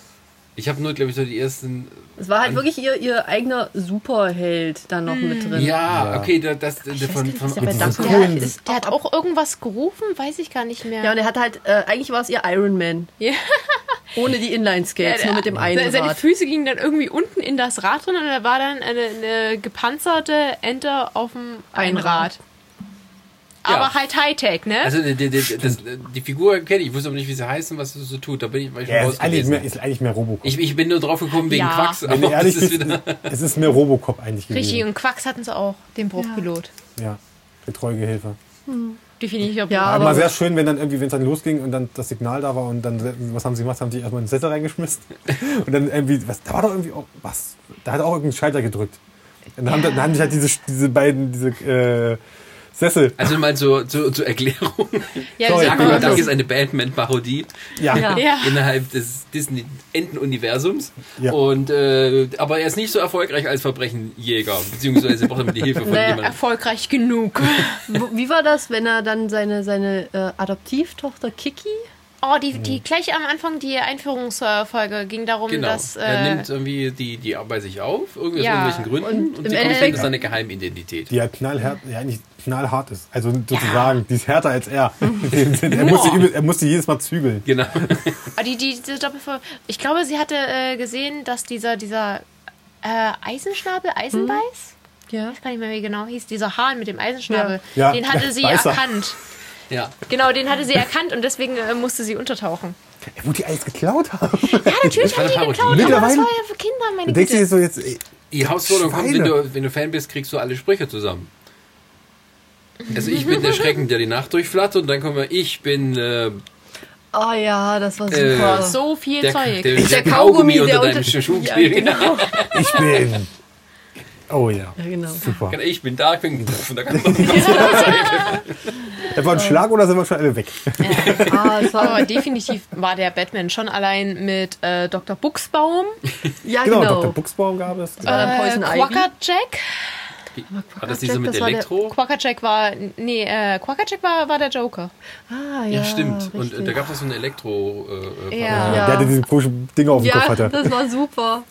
ich habe nur, glaube ich, so die ersten. Es war halt wirklich ihr, ihr eigener Superheld dann noch mit drin. Ja, okay, da- das, das von, Mhm. Also Weiß gar nicht, von, was der bei diesem Duck coolen- Hunt ist. Der hat auch irgendwas gerufen, weiß ich gar nicht mehr. Ja, und er hat halt, äh, eigentlich war es ihr Iron Man. Ja. Ohne die Inline-Skates, nur mit dem einen Seine Rad. Füße gingen dann irgendwie unten in das Rad drin und da war dann eine, eine gepanzerte Ente auf dem Einrad. Einrad. Aber Ja. halt Hightech, ne? also die, die, die, das, die Figur kenne ich, ich wusste aber nicht, wie sie heißt und was sie so tut. Da bin ich manchmal Ja, ja, ist eigentlich, mehr, ist eigentlich mehr Robocop. ich, ich bin nur drauf gekommen wegen Ja. Quacks, Wenn du aber ehrlich das ist bist, wieder. es ist mehr Robocop eigentlich Richtig, gewesen. und Quacks hatten sie auch, den Bruchpilot. Ja, Getreugehilfe. Definitiv. Ja, Aber aber- war sehr schön, wenn dann irgendwie, wenn es dann losging und dann das Signal da war und dann, was haben sie gemacht? Haben die erstmal einen Sessel reingeschmissen und dann irgendwie, was, da war doch irgendwie auch, was, da hat auch irgendein Schalter gedrückt. Und dann, haben, dann haben sich halt diese, diese beiden, diese äh, Sessel. Also mal zur, zur, zur Erklärung. ja Sorry, sag ich bin mal grad Darkwing das- Duck so. ist eine Batman-Parodie Ja, Ja. Ja. innerhalb des Disney-Entenuniversums. Ja. Und äh, aber er ist nicht so erfolgreich als Verbrechenjäger, beziehungsweise braucht er die Hilfe von Naja, jemandem. Erfolgreich genug. Wo- Wie war das, wenn er dann seine, seine äh, Adoptivtochter Kiki? Oh, die, die gleich am Anfang, die Einführungsfolge, ging darum, Genau. dass. er äh, nimmt irgendwie die, die bei sich auf, irgendwie Ja. aus irgendwelchen Gründen, und, im sie kommt Endeffekt- hinter seine Geheimidentität. die halt knallhart, ja eigentlich knallhart ist. Also sozusagen, die ist härter als er. In dem Sinn, er, musste, übel- er musste jedes Mal zügeln. Genau. Ah, Die, die, diese Doppelfolge. Ich glaube, sie hatte äh, gesehen, dass dieser, dieser äh, Eisenschnabel, Eisenbeiß? Ja. Ich weiß gar nicht mehr, wie genau hieß. Dieser Hahn mit dem Eisenschnabel. Ja. Ja, Den hatte sie weiß er. erkannt. ja. Genau, den hatte sie erkannt und deswegen äh, musste sie untertauchen. Er wurde die alles geklaut haben. Ja, natürlich war haben die eine geklaut, Parodie. aber das Mittlerweile- war ja für Kinder, meine Du denkst dir Güte. so jetzt, ey, Die Herausforderung kommt, wenn Schweine. du, wenn du Fan bist, kriegst du alle Sprüche zusammen. Also ich bin der Schrecken, der die Nacht durchflattert und dann kommen wir, ich bin äh, Ah ja, das war Äh, super. so, So viel der, der, Zeug. der, Der Kaugummi Kaugummi, unter der deinem unter- Schuh. Ja, genau. ich bin Oh ja. Äh. Ja, genau. Super. Ich bin da, ich bin. Pff, und da kann man Etwa ein Schlag oder sind wir schon alle weg? Ah, es war, Aber definitiv war der Batman schon allein mit äh, Dr. Buchsbaum, ja, Genau, genau. Dr. Buchsbaum gab es. Äh, äh, Poison Ivy. Quackerjack. Hat das diese Jack, mit das war der Elektro? Quackerjack war, nee, äh, Quackerjack war, war der Joker. Ah, Ja, stimmt. Und äh, richtig. da gab es so ein Elektro. Äh, äh, Ja. Der Ja. hatte diese komischen Dinge auf dem Kopf. ja, Hatte. das war super.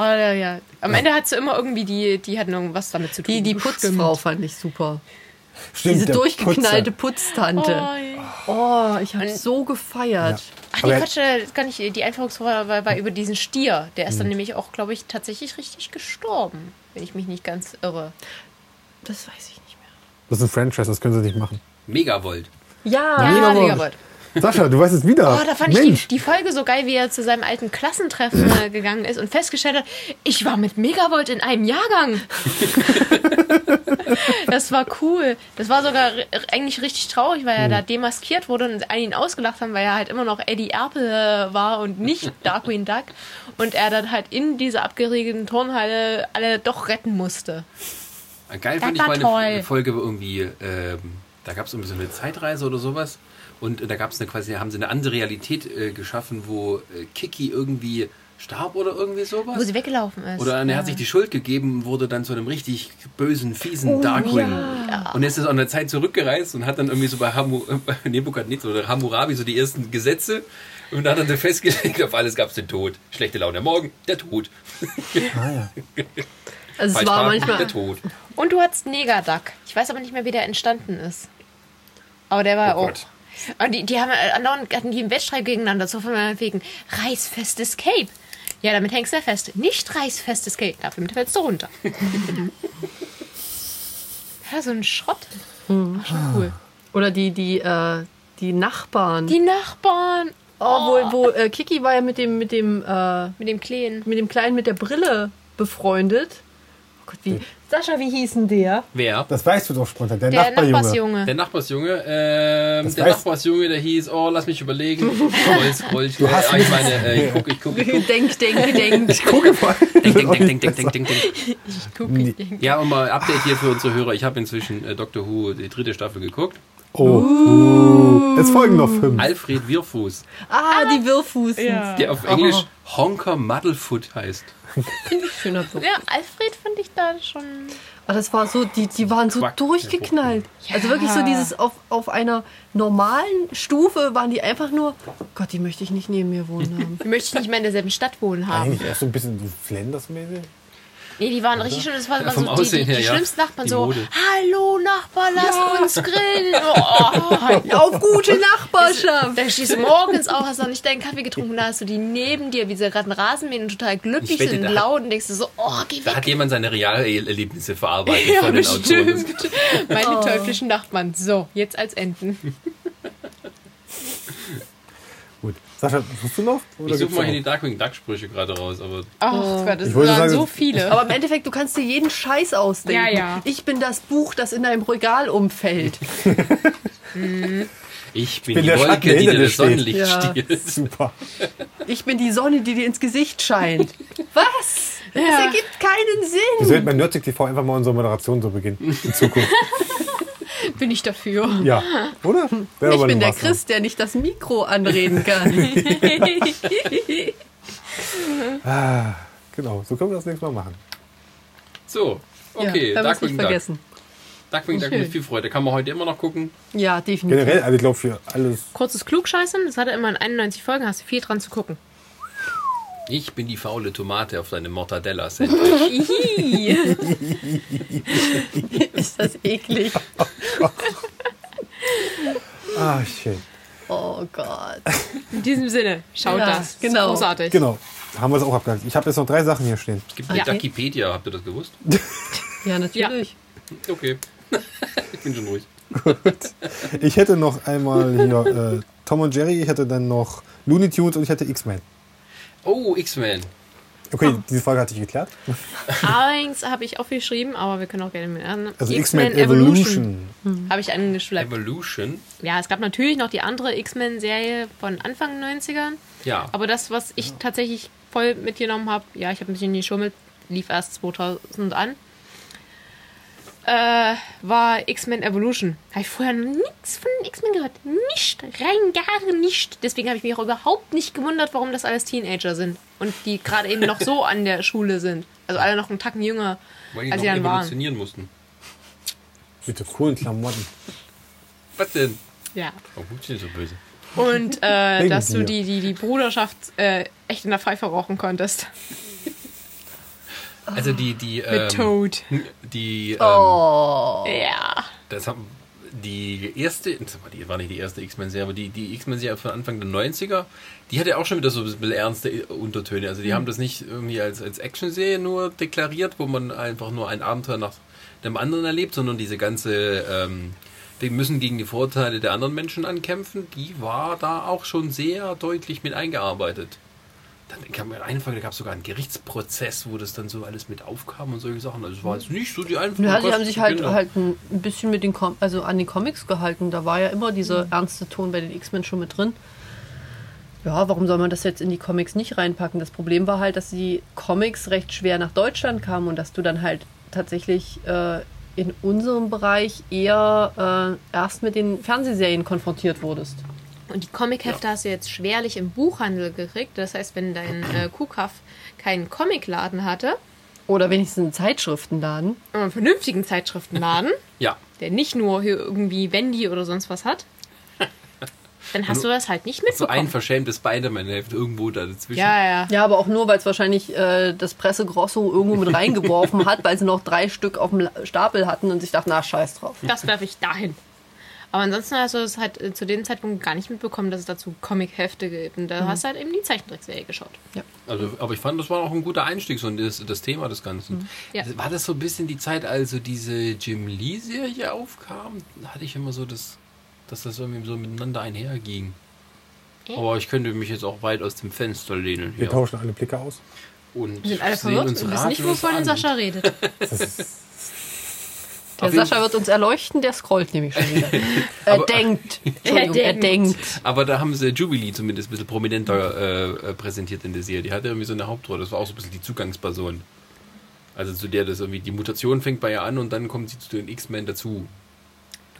Oh, ja, ja. Am Ende hat sie immer irgendwie die, die hatten irgendwas damit zu tun. Die, die Stimmt. Putzfrau fand ich super. Stimmt, Diese der durchgeknallte Putzer. Oh, Putztante. ja. Oh, ich habe so gefeiert. Ach, die Aber- Quatsche, gar nicht, die Einführungsfrage war, war über diesen Stier. Der ist dann nämlich auch, glaube ich, tatsächlich richtig gestorben, wenn ich mich nicht ganz irre. Das weiß ich nicht mehr. Das ist ein Franchise, das können sie nicht machen. Megavolt. Ja, Ja, Megavolt. Megavolt. Sascha, du weißt es wieder. Oh, da fand Ah, Mensch. ich die, die Folge so geil, wie er zu seinem alten Klassentreffen äh, gegangen ist und festgestellt hat, ich war mit Megavolt in einem Jahrgang. das war cool. Das war sogar r- eigentlich richtig traurig, weil er da demaskiert wurde und alle ihn ausgelacht haben, weil er halt immer noch Eddie Erpel äh, war und nicht Darkwing Duck. Und er dann halt in dieser abgeriegelten Turnhalle alle doch retten musste. Ah, Geil Das fand ich war mal eine toll. Folge wo irgendwie, ähm, da gab es irgendwie so eine Zeitreise oder sowas. Und äh, da gab es eine quasi, haben sie eine andere Realität äh, geschaffen, wo äh, Kiki irgendwie starb oder irgendwie sowas. Wo sie weggelaufen ist. Oder er hat sich die Schuld gegeben und wurde dann zu einem richtig bösen, fiesen Oh Darkwing. Und er ist jetzt auch in der Zeit zurückgereist und hat dann irgendwie so bei, Hamu, äh, bei Nebukadnezar oder Hammurabi so die ersten Gesetze und da hat dann festgelegt, auf alles gab es den Tod. Schlechte Laune am Morgen, der Tod. Ah, also es Falsch war parken, der manchmal. Tod. Und du hattest Negaduck. Ich weiß aber nicht mehr, wie der entstanden ist. Aber der war Oh auch. Gott. Und die, die haben äh, andauernd hatten die einen Wettstreit gegeneinander, so von wegen reißfestes Cape. Ja, damit hängst du ja fest. Nicht reißfestes Cape, dafür fällst du runter. ja, so ein Schrott. War schon cool. Oder die, die, äh, die Nachbarn. Die Nachbarn oh, wo, wo äh, Kiki war ja mit dem, mit dem, äh, mit dem Kleen. mit dem Kleinen mit der Brille befreundet. Oh Gott, wie. Sascha, wie hieß denn der? Wer? Das weißt du doch spontan. Der, Der Nachbarjunge. Nachbarsjunge. Der Nachbarsjunge, ähm, Das der weiß- Nachbarsjunge, der hieß, oh, lass mich überlegen. Scroll, scroll, ich, äh, hast ah, ich meine, äh, ich guck, ich guck, ich guck. Denk, denk, denk. Gucke mal. Ding, ding, ding, ding, ding, ding, ding, ding. Nee. Ja, und mal Update hier für unsere Hörer. Ich habe inzwischen äh, Doctor Who, die dritte Staffel geguckt. Oh. Uh. Jetzt folgen noch fünf. Alfred Wirfuß, Ah, die Wirrfußen. Ja. der auf Englisch Honker Muddlefoot heißt. Schöner Wirrfuß. Ja, Alfred fand ich da schon. Aber das war so, die, die waren so Quack. durchgeknallt. Also wirklich so dieses auf, auf einer normalen Stufe waren die einfach nur, Gott, die möchte ich nicht neben mir wohnen haben. Die möchte ich nicht mehr in derselben Stadt wohnen haben. Eigentlich erst so ein bisschen so Flanders-mäßig. Nee, die waren richtig schön. Das waren Ja, vom so die, die, Aussehen die her, ja. schlimmsten Nachbarn. Die so, Mode. hallo Nachbar, lass uns grillen. Oh, auf gute Nachbarschaft! da stehst du morgens auf, hast noch nicht deinen Kaffee getrunken. Da hast du die neben dir, wie sie gerade einen Rasenmähen und total glücklich Ich wette, sind da und hat- laut. Und denkst du so, oh, geh Da weg. hat jemand seine Realerlebnisse verarbeitet von den Autoren. bestimmt. Meine teuflischen Nachbarn. So, jetzt als Enten. Gut. Sascha, suchst du noch? Oder Ich suche gibt's mal noch? hier die Darkwing Duck Sprüche gerade raus, aber Ach oh. Gott, das Ich wollte waren sagen, so viele. Aber im Endeffekt, du kannst dir jeden Scheiß ausdenken. Ja, ja. Ich bin das Buch, das in deinem Regal umfällt. ich bin, bin die der Schatten, Wolke, der die hinter dir dir das Sonnenlicht steht. Ja. stiehlt. Super. Ich bin die Sonne, die dir ins Gesicht scheint. Was? Das ergibt keinen Wir Sinn. sollten bei Nerdtech TV einfach mal unsere Moderation so beginnen. In Zukunft. bin ich dafür. Ja. Oder? Wäre Ich aber bin eine der Maßnahme. Chris, der nicht das Mikro anreden kann. Ah, genau. So können wir das nächste Mal machen. So, okay, ja, haben wir Darkwing nicht Duck. vergessen. Darkwing Duck mit viel Freude. Kann man heute immer noch gucken. Ja, definitiv. Generell, also ich glaube für alles. Kurzes Klugscheißen, das hatte immer in 91 Folgen, hast du viel dran zu gucken. Ich bin die faule Tomate auf deinem Mortadella-Sandwich. Ist das eklig? Ah, schön. Oh Gott. In diesem Sinne, schaut Ja, das. Ist genau. Großartig. Genau. Haben wir es auch abgehakt. Ich habe jetzt noch drei Sachen hier stehen. Es gibt eine Ja. Duckipedia, habt ihr das gewusst? Ja, natürlich. Okay. ich bin schon ruhig. Ich hätte noch einmal hier äh, Tom und Jerry, ich hätte dann noch Looney Tunes und ich hätte X-Men. Oh, X-Men. Okay, diese Frage hatte ich geklärt. Allerdings habe ich auch viel geschrieben, aber wir können auch gerne mit anderen. Also X-Men Evolution. Habe ich angeschleppt. Evolution. Ja, es gab natürlich noch die andere X-Men-Serie von Anfang 90ern. Ja. Aber das, was ich tatsächlich voll mitgenommen habe, ja, ich habe mich in die Schummel lief erst 2000 an, äh, war X-Men Evolution. Habe ich vorher nichts von X-Men gehört. Nicht, rein gar nicht. Deswegen habe ich mich auch überhaupt nicht gewundert, warum das alles Teenager sind. Und die gerade eben noch so an der Schule sind. Also alle noch einen Tacken jünger, Weil die als noch sie dann waren. evolutionieren mussten. Mit den coolen Klamotten. Was denn? Ja. Oh, gut, sind so böse. Und äh, Wegen dass du dir. die, die, die Bruderschaft äh, echt in der Pfeife rauchen konntest. Also die, die, Mit ähm, Toad. Oh. die, ähm, Ja. das haben, die erste, das war die war nicht die erste X-Men-Serie, aber die, die X-Men-Serie von Anfang der 90er, die hatte auch schon wieder so ein bisschen ernste Untertöne. Also Mhm. die haben das nicht irgendwie als, als Action-Serie nur deklariert, wo man einfach nur ein Abenteuer nach dem anderen erlebt, sondern diese ganze, ähm, wir müssen gegen die Vorteile der anderen Menschen ankämpfen, die war da auch schon sehr deutlich mit eingearbeitet. Dann kam am Anfang, da gab es sogar einen Gerichtsprozess, wo das dann so alles mit aufkam und solche Sachen. Also es war jetzt nicht so die genau. einfache Ja, die Kost haben sich für halt, Kinder. halt ein ein bisschen mit den Com also an den Comics gehalten. Da war ja immer dieser ernste Ton bei den X-Men schon mit drin. Ja, warum soll man das jetzt in die Comics nicht reinpacken? Das Problem war halt, dass die Comics recht schwer nach Deutschland kamen und dass du dann halt tatsächlich äh, in unserem Bereich eher äh, erst mit den Fernsehserien konfrontiert wurdest. Und die Comichefte hast du jetzt schwerlich im Buchhandel gekriegt. Das heißt, wenn dein äh, Kuhkaff keinen Comicladen hatte, Oder wenigstens einen Zeitschriftenladen. aber einen vernünftigen Zeitschriftenladen, Ja, der nicht nur hier irgendwie Wendy oder sonst was hat, dann hast du das halt nicht Also so mitbekommen. ein verschämtes Spider-Man-Heft irgendwo da dazwischen. ja, ja. Ja, aber auch nur, weil es wahrscheinlich äh, das Presse Grosso irgendwo mit reingeworfen hat, weil sie noch drei Stück auf dem La- Stapel hatten und sich dachten, na, scheiß drauf. Das werfe ich dahin. Aber ansonsten hast du es halt äh, zu dem Zeitpunkt gar nicht mitbekommen, dass es dazu Comichefte gibt. Und da Mhm. hast du halt eben die Zeichentrickserie geschaut. Also, aber ich fand, das war auch ein guter Einstieg, so in das, das Thema des Ganzen. Mhm. Ja. Das- War das so ein bisschen die Zeit, als so diese Jim Lee-Serie aufkam? Da hatte ich immer so das, dass das irgendwie so miteinander einherging. Aber ich könnte mich jetzt auch weit aus dem Fenster lehnen. Wir Hier. tauschen alle Blicke aus. Und Wir sind alle sehen verwirrt uns und wissen nicht, ratlos wovon an. Sascha redet. Der Auf jeden- Sascha wird uns erleuchten, der scrollt nämlich schon wieder. er Aber- denkt. Entschuldigung, er denkt. denkt. Aber da haben sie Jubilee zumindest ein bisschen prominenter äh, äh, präsentiert in der Serie. Die hatte irgendwie so eine Hauptrolle. Das war auch so ein bisschen die Zugangsperson. Also zu der das irgendwie, die Mutation fängt bei ihr an und dann kommt sie zu den X-Men dazu.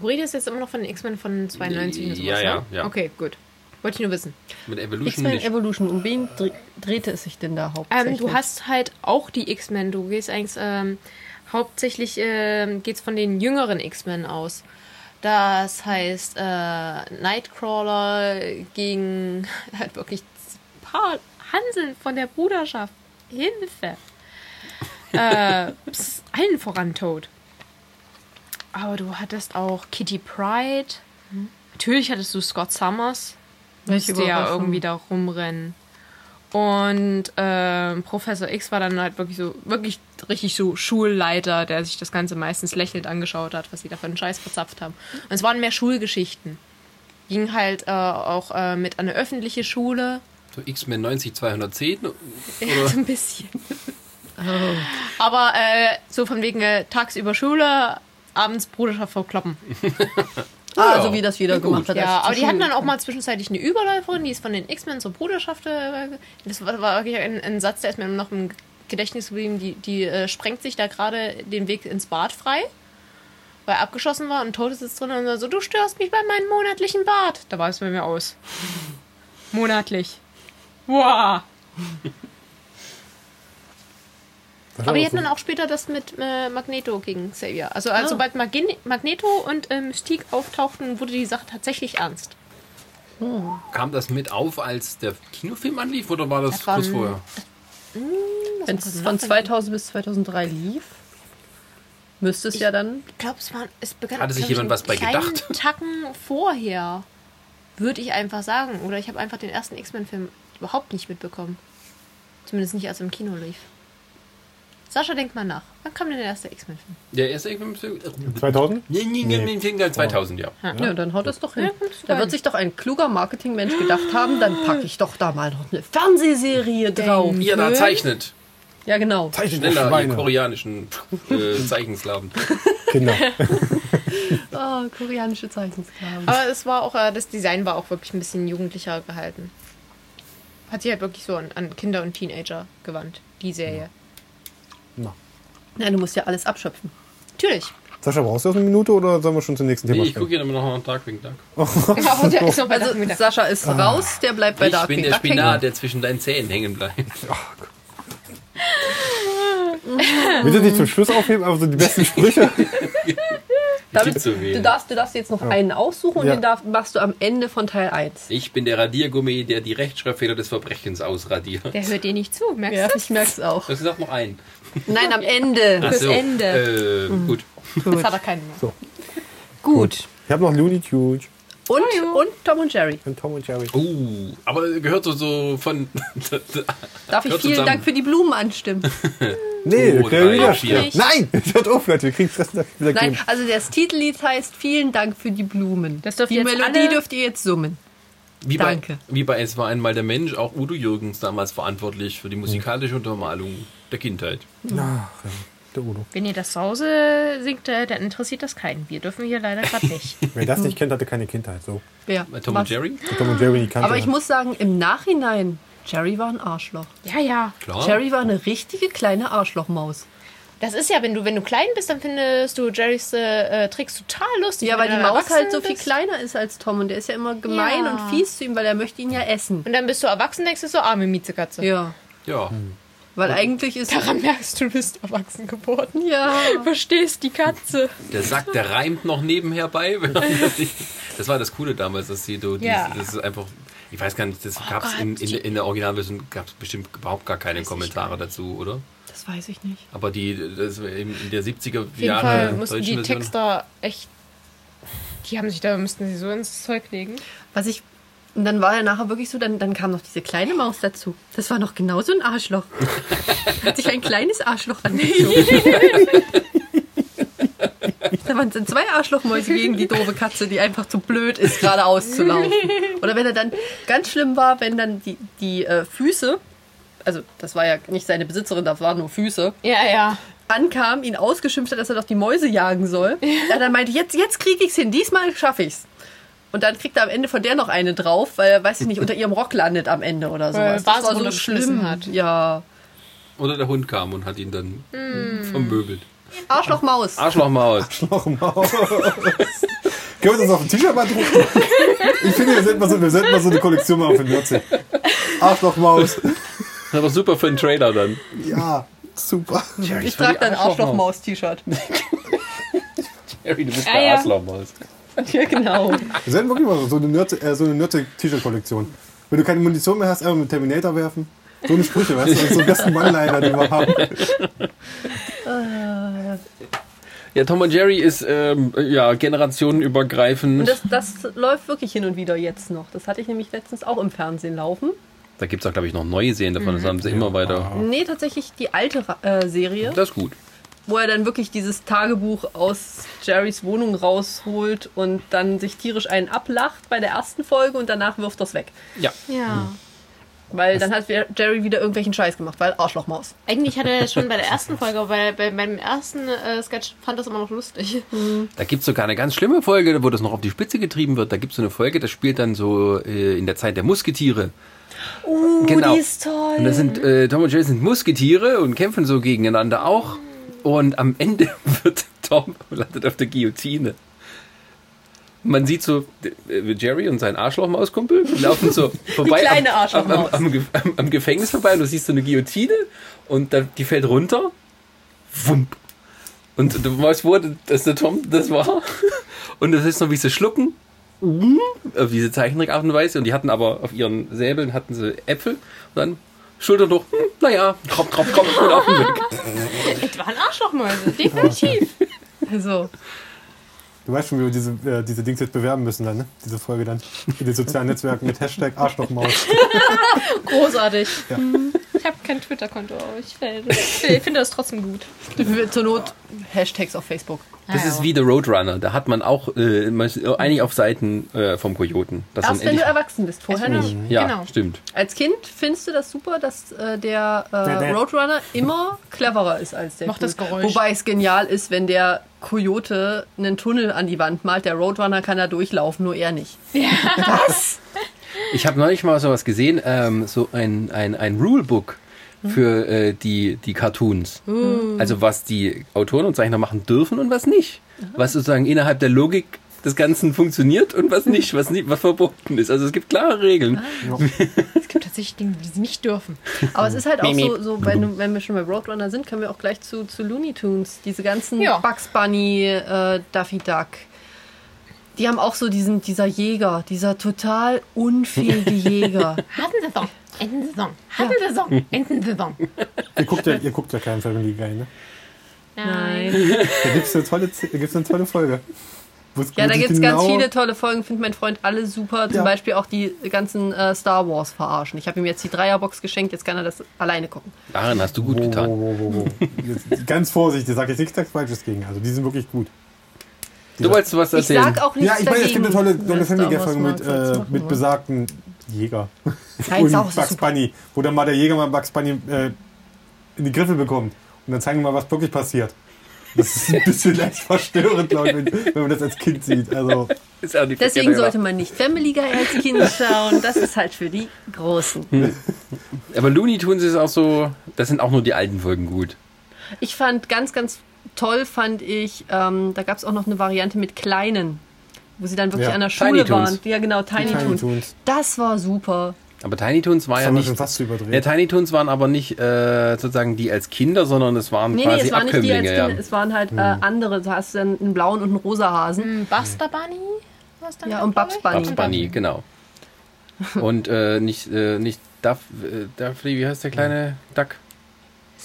Du redest jetzt immer noch von den X-Men von 92 und sowas, Ja, ja, ne? ja. Okay, gut. Wollte ich nur wissen. Mit Evolution X-Men nicht. Evolution, um wen dre- drehte es sich denn da Ähm, hauptsächlich? du hast halt auch die X-Men. Du gehst eigentlich ähm, hauptsächlich ähm, geht's von den jüngeren X-Men aus. Das heißt äh, Nightcrawler gegen halt wirklich ein paar Hanseln von der Bruderschaft. Hilfe! äh, ups, allen voran Toad. Aber du hattest auch Kitty Pride. Hm? Natürlich hattest du Scott Summers Welche musste ja Überraschung. irgendwie da rumrennen. Und ähm, Professor X war dann halt wirklich so, wirklich richtig so Schulleiter, der sich das Ganze meistens lächelnd angeschaut hat, was sie da für einen Scheiß verzapft haben. Und es waren mehr Schulgeschichten. Ging halt äh, auch äh, mit an eine öffentliche Schule. So X-Men 90 210 Ja, so ein bisschen. Aber äh, so von wegen äh, tagsüber Schule, abends Bruderschaft verkloppen. ah, Ja. so wie das jeder Ja, gut. gemacht hat. als Ja, zur aber die Schule hatten dann auch gekommen mal zwischenzeitlich eine Überläuferin, die ist von den X-Men zur Bruderschaft. äh, Das war war wirklich ein, ein Satz, der ist mir noch im Gedächtnis geblieben. Die, die äh, sprengt sich da gerade den Weg ins Bad frei, weil er abgeschossen war und Tote sitzt drin und sagt so, du störst mich bei meinem monatlichen Bad. Da war es bei mir aus. Monatlich. Wow. Aber die hatten dann auch später das mit äh, Magneto gegen Xavier. Also, also sobald Magen- Magneto und äh, Mystique auftauchten, wurde die Sache tatsächlich ernst. Kam das mit auf, als der Kinofilm anlief oder war das Das war kurz ein- vorher? Wenn es von 2000 bis 2003 lief, müsste es ja dann. Ich glaube, es, war- es begann. Hatte sich glaub ich, jemand was bei einen kleinen gedacht? Tacken vorher, würde ich einfach sagen. Oder ich habe einfach den ersten X-Men-Film überhaupt nicht mitbekommen. Zumindest nicht, als er im Kino lief. Sascha, denk mal nach. Wann kam denn der erste X-Men-Film? Der erste X-Men 2000? Nee, nee, nee, nee, nee, 2000, ja. Ja, dann haut es doch hin. kannst du da rein. wird sich doch ein kluger Marketingmensch gedacht haben, dann packe ich doch da mal noch eine Fernsehserie drauf. Ihr da zeichnet. Ja, genau. Zeichen der Schneller, ihr Schweine. koreanischen äh, Zeichensklaven. Kinder. Ah, koreanische Zeichensklaven. Aber es war auch, äh, das Design war auch wirklich ein bisschen jugendlicher gehalten. Hat sich halt wirklich so an, an Kinder und Teenager gewandt, die Serie. Nein, du musst ja alles abschöpfen. Natürlich. Sascha, brauchst du noch eine Minute oder sollen wir schon zum nächsten Nee, Thema ich gucke hier immer noch nach Darkwing Duck. Aber der ist noch bei Also Darkwing Duck. Sascha ist raus, der bleibt bei Ah. ich Darkwing. bin der Duck hängen. Spinat, der zwischen deinen Zähnen hängen bleibt. Bitte nicht zum Schluss aufheben, aber so die besten Sprüche. Gibt Damit, so wenig. du, darfst, du darfst jetzt noch einen aussuchen und Ja. den darf, machst du am Ende von Teil 1. Ich bin der Radiergummi, der die Rechtschreibfehler des Verbrechens ausradiert. Du Der hört dir nicht zu, merkst du? ich merk's auch. hast gesagt, noch einen. Nein, am Ende. Ach Fürs so, Ende. Äh, Mhm. gut. Jetzt hat er keinen mehr. Gut. Ich habe noch Looney Tunes Und, und Tom und Jerry. und Tom und Jerry. Uh, aber gehört so, so von. Darf ich Hört vielen zusammen. Dank für die Blumen anstimmen? Nee, wir Oh, können drei, wieder vier. spielen. Nein, es hört auf, Leute. Wir kriegen Stress nach wieder Nein, geben. also das Titellied heißt Vielen Dank für die Blumen. Das dürft die ihr jetzt Melodie alle- dürft ihr jetzt summen. wie, bei, Danke. wie bei Es war einmal der Mensch, auch Udo Jürgens damals verantwortlich für die musikalische Untermalung der Kindheit. Der Udo. Wenn ihr das zu Hause singt, äh, dann interessiert das keinen. Wir dürfen hier leider gerade nicht. Wer das nicht kennt, hatte keine Kindheit. So. Ja, Bei Äh, Tom was- und Jerry? Und Tom und Jerry, die kannte Aber ich muss sagen, im Nachhinein, Jerry war ein Arschloch. ja, ja. Klar. Jerry war eine richtige kleine Arschlochmaus. Das ist ja, wenn du, wenn du klein bist, dann findest du Jerrys äh, äh, Tricks total lustig. Ja, Wenn weil du die dann Maus halt so erwachsen viel bist- kleiner ist als Tom und der ist ja immer gemein Ja. und fies zu ihm, weil er möchte ihn ja essen. Und dann bist du erwachsen, denkst du so, arme Mietzekatze. Ja, Ja. weil eigentlich ist Daran merkst du, du bist erwachsen geworden. ja Verstehst die Katze. Der Sack, der reimt noch nebenher bei. wenn man das nicht- Das war das Coole damals, dass sie so, dieses- Ja. Oh das ist einfach, ich weiß gar nicht, das gab es in, in, in der Originalversion gab es bestimmt überhaupt gar keine Kommentare dazu, oder? Das weiß ich nicht. Aber die, das in in der 70er Auf jeden Fall Jahre mussten die Texter echt. Die haben sich da, müssten sie so ins Zeug legen. Was ich. Und dann war er nachher wirklich so, dann, dann kam noch diese kleine Maus dazu. Das war noch genauso ein Arschloch. Hat sich ein kleines Arschloch angezogen. da waren sind zwei Arschlochmäuse gegen die doofe Katze, die einfach zu blöd ist, geradeaus zu laufen. Oder wenn er dann, ganz schlimm war, wenn dann die, die äh, Füße, also das war ja nicht seine Besitzerin, das waren nur Füße, Ja, ja. ankam, ihn ausgeschimpft hat, dass er doch die Mäuse jagen soll. Ja. Dann meinte, jetzt, jetzt kriege ich's hin, diesmal schaffe ich's. Und dann kriegt er am Ende von der noch eine drauf, weil er, weiß ich nicht, unter ihrem Rock landet am Ende oder sowas. Weil Vase runtergeschmissen hat. Ja. Oder der Hund kam und hat ihn dann Hm. vermöbelt. Arschlochmaus. Arschlochmaus. noch Maus. Können wir das auf dem T-Shirt mal drucken? Ich finde, wir sollten mal so, wir sollten mal so eine Kollektion machen für den Nürzel. Arschlochmaus. Das war super für einen Trailer dann. Ja, super. Ich trage dann Arschlochmaus-T-Shirt. Harry, du bist Ah, der ja. Arschlochmaus. ja, genau. Wir sollten wirklich mal so eine Nürzel- äh, so eine Nürzel-T-Shirt-Kollektion. Wenn du keine Munition mehr hast, einfach mit Terminator werfen. So eine Sprüche, weißt du? Das ist so ein besten Mannleiter, den wir haben. Ah. Ja, Tom und Jerry ist ähm, ja, generationenübergreifend. Und das, das läuft wirklich hin und wieder jetzt noch. Das hatte ich nämlich letztens auch im Fernsehen laufen. da gibt es auch, glaube ich, noch neue Serien davon. Das Mhm. haben sie immer weiter. Nee, tatsächlich die alte Ra- äh, Serie. Das ist gut. wo er dann wirklich dieses Tagebuch aus Jerrys Wohnung rausholt und dann sich tierisch einen ablacht bei der ersten Folge und danach wirft das weg. Ja. Ja. Weil dann hat Jerry wieder irgendwelchen Scheiß gemacht, weil Arschlochmaus. Eigentlich hatte er das schon bei der ersten Folge, aber bei, bei meinem ersten äh, Sketch fand das immer noch lustig. Da gibt es sogar eine ganz schlimme Folge, wo das noch auf die Spitze getrieben wird. Da gibt es so eine Folge, das spielt dann so äh, in der Zeit der Musketiere. Oh, genau. die ist toll. Und das sind, äh, Tom und Jerry sind Musketiere und kämpfen so gegeneinander auch. Und am Ende wird Tom landet auf der Guillotine. Man sieht so äh, Jerry und sein Arschlochmauskumpel laufen so vorbei kleine am, am, Arschlochmaus. am, Ge- am, am Gefängnis vorbei und du siehst so eine Guillotine und da, die fällt runter. Wump. Und du weißt, wo das der Tom das war. Und das ist noch, wie sie schlucken. Um, Auf diese Zeichentrickart und Weise. Und die hatten aber auf ihren Säbeln hatten sie Äpfel. Und dann Schultern hoch. Hm, naja, komm, komm, komm. Und auf den Weg. Das waren Arschlochmäuse, definitiv. Also, Du weißt schon, wie wir diese, äh, diese Dings jetzt bewerben müssen dann, ne? Diese Folge dann. In den sozialen Netzwerken mit Hashtag Arschlochmaus. Großartig. Ich habe kein Twitter-Konto, aber ich finde das trotzdem gut. zur Not Hashtags auf Facebook. Das ist wie The Roadrunner. Da hat man auch äh, meist- eigentlich auf Seiten äh, vom Kojoten. Dass Erst man wenn du endlich- erwachsen bist, vorher nicht. ja, genau. stimmt. Als Kind findest du das super, dass äh, der Der- äh, der- Roadrunner immer cleverer ist als der Mach das Coyote. Geräusch. Wobei es genial ist, wenn der Coyote einen Tunnel an die Wand malt. Der Roadrunner kann da durchlaufen, nur er nicht. Ich habe neulich mal sowas gesehen, ähm, so ein, ein, ein Rulebook. für äh, die, die Cartoons. Uh. Also was die Autoren und Zeichner machen dürfen und was nicht. Was sozusagen innerhalb der Logik des Ganzen funktioniert und was nicht, was nicht, was verboten ist. Also es gibt klare Regeln. Ah. Es gibt tatsächlich Dinge, die sie nicht dürfen. Aber es ist halt auch Mimi. so, so wenn, wenn wir schon bei Roadrunner sind, können wir auch gleich zu, zu Looney Tunes. Diese ganzen Ja. Bugs Bunny, äh, Daffy Duck. Die haben auch so diesen, dieser Jäger, dieser total unfähige Jäger. Hasensaison, Entensaison, Hasensaison, Entensaison. Ihr guckt ja, ihr guckt ja keinen Family Guy, ne? Nein. Da gibt's eine tolle, Z- da gibt's eine tolle Folge. Wo's- Ja, wo da die gibt es ganz genau- viele tolle Folgen, findet mein Freund alle super. Zum Ja. Beispiel auch die ganzen äh, Star Wars verarschen. Ich habe ihm jetzt die Dreierbox geschenkt, jetzt kann er das alleine gucken. Darin hast du gut Wow, getan. wow, wow, wow, wow. Jetzt, ganz vorsichtig, sag ich nichts Falsches gegen. Also die sind wirklich gut. Du wolltest was Ich erzählen. sag auch nichts Ja, ich meine, es gibt eine tolle, dagegen, tolle dass Family da was Guy-Folge mit, mal äh, machen mit wollen. besagten Jäger. Nein, ist und auch Bugs super. Bunny, wo dann mal der Jäger mal Bugs Bunny äh, in die Griffel bekommt. Und dann zeigen wir mal, was wirklich passiert. Das ist ein bisschen leicht verstörend, glaube ich, wenn, wenn man das als Kind sieht. Also, Ist auch nicht Deswegen verkehrt, sollte man nicht Family Guy als Kind schauen. Das ist halt für die Großen. Aber Looney Tunes ist auch so, das sind auch nur die alten Folgen gut. Ich fand ganz, ganz toll, fand ich, ähm, da gab es auch noch eine Variante mit Kleinen, wo sie dann wirklich Ja, an der Tiny Schule Toons. waren. Ja, genau, Tiny, Tiny Toons. Toons. Das war super. Aber Tiny Tunes war das Ah ja haben wir schon nicht. fast zu überdreht. Ja, Tiny Tunes waren aber nicht äh, sozusagen die als Kinder, sondern es waren Nee, nee, quasi es waren nicht die als Abkömmlinge. Kinder, ja. Hm. es waren halt äh, andere. Da hast du dann einen blauen und einen rosa Hasen. Buster Bunny? Was dann Ja, halt, und glaub Babs ich? Bunny. Babs Bunny, genau. Und äh, nicht, äh, nicht Duff, äh, Duffy, wie heißt der kleine Duck?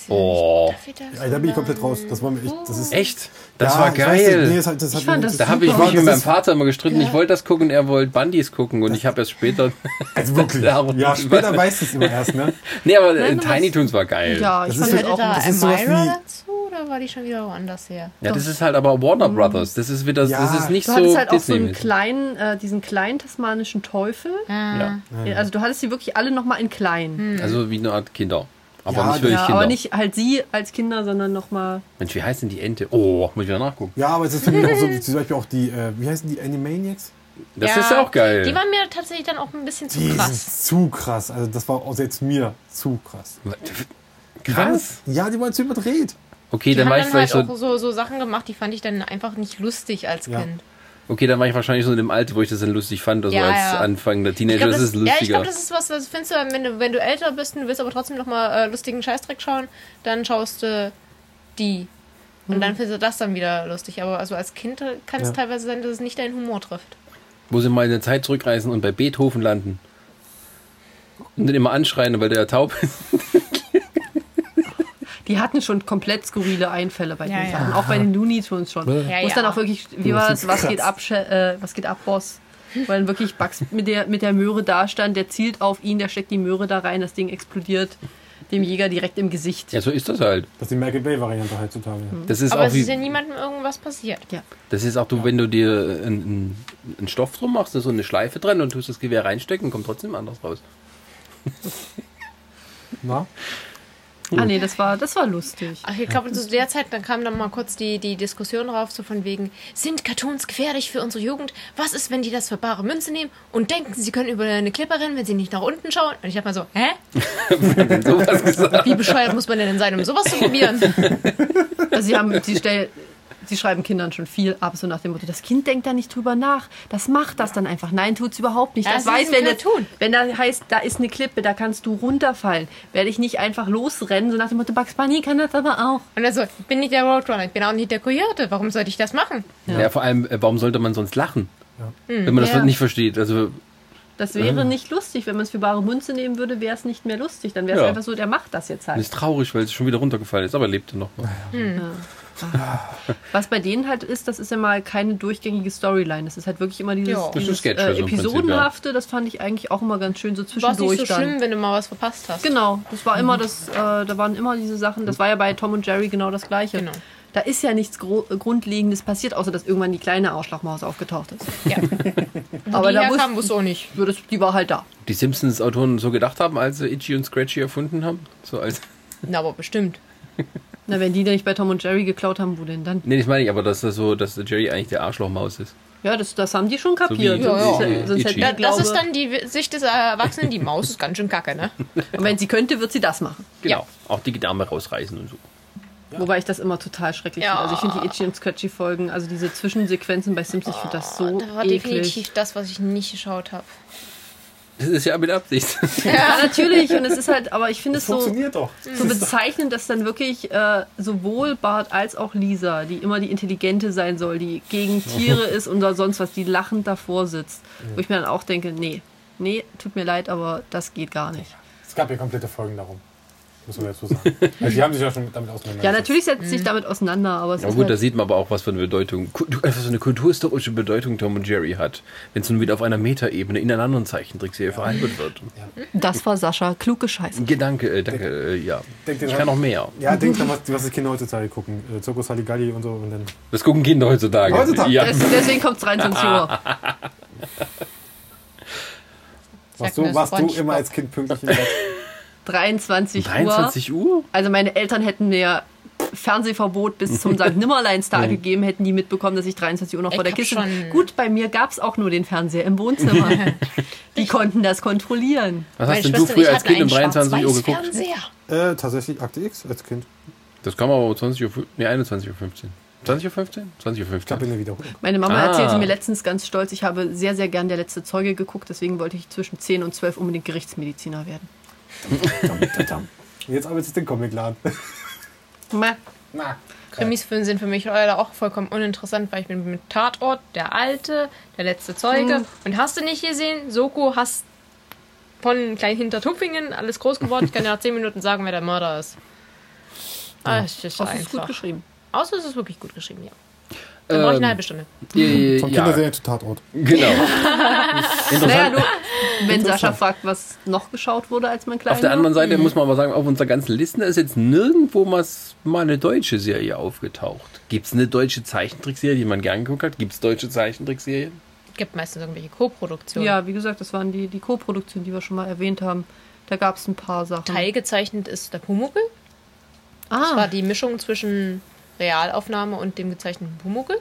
Oh, Ja, da bin ich komplett raus. Das, war mir echt, das ist echt? Das Ja, war ich weiß geil. nicht, nee, das hat- das Ich hat fand mir- das da habe ich super. mich mit Das meinem ist- Vater immer gestritten. Ich wollte das gucken, er wollte Bandys gucken und ich habe erst später. Also wirklich. Darum- Ja, später weiß es immer erst, ne? nee, aber äh, Nein, du Tiny hast- Toons war geil. Ja, ich fand Das ist halt ja Hatte auch. da das ist sowas Elmira wie- dazu oder war die schon wieder woanders her? Ja, das ist halt aber Warner Brothers. Das ist wieder, das Ja. ist nicht Mhm. Du so hattest halt auch so einen Disney. kleinen, äh, diesen kleinen tasmanischen Teufel. ja. Also du hattest sie wirklich alle nochmal in klein. Also wie eine Art Kinder. Aber Ja, nicht wirklich Hm. Ja, Kinder. aber nicht halt sie als Kinder, sondern nochmal. Mensch, wie heißt denn die Ente? Oh, muss ich wieder nachgucken. Ja, aber es ist für mich auch so, wie zum Beispiel auch die, äh, wie heißen die Animaniacs? Das ist auch geil. Die waren mir tatsächlich dann auch ein bisschen zu Die krass. sind zu krass. Also das war auch selbst mir zu krass. Krass. Ja, die waren zu überdreht. Okay, Die dann haben war ich dann halt vielleicht so auch so, so Sachen gemacht, die fand ich dann einfach nicht lustig als Ja. Kind. Okay, dann war ich wahrscheinlich so in dem Alter, wo ich das dann lustig fand, also Ja, als ja. anfangender Teenager, Ich glaub, das, ist ja, ich lustiger. glaube, das ist was, was findest du, wenn du, wenn du älter bist und du willst aber trotzdem nochmal äh, lustigen Scheißdreck schauen, dann schaust du die. Mhm. Und dann findest du das dann wieder lustig. Aber also als Kind kann es Ja. teilweise sein, dass es nicht deinen Humor trifft. wo sie mal in der Zeit zurückreisen und bei Beethoven landen. Und dann immer anschreien, weil der ja taub ist. Die hatten schon komplett skurrile Einfälle bei den Ja, ja. Sachen, auch bei den Looney Tunes schon. Ja, Wo es ja. dann auch wirklich, wie war das, was krass. geht ab, Che- äh, was geht ab, Boss? Wo dann wirklich Bugs mit der, mit der Möhre da stand, der zielt auf ihn, der steckt die Möhre da rein, das Ding explodiert dem Jäger direkt im Gesicht. Ja, so ist das halt. Das ist die Michael Bay-Variante heutzutage. Hm. Das ist aber auch es ist wie, ja niemandem irgendwas passiert. das ist auch du, wenn du dir einen, einen Stoff drum machst, so eine Schleife dran und tust das Gewehr reinstecken, kommt trotzdem anders raus. Na? Ah nee, das war, das war lustig. Ach, ich glaube, zu der Zeit, dann kam dann mal kurz die, die Diskussion drauf, so von wegen, sind Cartoons gefährlich für unsere Jugend? Was ist, wenn die das für bare Münze nehmen und denken, sie können über eine Klippe rennen, wenn sie nicht nach unten schauen? Und ich dachte mal so, hä? Sowas gesagt. Wie bescheuert muss man denn sein, um sowas zu probieren? Also sie haben, sie stell, sie schreiben Kindern schon viel ab, so nach dem Motto, das Kind denkt da nicht drüber nach, das macht das dann einfach. Nein, tut's überhaupt nicht. Ja, Das es ist weiß, ein wenn, das, Cartoon. wenn da heißt, da ist eine Klippe, da kannst du runterfallen, werde ich nicht einfach losrennen, so nach dem Motto, Bugs Bunny kann das aber auch. Und also, ich bin nicht der Roadrunner, ich bin auch nicht der Coyote. Warum sollte ich das machen? Ja. vor allem, äh, warum sollte man sonst lachen? Wenn man das Ja. nicht versteht. Also, Das wäre nicht lustig, wenn man es für bare Münze nehmen würde, wäre es nicht mehr lustig. Dann wäre es Ja. einfach so, der macht das jetzt man halt. ist traurig, weil es schon wieder runtergefallen ist, aber er lebte noch. mal. Was bei denen halt ist, das ist ja mal keine durchgängige Storyline. Das ist halt wirklich immer dieses, Ja. Das ist dieses Sketch, äh, also im Prinzip, Episodenhafte. Das fand ich eigentlich auch immer ganz schön, so War es zwischendurch nicht so dann. schlimm, wenn du mal was verpasst hast. Genau, das war Mhm. immer das, äh, da waren immer diese Sachen. Das war ja bei Tom und Jerry genau das Gleiche. Genau. Da ist ja nichts Gro äh, Grundlegendes passiert, außer dass irgendwann die kleine Ausschlagmaus aufgetaucht ist. Ja. Aber die da herkam, wusste, wusste auch nicht. das, die war halt da. Die Simpsons-Autoren so gedacht haben, als sie Itchy und Scratchy erfunden haben. So als Na, aber bestimmt. Na, wenn die da nicht bei Tom und Jerry geklaut haben, wo denn dann? Nee, das meine ich, aber dass das so, dass der Jerry eigentlich der Arschlochmaus ist. Ja, das, das haben die schon kapiert. wie- sonst Ja, ja. hätte- sonst hätte Itchy. der Da, das Glaube, ist dann die W- Sicht des Erwachsenen, die Maus ist ganz schön kacke, ne? und wenn sie könnte, wird sie das machen. Genau. Auch die Gedärme rausreißen und so. Wobei ich das immer total schrecklich Ja. finde. Also ich finde die Itchy und Scratchy Folgen, also diese Zwischensequenzen bei Sims, ich finde das Oh, so Das Oh, war eklig. definitiv das, was ich nicht geschaut habe. Das ist ja mit Absicht. Ja, natürlich. Und es ist halt, aber ich finde es so, Funktioniert doch. Mhm. so bezeichnend, dass dann wirklich äh, sowohl Bart als auch Lisa, die immer die Intelligente sein soll, die gegen Oh. Tiere ist und da sonst was, die lachend davor sitzt. Wo ich mir dann auch denke, nee, nee, tut mir leid, aber das geht gar nicht. Es gab ja komplette Folgen darum. Muss man dazu sagen. Also die haben sich ja schon damit auseinandergesetzt. Ja, natürlich setzt sich damit auseinander, aber es Ja ist gut, da halt, sieht man aber auch, was für eine Bedeutung, Ku- was für eine kulturhistorische Bedeutung Tom und Jerry hat, wenn es nun wieder auf einer Metaebene in einer anderen Zeichentrickserie verhandelt wird. das war Sascha, klug gescheißen. Gedanke, äh, danke, äh, ja. Denk dir ich dran. kann noch mehr. Ja, denk dran, was, was die Kinder heutzutage gucken. Äh, Zirkus Halligalli und so. Und dann Das gucken Kinder heutzutage. Heutzutage? Ja. Des, deswegen kommt es 23 Uhr. warst mir du, warst du SpongeBob. immer als Kind pünktlich im Bett. 23 Uhr. 23 Uhr? Also meine Eltern hätten mir Fernsehverbot bis zum St. Nimmerleinstag gegeben, hätten die mitbekommen, dass ich 23 Uhr noch vor der hab Kiste bin. schon- Gut, bei mir gab es auch nur den Fernseher im Wohnzimmer. die konnten das kontrollieren. Was hast denn du früher als Kind um 23 Uhr geguckt? Fernseher. Äh, tatsächlich Akte X als Kind. Das kam aber um 20 Uhr, fün- nee, 21 Uhr 15. 20 Uhr 15? 20 Uhr Ich habe 15. eine Wiederholung. Meine Mama Ah. erzählte mir letztens ganz stolz, ich habe sehr, sehr gern der letzte Zeuge geguckt, deswegen wollte ich zwischen 10 und 12 unbedingt Gerichtsmediziner werden. Jetzt arbeitest du im Comicladen. Äh, Mäh. Na. Krimisfilme sind für mich leider auch vollkommen uninteressant, weil ich bin mit Tatort, der Alte, der letzte Zeuge Hm. und hast du nicht gesehen, Soko hast von klein hinter Tupfingen alles groß geworden. Ich kann ja nach 10 Minuten sagen, wer der Mörder ist. Ah, es ist Das ist gut einfach. geschrieben. Außer es ist wirklich gut geschrieben, ja. Dann brauche ich Ähm. eine halbe Stunde. Äh, Von ja, Kinderserien zu Tatort. genau. Naja, du, wenn Sascha fragt, was noch geschaut wurde, als man klein Auf der war. anderen Seite muss man aber sagen, auf unserer ganzen Liste ist jetzt nirgendwo mal s- mal eine deutsche Serie aufgetaucht. Gibt es eine deutsche Zeichentrickserie, die man gern geguckt hat? Gibt es deutsche Zeichentrickserien? Gibt meistens irgendwelche Co-Produktionen. Ja, wie gesagt, das waren die, die Co-Produktionen, die wir schon mal erwähnt haben. Da gab es ein paar Sachen. Teilgezeichnet ist der Pumuckl. Ah. Das war die Mischung zwischen Realaufnahme und dem gezeichneten Pumuckl.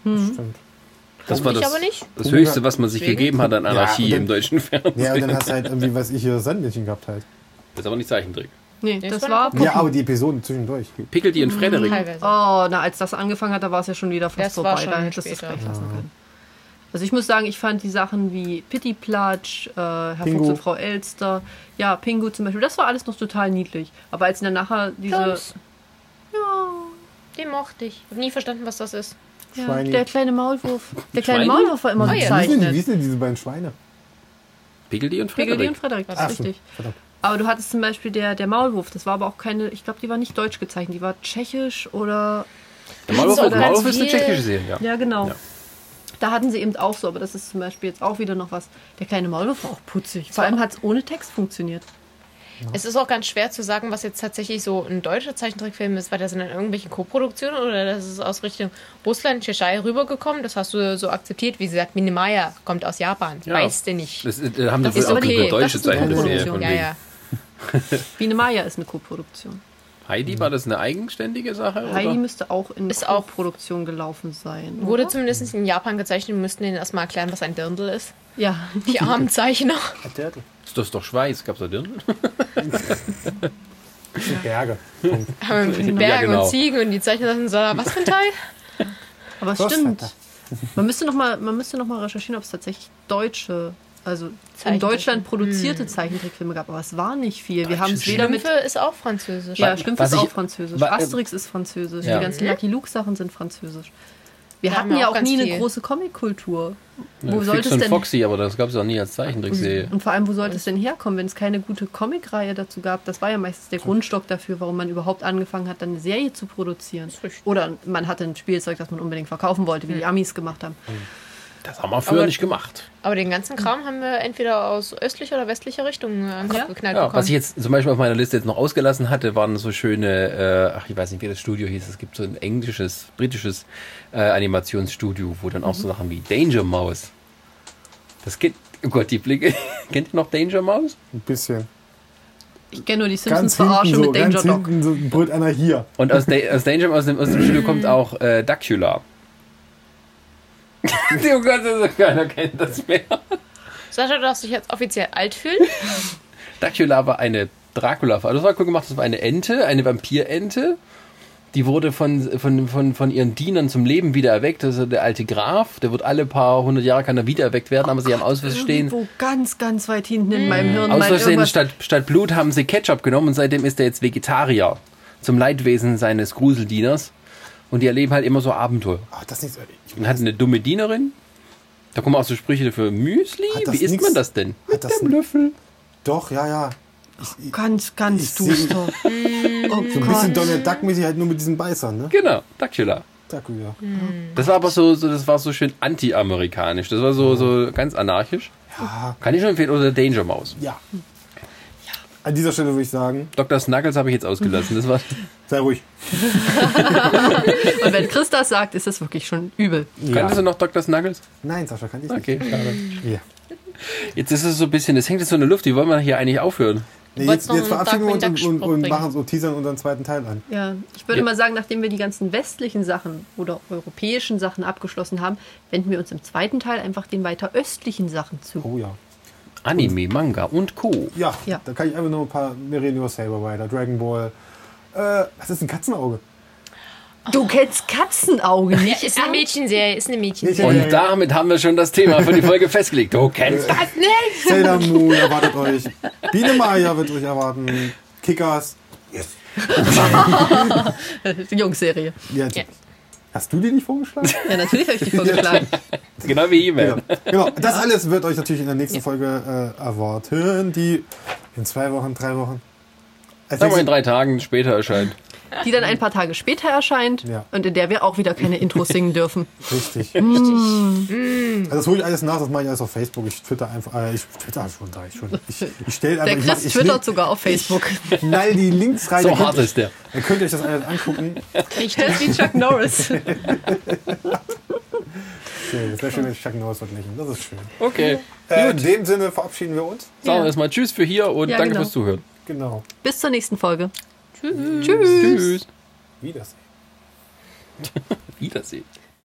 Stimmt. Das Ich aber nicht. das Höchste, was man sich gegeben hat an Anarchie und dann- im deutschen Ja, Fernsehen. und dann hast du halt irgendwie, was ich hier Sandmännchen gehabt halt. das ist aber nicht Zeichentrick. Nee, Nee, das, das war war. eine Ja, aber die Episoden zwischendurch. Pickelty und Frederik. Teilweise. Oh, na, als das angefangen hat, da war es ja schon wieder fast Das war vorbei. schon da hättest du es später. gleich lassen können. Also ich muss sagen, ich fand die Sachen wie Pitti Platsch, äh, Herr Pingu. Fuchs und Frau Elster, ja, Pingu zum Beispiel, das war alles noch total niedlich. Aber als dann nachher diese. Plumps. Den mochte ich. Ich habe nie verstanden, was das ist. Ja, Schweini. der kleine Maulwurf. Der kleine Schweini? Maulwurf war immer Nein. Wie sind, denn, wie gezeichnet. sind denn diese beiden Schweine? Pickelty und Piggledy Frederik. und Frederik, das Ach, ist stimmt. richtig. Verdammt. Aber du hattest zum Beispiel der, der Maulwurf, das war aber auch keine, ich glaube, die war nicht deutsch gezeichnet, die war tschechisch oder. Der Maulwurf, So der Maulwurf ganz ist eine viel- tschechische Serie, ja. Ja, genau. Ja. Da hatten sie eben auch so, aber das ist zum Beispiel jetzt auch wieder noch was. Der kleine Maulwurf war auch Oh, putzig. Vor allem hat es ohne Text funktioniert. Es ist auch ganz schwer zu sagen, was jetzt tatsächlich so ein deutscher Zeichentrickfilm ist, weil das sind dann irgendwelche Co-Produktionen oder das ist aus Richtung Russland, Tschechei rübergekommen. Das hast du so akzeptiert. Wie gesagt, Minimaya kommt aus Japan. Ja. Weißt du nicht. Das ist, äh, haben Das das wohl ist auch okay. eine deutsche Das ist eine Zeichentrickserie. Produktion, von ja, wegen. ja. Biene Maya ist eine Co-Produktion. Heidi, war das eine eigenständige Sache? Mhm. Heidi oder? müsste auch in Ist auch- Co-Produktion gelaufen sein. oder? Wurde zumindest in Japan gezeichnet. Wir müssten denen erstmal erklären, was ein Dirndl ist. ja. Die armen Zeichner. Ist das doch Schweiz? Gab's da Dirndl? Berge. Punkt. Haben wir mit Bergen Ja, genau. und Ziegen und die Zeichner sagen so, was für ein Teil? Aber es Das stimmt. Man müsste nochmal noch mal recherchieren, ob es tatsächlich deutsche, also in Zeichentrick- Hm. Deutschland produzierte Zeichentrickfilme gab. Aber es war nicht viel. Wir haben es weder mit Schlümpfe ist auch französisch. Ja, Schlümpfe was ist ich- auch französisch. wa- äh, Asterix ist französisch. Ja. Die ganzen Lucky Luke-Sachen sind französisch. Wir Da haben hatten wir ja Mhm. auch auch ganz nie eine viel. große Comic-Kultur. Wo Fix sollte es und denn Mhm. Foxy, aber das gab's auch nie als Zeichentrickserie. und vor allem, wo sollte es denn herkommen, wenn es keine gute Comicreihe dazu gab? Das war ja meistens Hm. der Grundstock dafür, warum man überhaupt angefangen hat, dann eine Serie zu produzieren. richtig. Oder man hatte ein Spielzeug, das man unbedingt verkaufen wollte, Hm. wie die Amis gemacht haben. Das haben wir früher Aber- nicht gemacht. Aber den ganzen Kram haben wir entweder aus östlicher oder westlicher Richtung äh, an den Kopf Ja. geknallt Ja, bekommen. was ich jetzt zum Beispiel auf meiner Liste jetzt noch ausgelassen hatte, waren so schöne, äh, ach ich weiß nicht, wie das Studio hieß. Es gibt so ein englisches, britisches äh, Animationsstudio, wo dann Mhm. auch so Sachen wie Danger Mouse. Das kennt, oh Gott, die Blicke. Kennt ihr noch Danger Mouse? Ein bisschen. Ich kenne nur die Ganz Simpsons-Verarsche hinten so, mit Danger ganz Dog. hinten so brüllt einer hier. Und aus, da aus Danger Mouse, aus dem, aus dem Studio kommt auch äh, Dacula. oh Gott, also keiner kennt das mehr. Sascha, du darfst dich jetzt offiziell alt fühlen. Dracula war eine Dracula, also das war cool gemacht, das war eine Ente, eine Vampirente. Die wurde von, von, von, von ihren Dienern zum Leben wieder erweckt. Also der alte Graf, der wird alle paar hundert Jahre kann er wieder erweckt werden, aber sie haben aus Versehen. Oh Irgendwo ganz, ganz weit hinten Hm. in meinem Hirn. Aus meint Versehen irgendwas- statt, statt Blut haben sie Ketchup genommen und seitdem ist er jetzt Vegetarier. Zum Leidwesen seines Gruseldieners. Und die erleben halt immer so Abenteuer. Ach, Ah, das ist nicht, ich, Und hatten eine dumme Dienerin. Da kommen auch so Sprüche für Müsli. Hat das Wie isst nix- man das denn? hat das ein, Löffel. doch, ja, ja. Ganz, ganz Ich duster. Oh So ein bisschen Gott. Donald Duck-mäßig halt nur mit diesen Beißern, ne? Genau, Dracula. Duck, ja. Das war aber so, so das war so schön anti-amerikanisch. Das war so, so ganz anarchisch. Ja, Kann ich schon empfehlen. Oder Danger Mouse. Ah, ja. An dieser Stelle würde ich sagen, Dr. Snuggles habe ich jetzt ausgelassen. Das war, sei ruhig. Und wenn Chris das sagt, ist das wirklich schon übel. Kanntest du noch Dr. Snuggles? Nein, Sascha, kann ich Okay, schade. nicht. Ja. Jetzt ist es so ein bisschen, es hängt jetzt so in der Luft. Wie wollen wir hier eigentlich aufhören? Nee, wolltest jetzt, noch jetzt einen verabschieden wir uns und, und, Darkwing-Duck-Spruch und bringen. machen so teasern unseren zweiten Teil an. Ja, ich würde Ja. mal sagen, nachdem wir die ganzen westlichen Sachen oder europäischen Sachen abgeschlossen haben, wenden wir uns im zweiten Teil einfach den weiter östlichen Sachen zu. Oh ja. Anime, Manga und Co. Ja, Ja. da kann ich einfach nur ein paar. Wir reden über Saber Rider, Dragon Ball. Äh, was ist ein Katzenauge? Du kennst Katzenauge nicht. Ist eine Mädchenserie, ist eine Mädchenserie. Ja, ja, ja. Und damit haben wir schon das Thema für die Folge festgelegt. Du kennst das. Sailor Moon erwartet euch. Biene Maya wird euch erwarten. Kickers. Jungserie. Ja, Hast du die nicht vorgeschlagen? Ja, natürlich habe ich die vorgeschlagen. Genau wie E-Mail. genau. Das alles wird euch natürlich in der nächsten Folge äh, erwarten, die in zwei Wochen, drei Wochen. Als Sagen wir nächstes- in drei Tagen später erscheint. Die dann ein paar Tage später erscheint Ja. und in der wir auch wieder keine Intros singen dürfen. Richtig. Also das hole ich alles nach, das mache ich alles auf Facebook. Ich twitter einfach. Äh, ich twitter schon da. Ich, schon, ich, ich stelle einfach. Der ich mach- Chris ich twittert sogar auf Facebook. link- Knall die Links rein. So dann könnt hart ihr- ist der. Dann könnt ihr euch das alles angucken. Ich höre wie Chuck Norris. Schön. Das wäre schön, wenn ich Chuck Norris verglichen. Das ist schön. Okay. Äh, in dem Sinne verabschieden wir uns. Sagen wir erstmal Tschüss für hier und Ja, danke genau. fürs Zuhören. Genau. Bis zur nächsten Folge. Tschüss. Wiedersehen. Wiedersehen.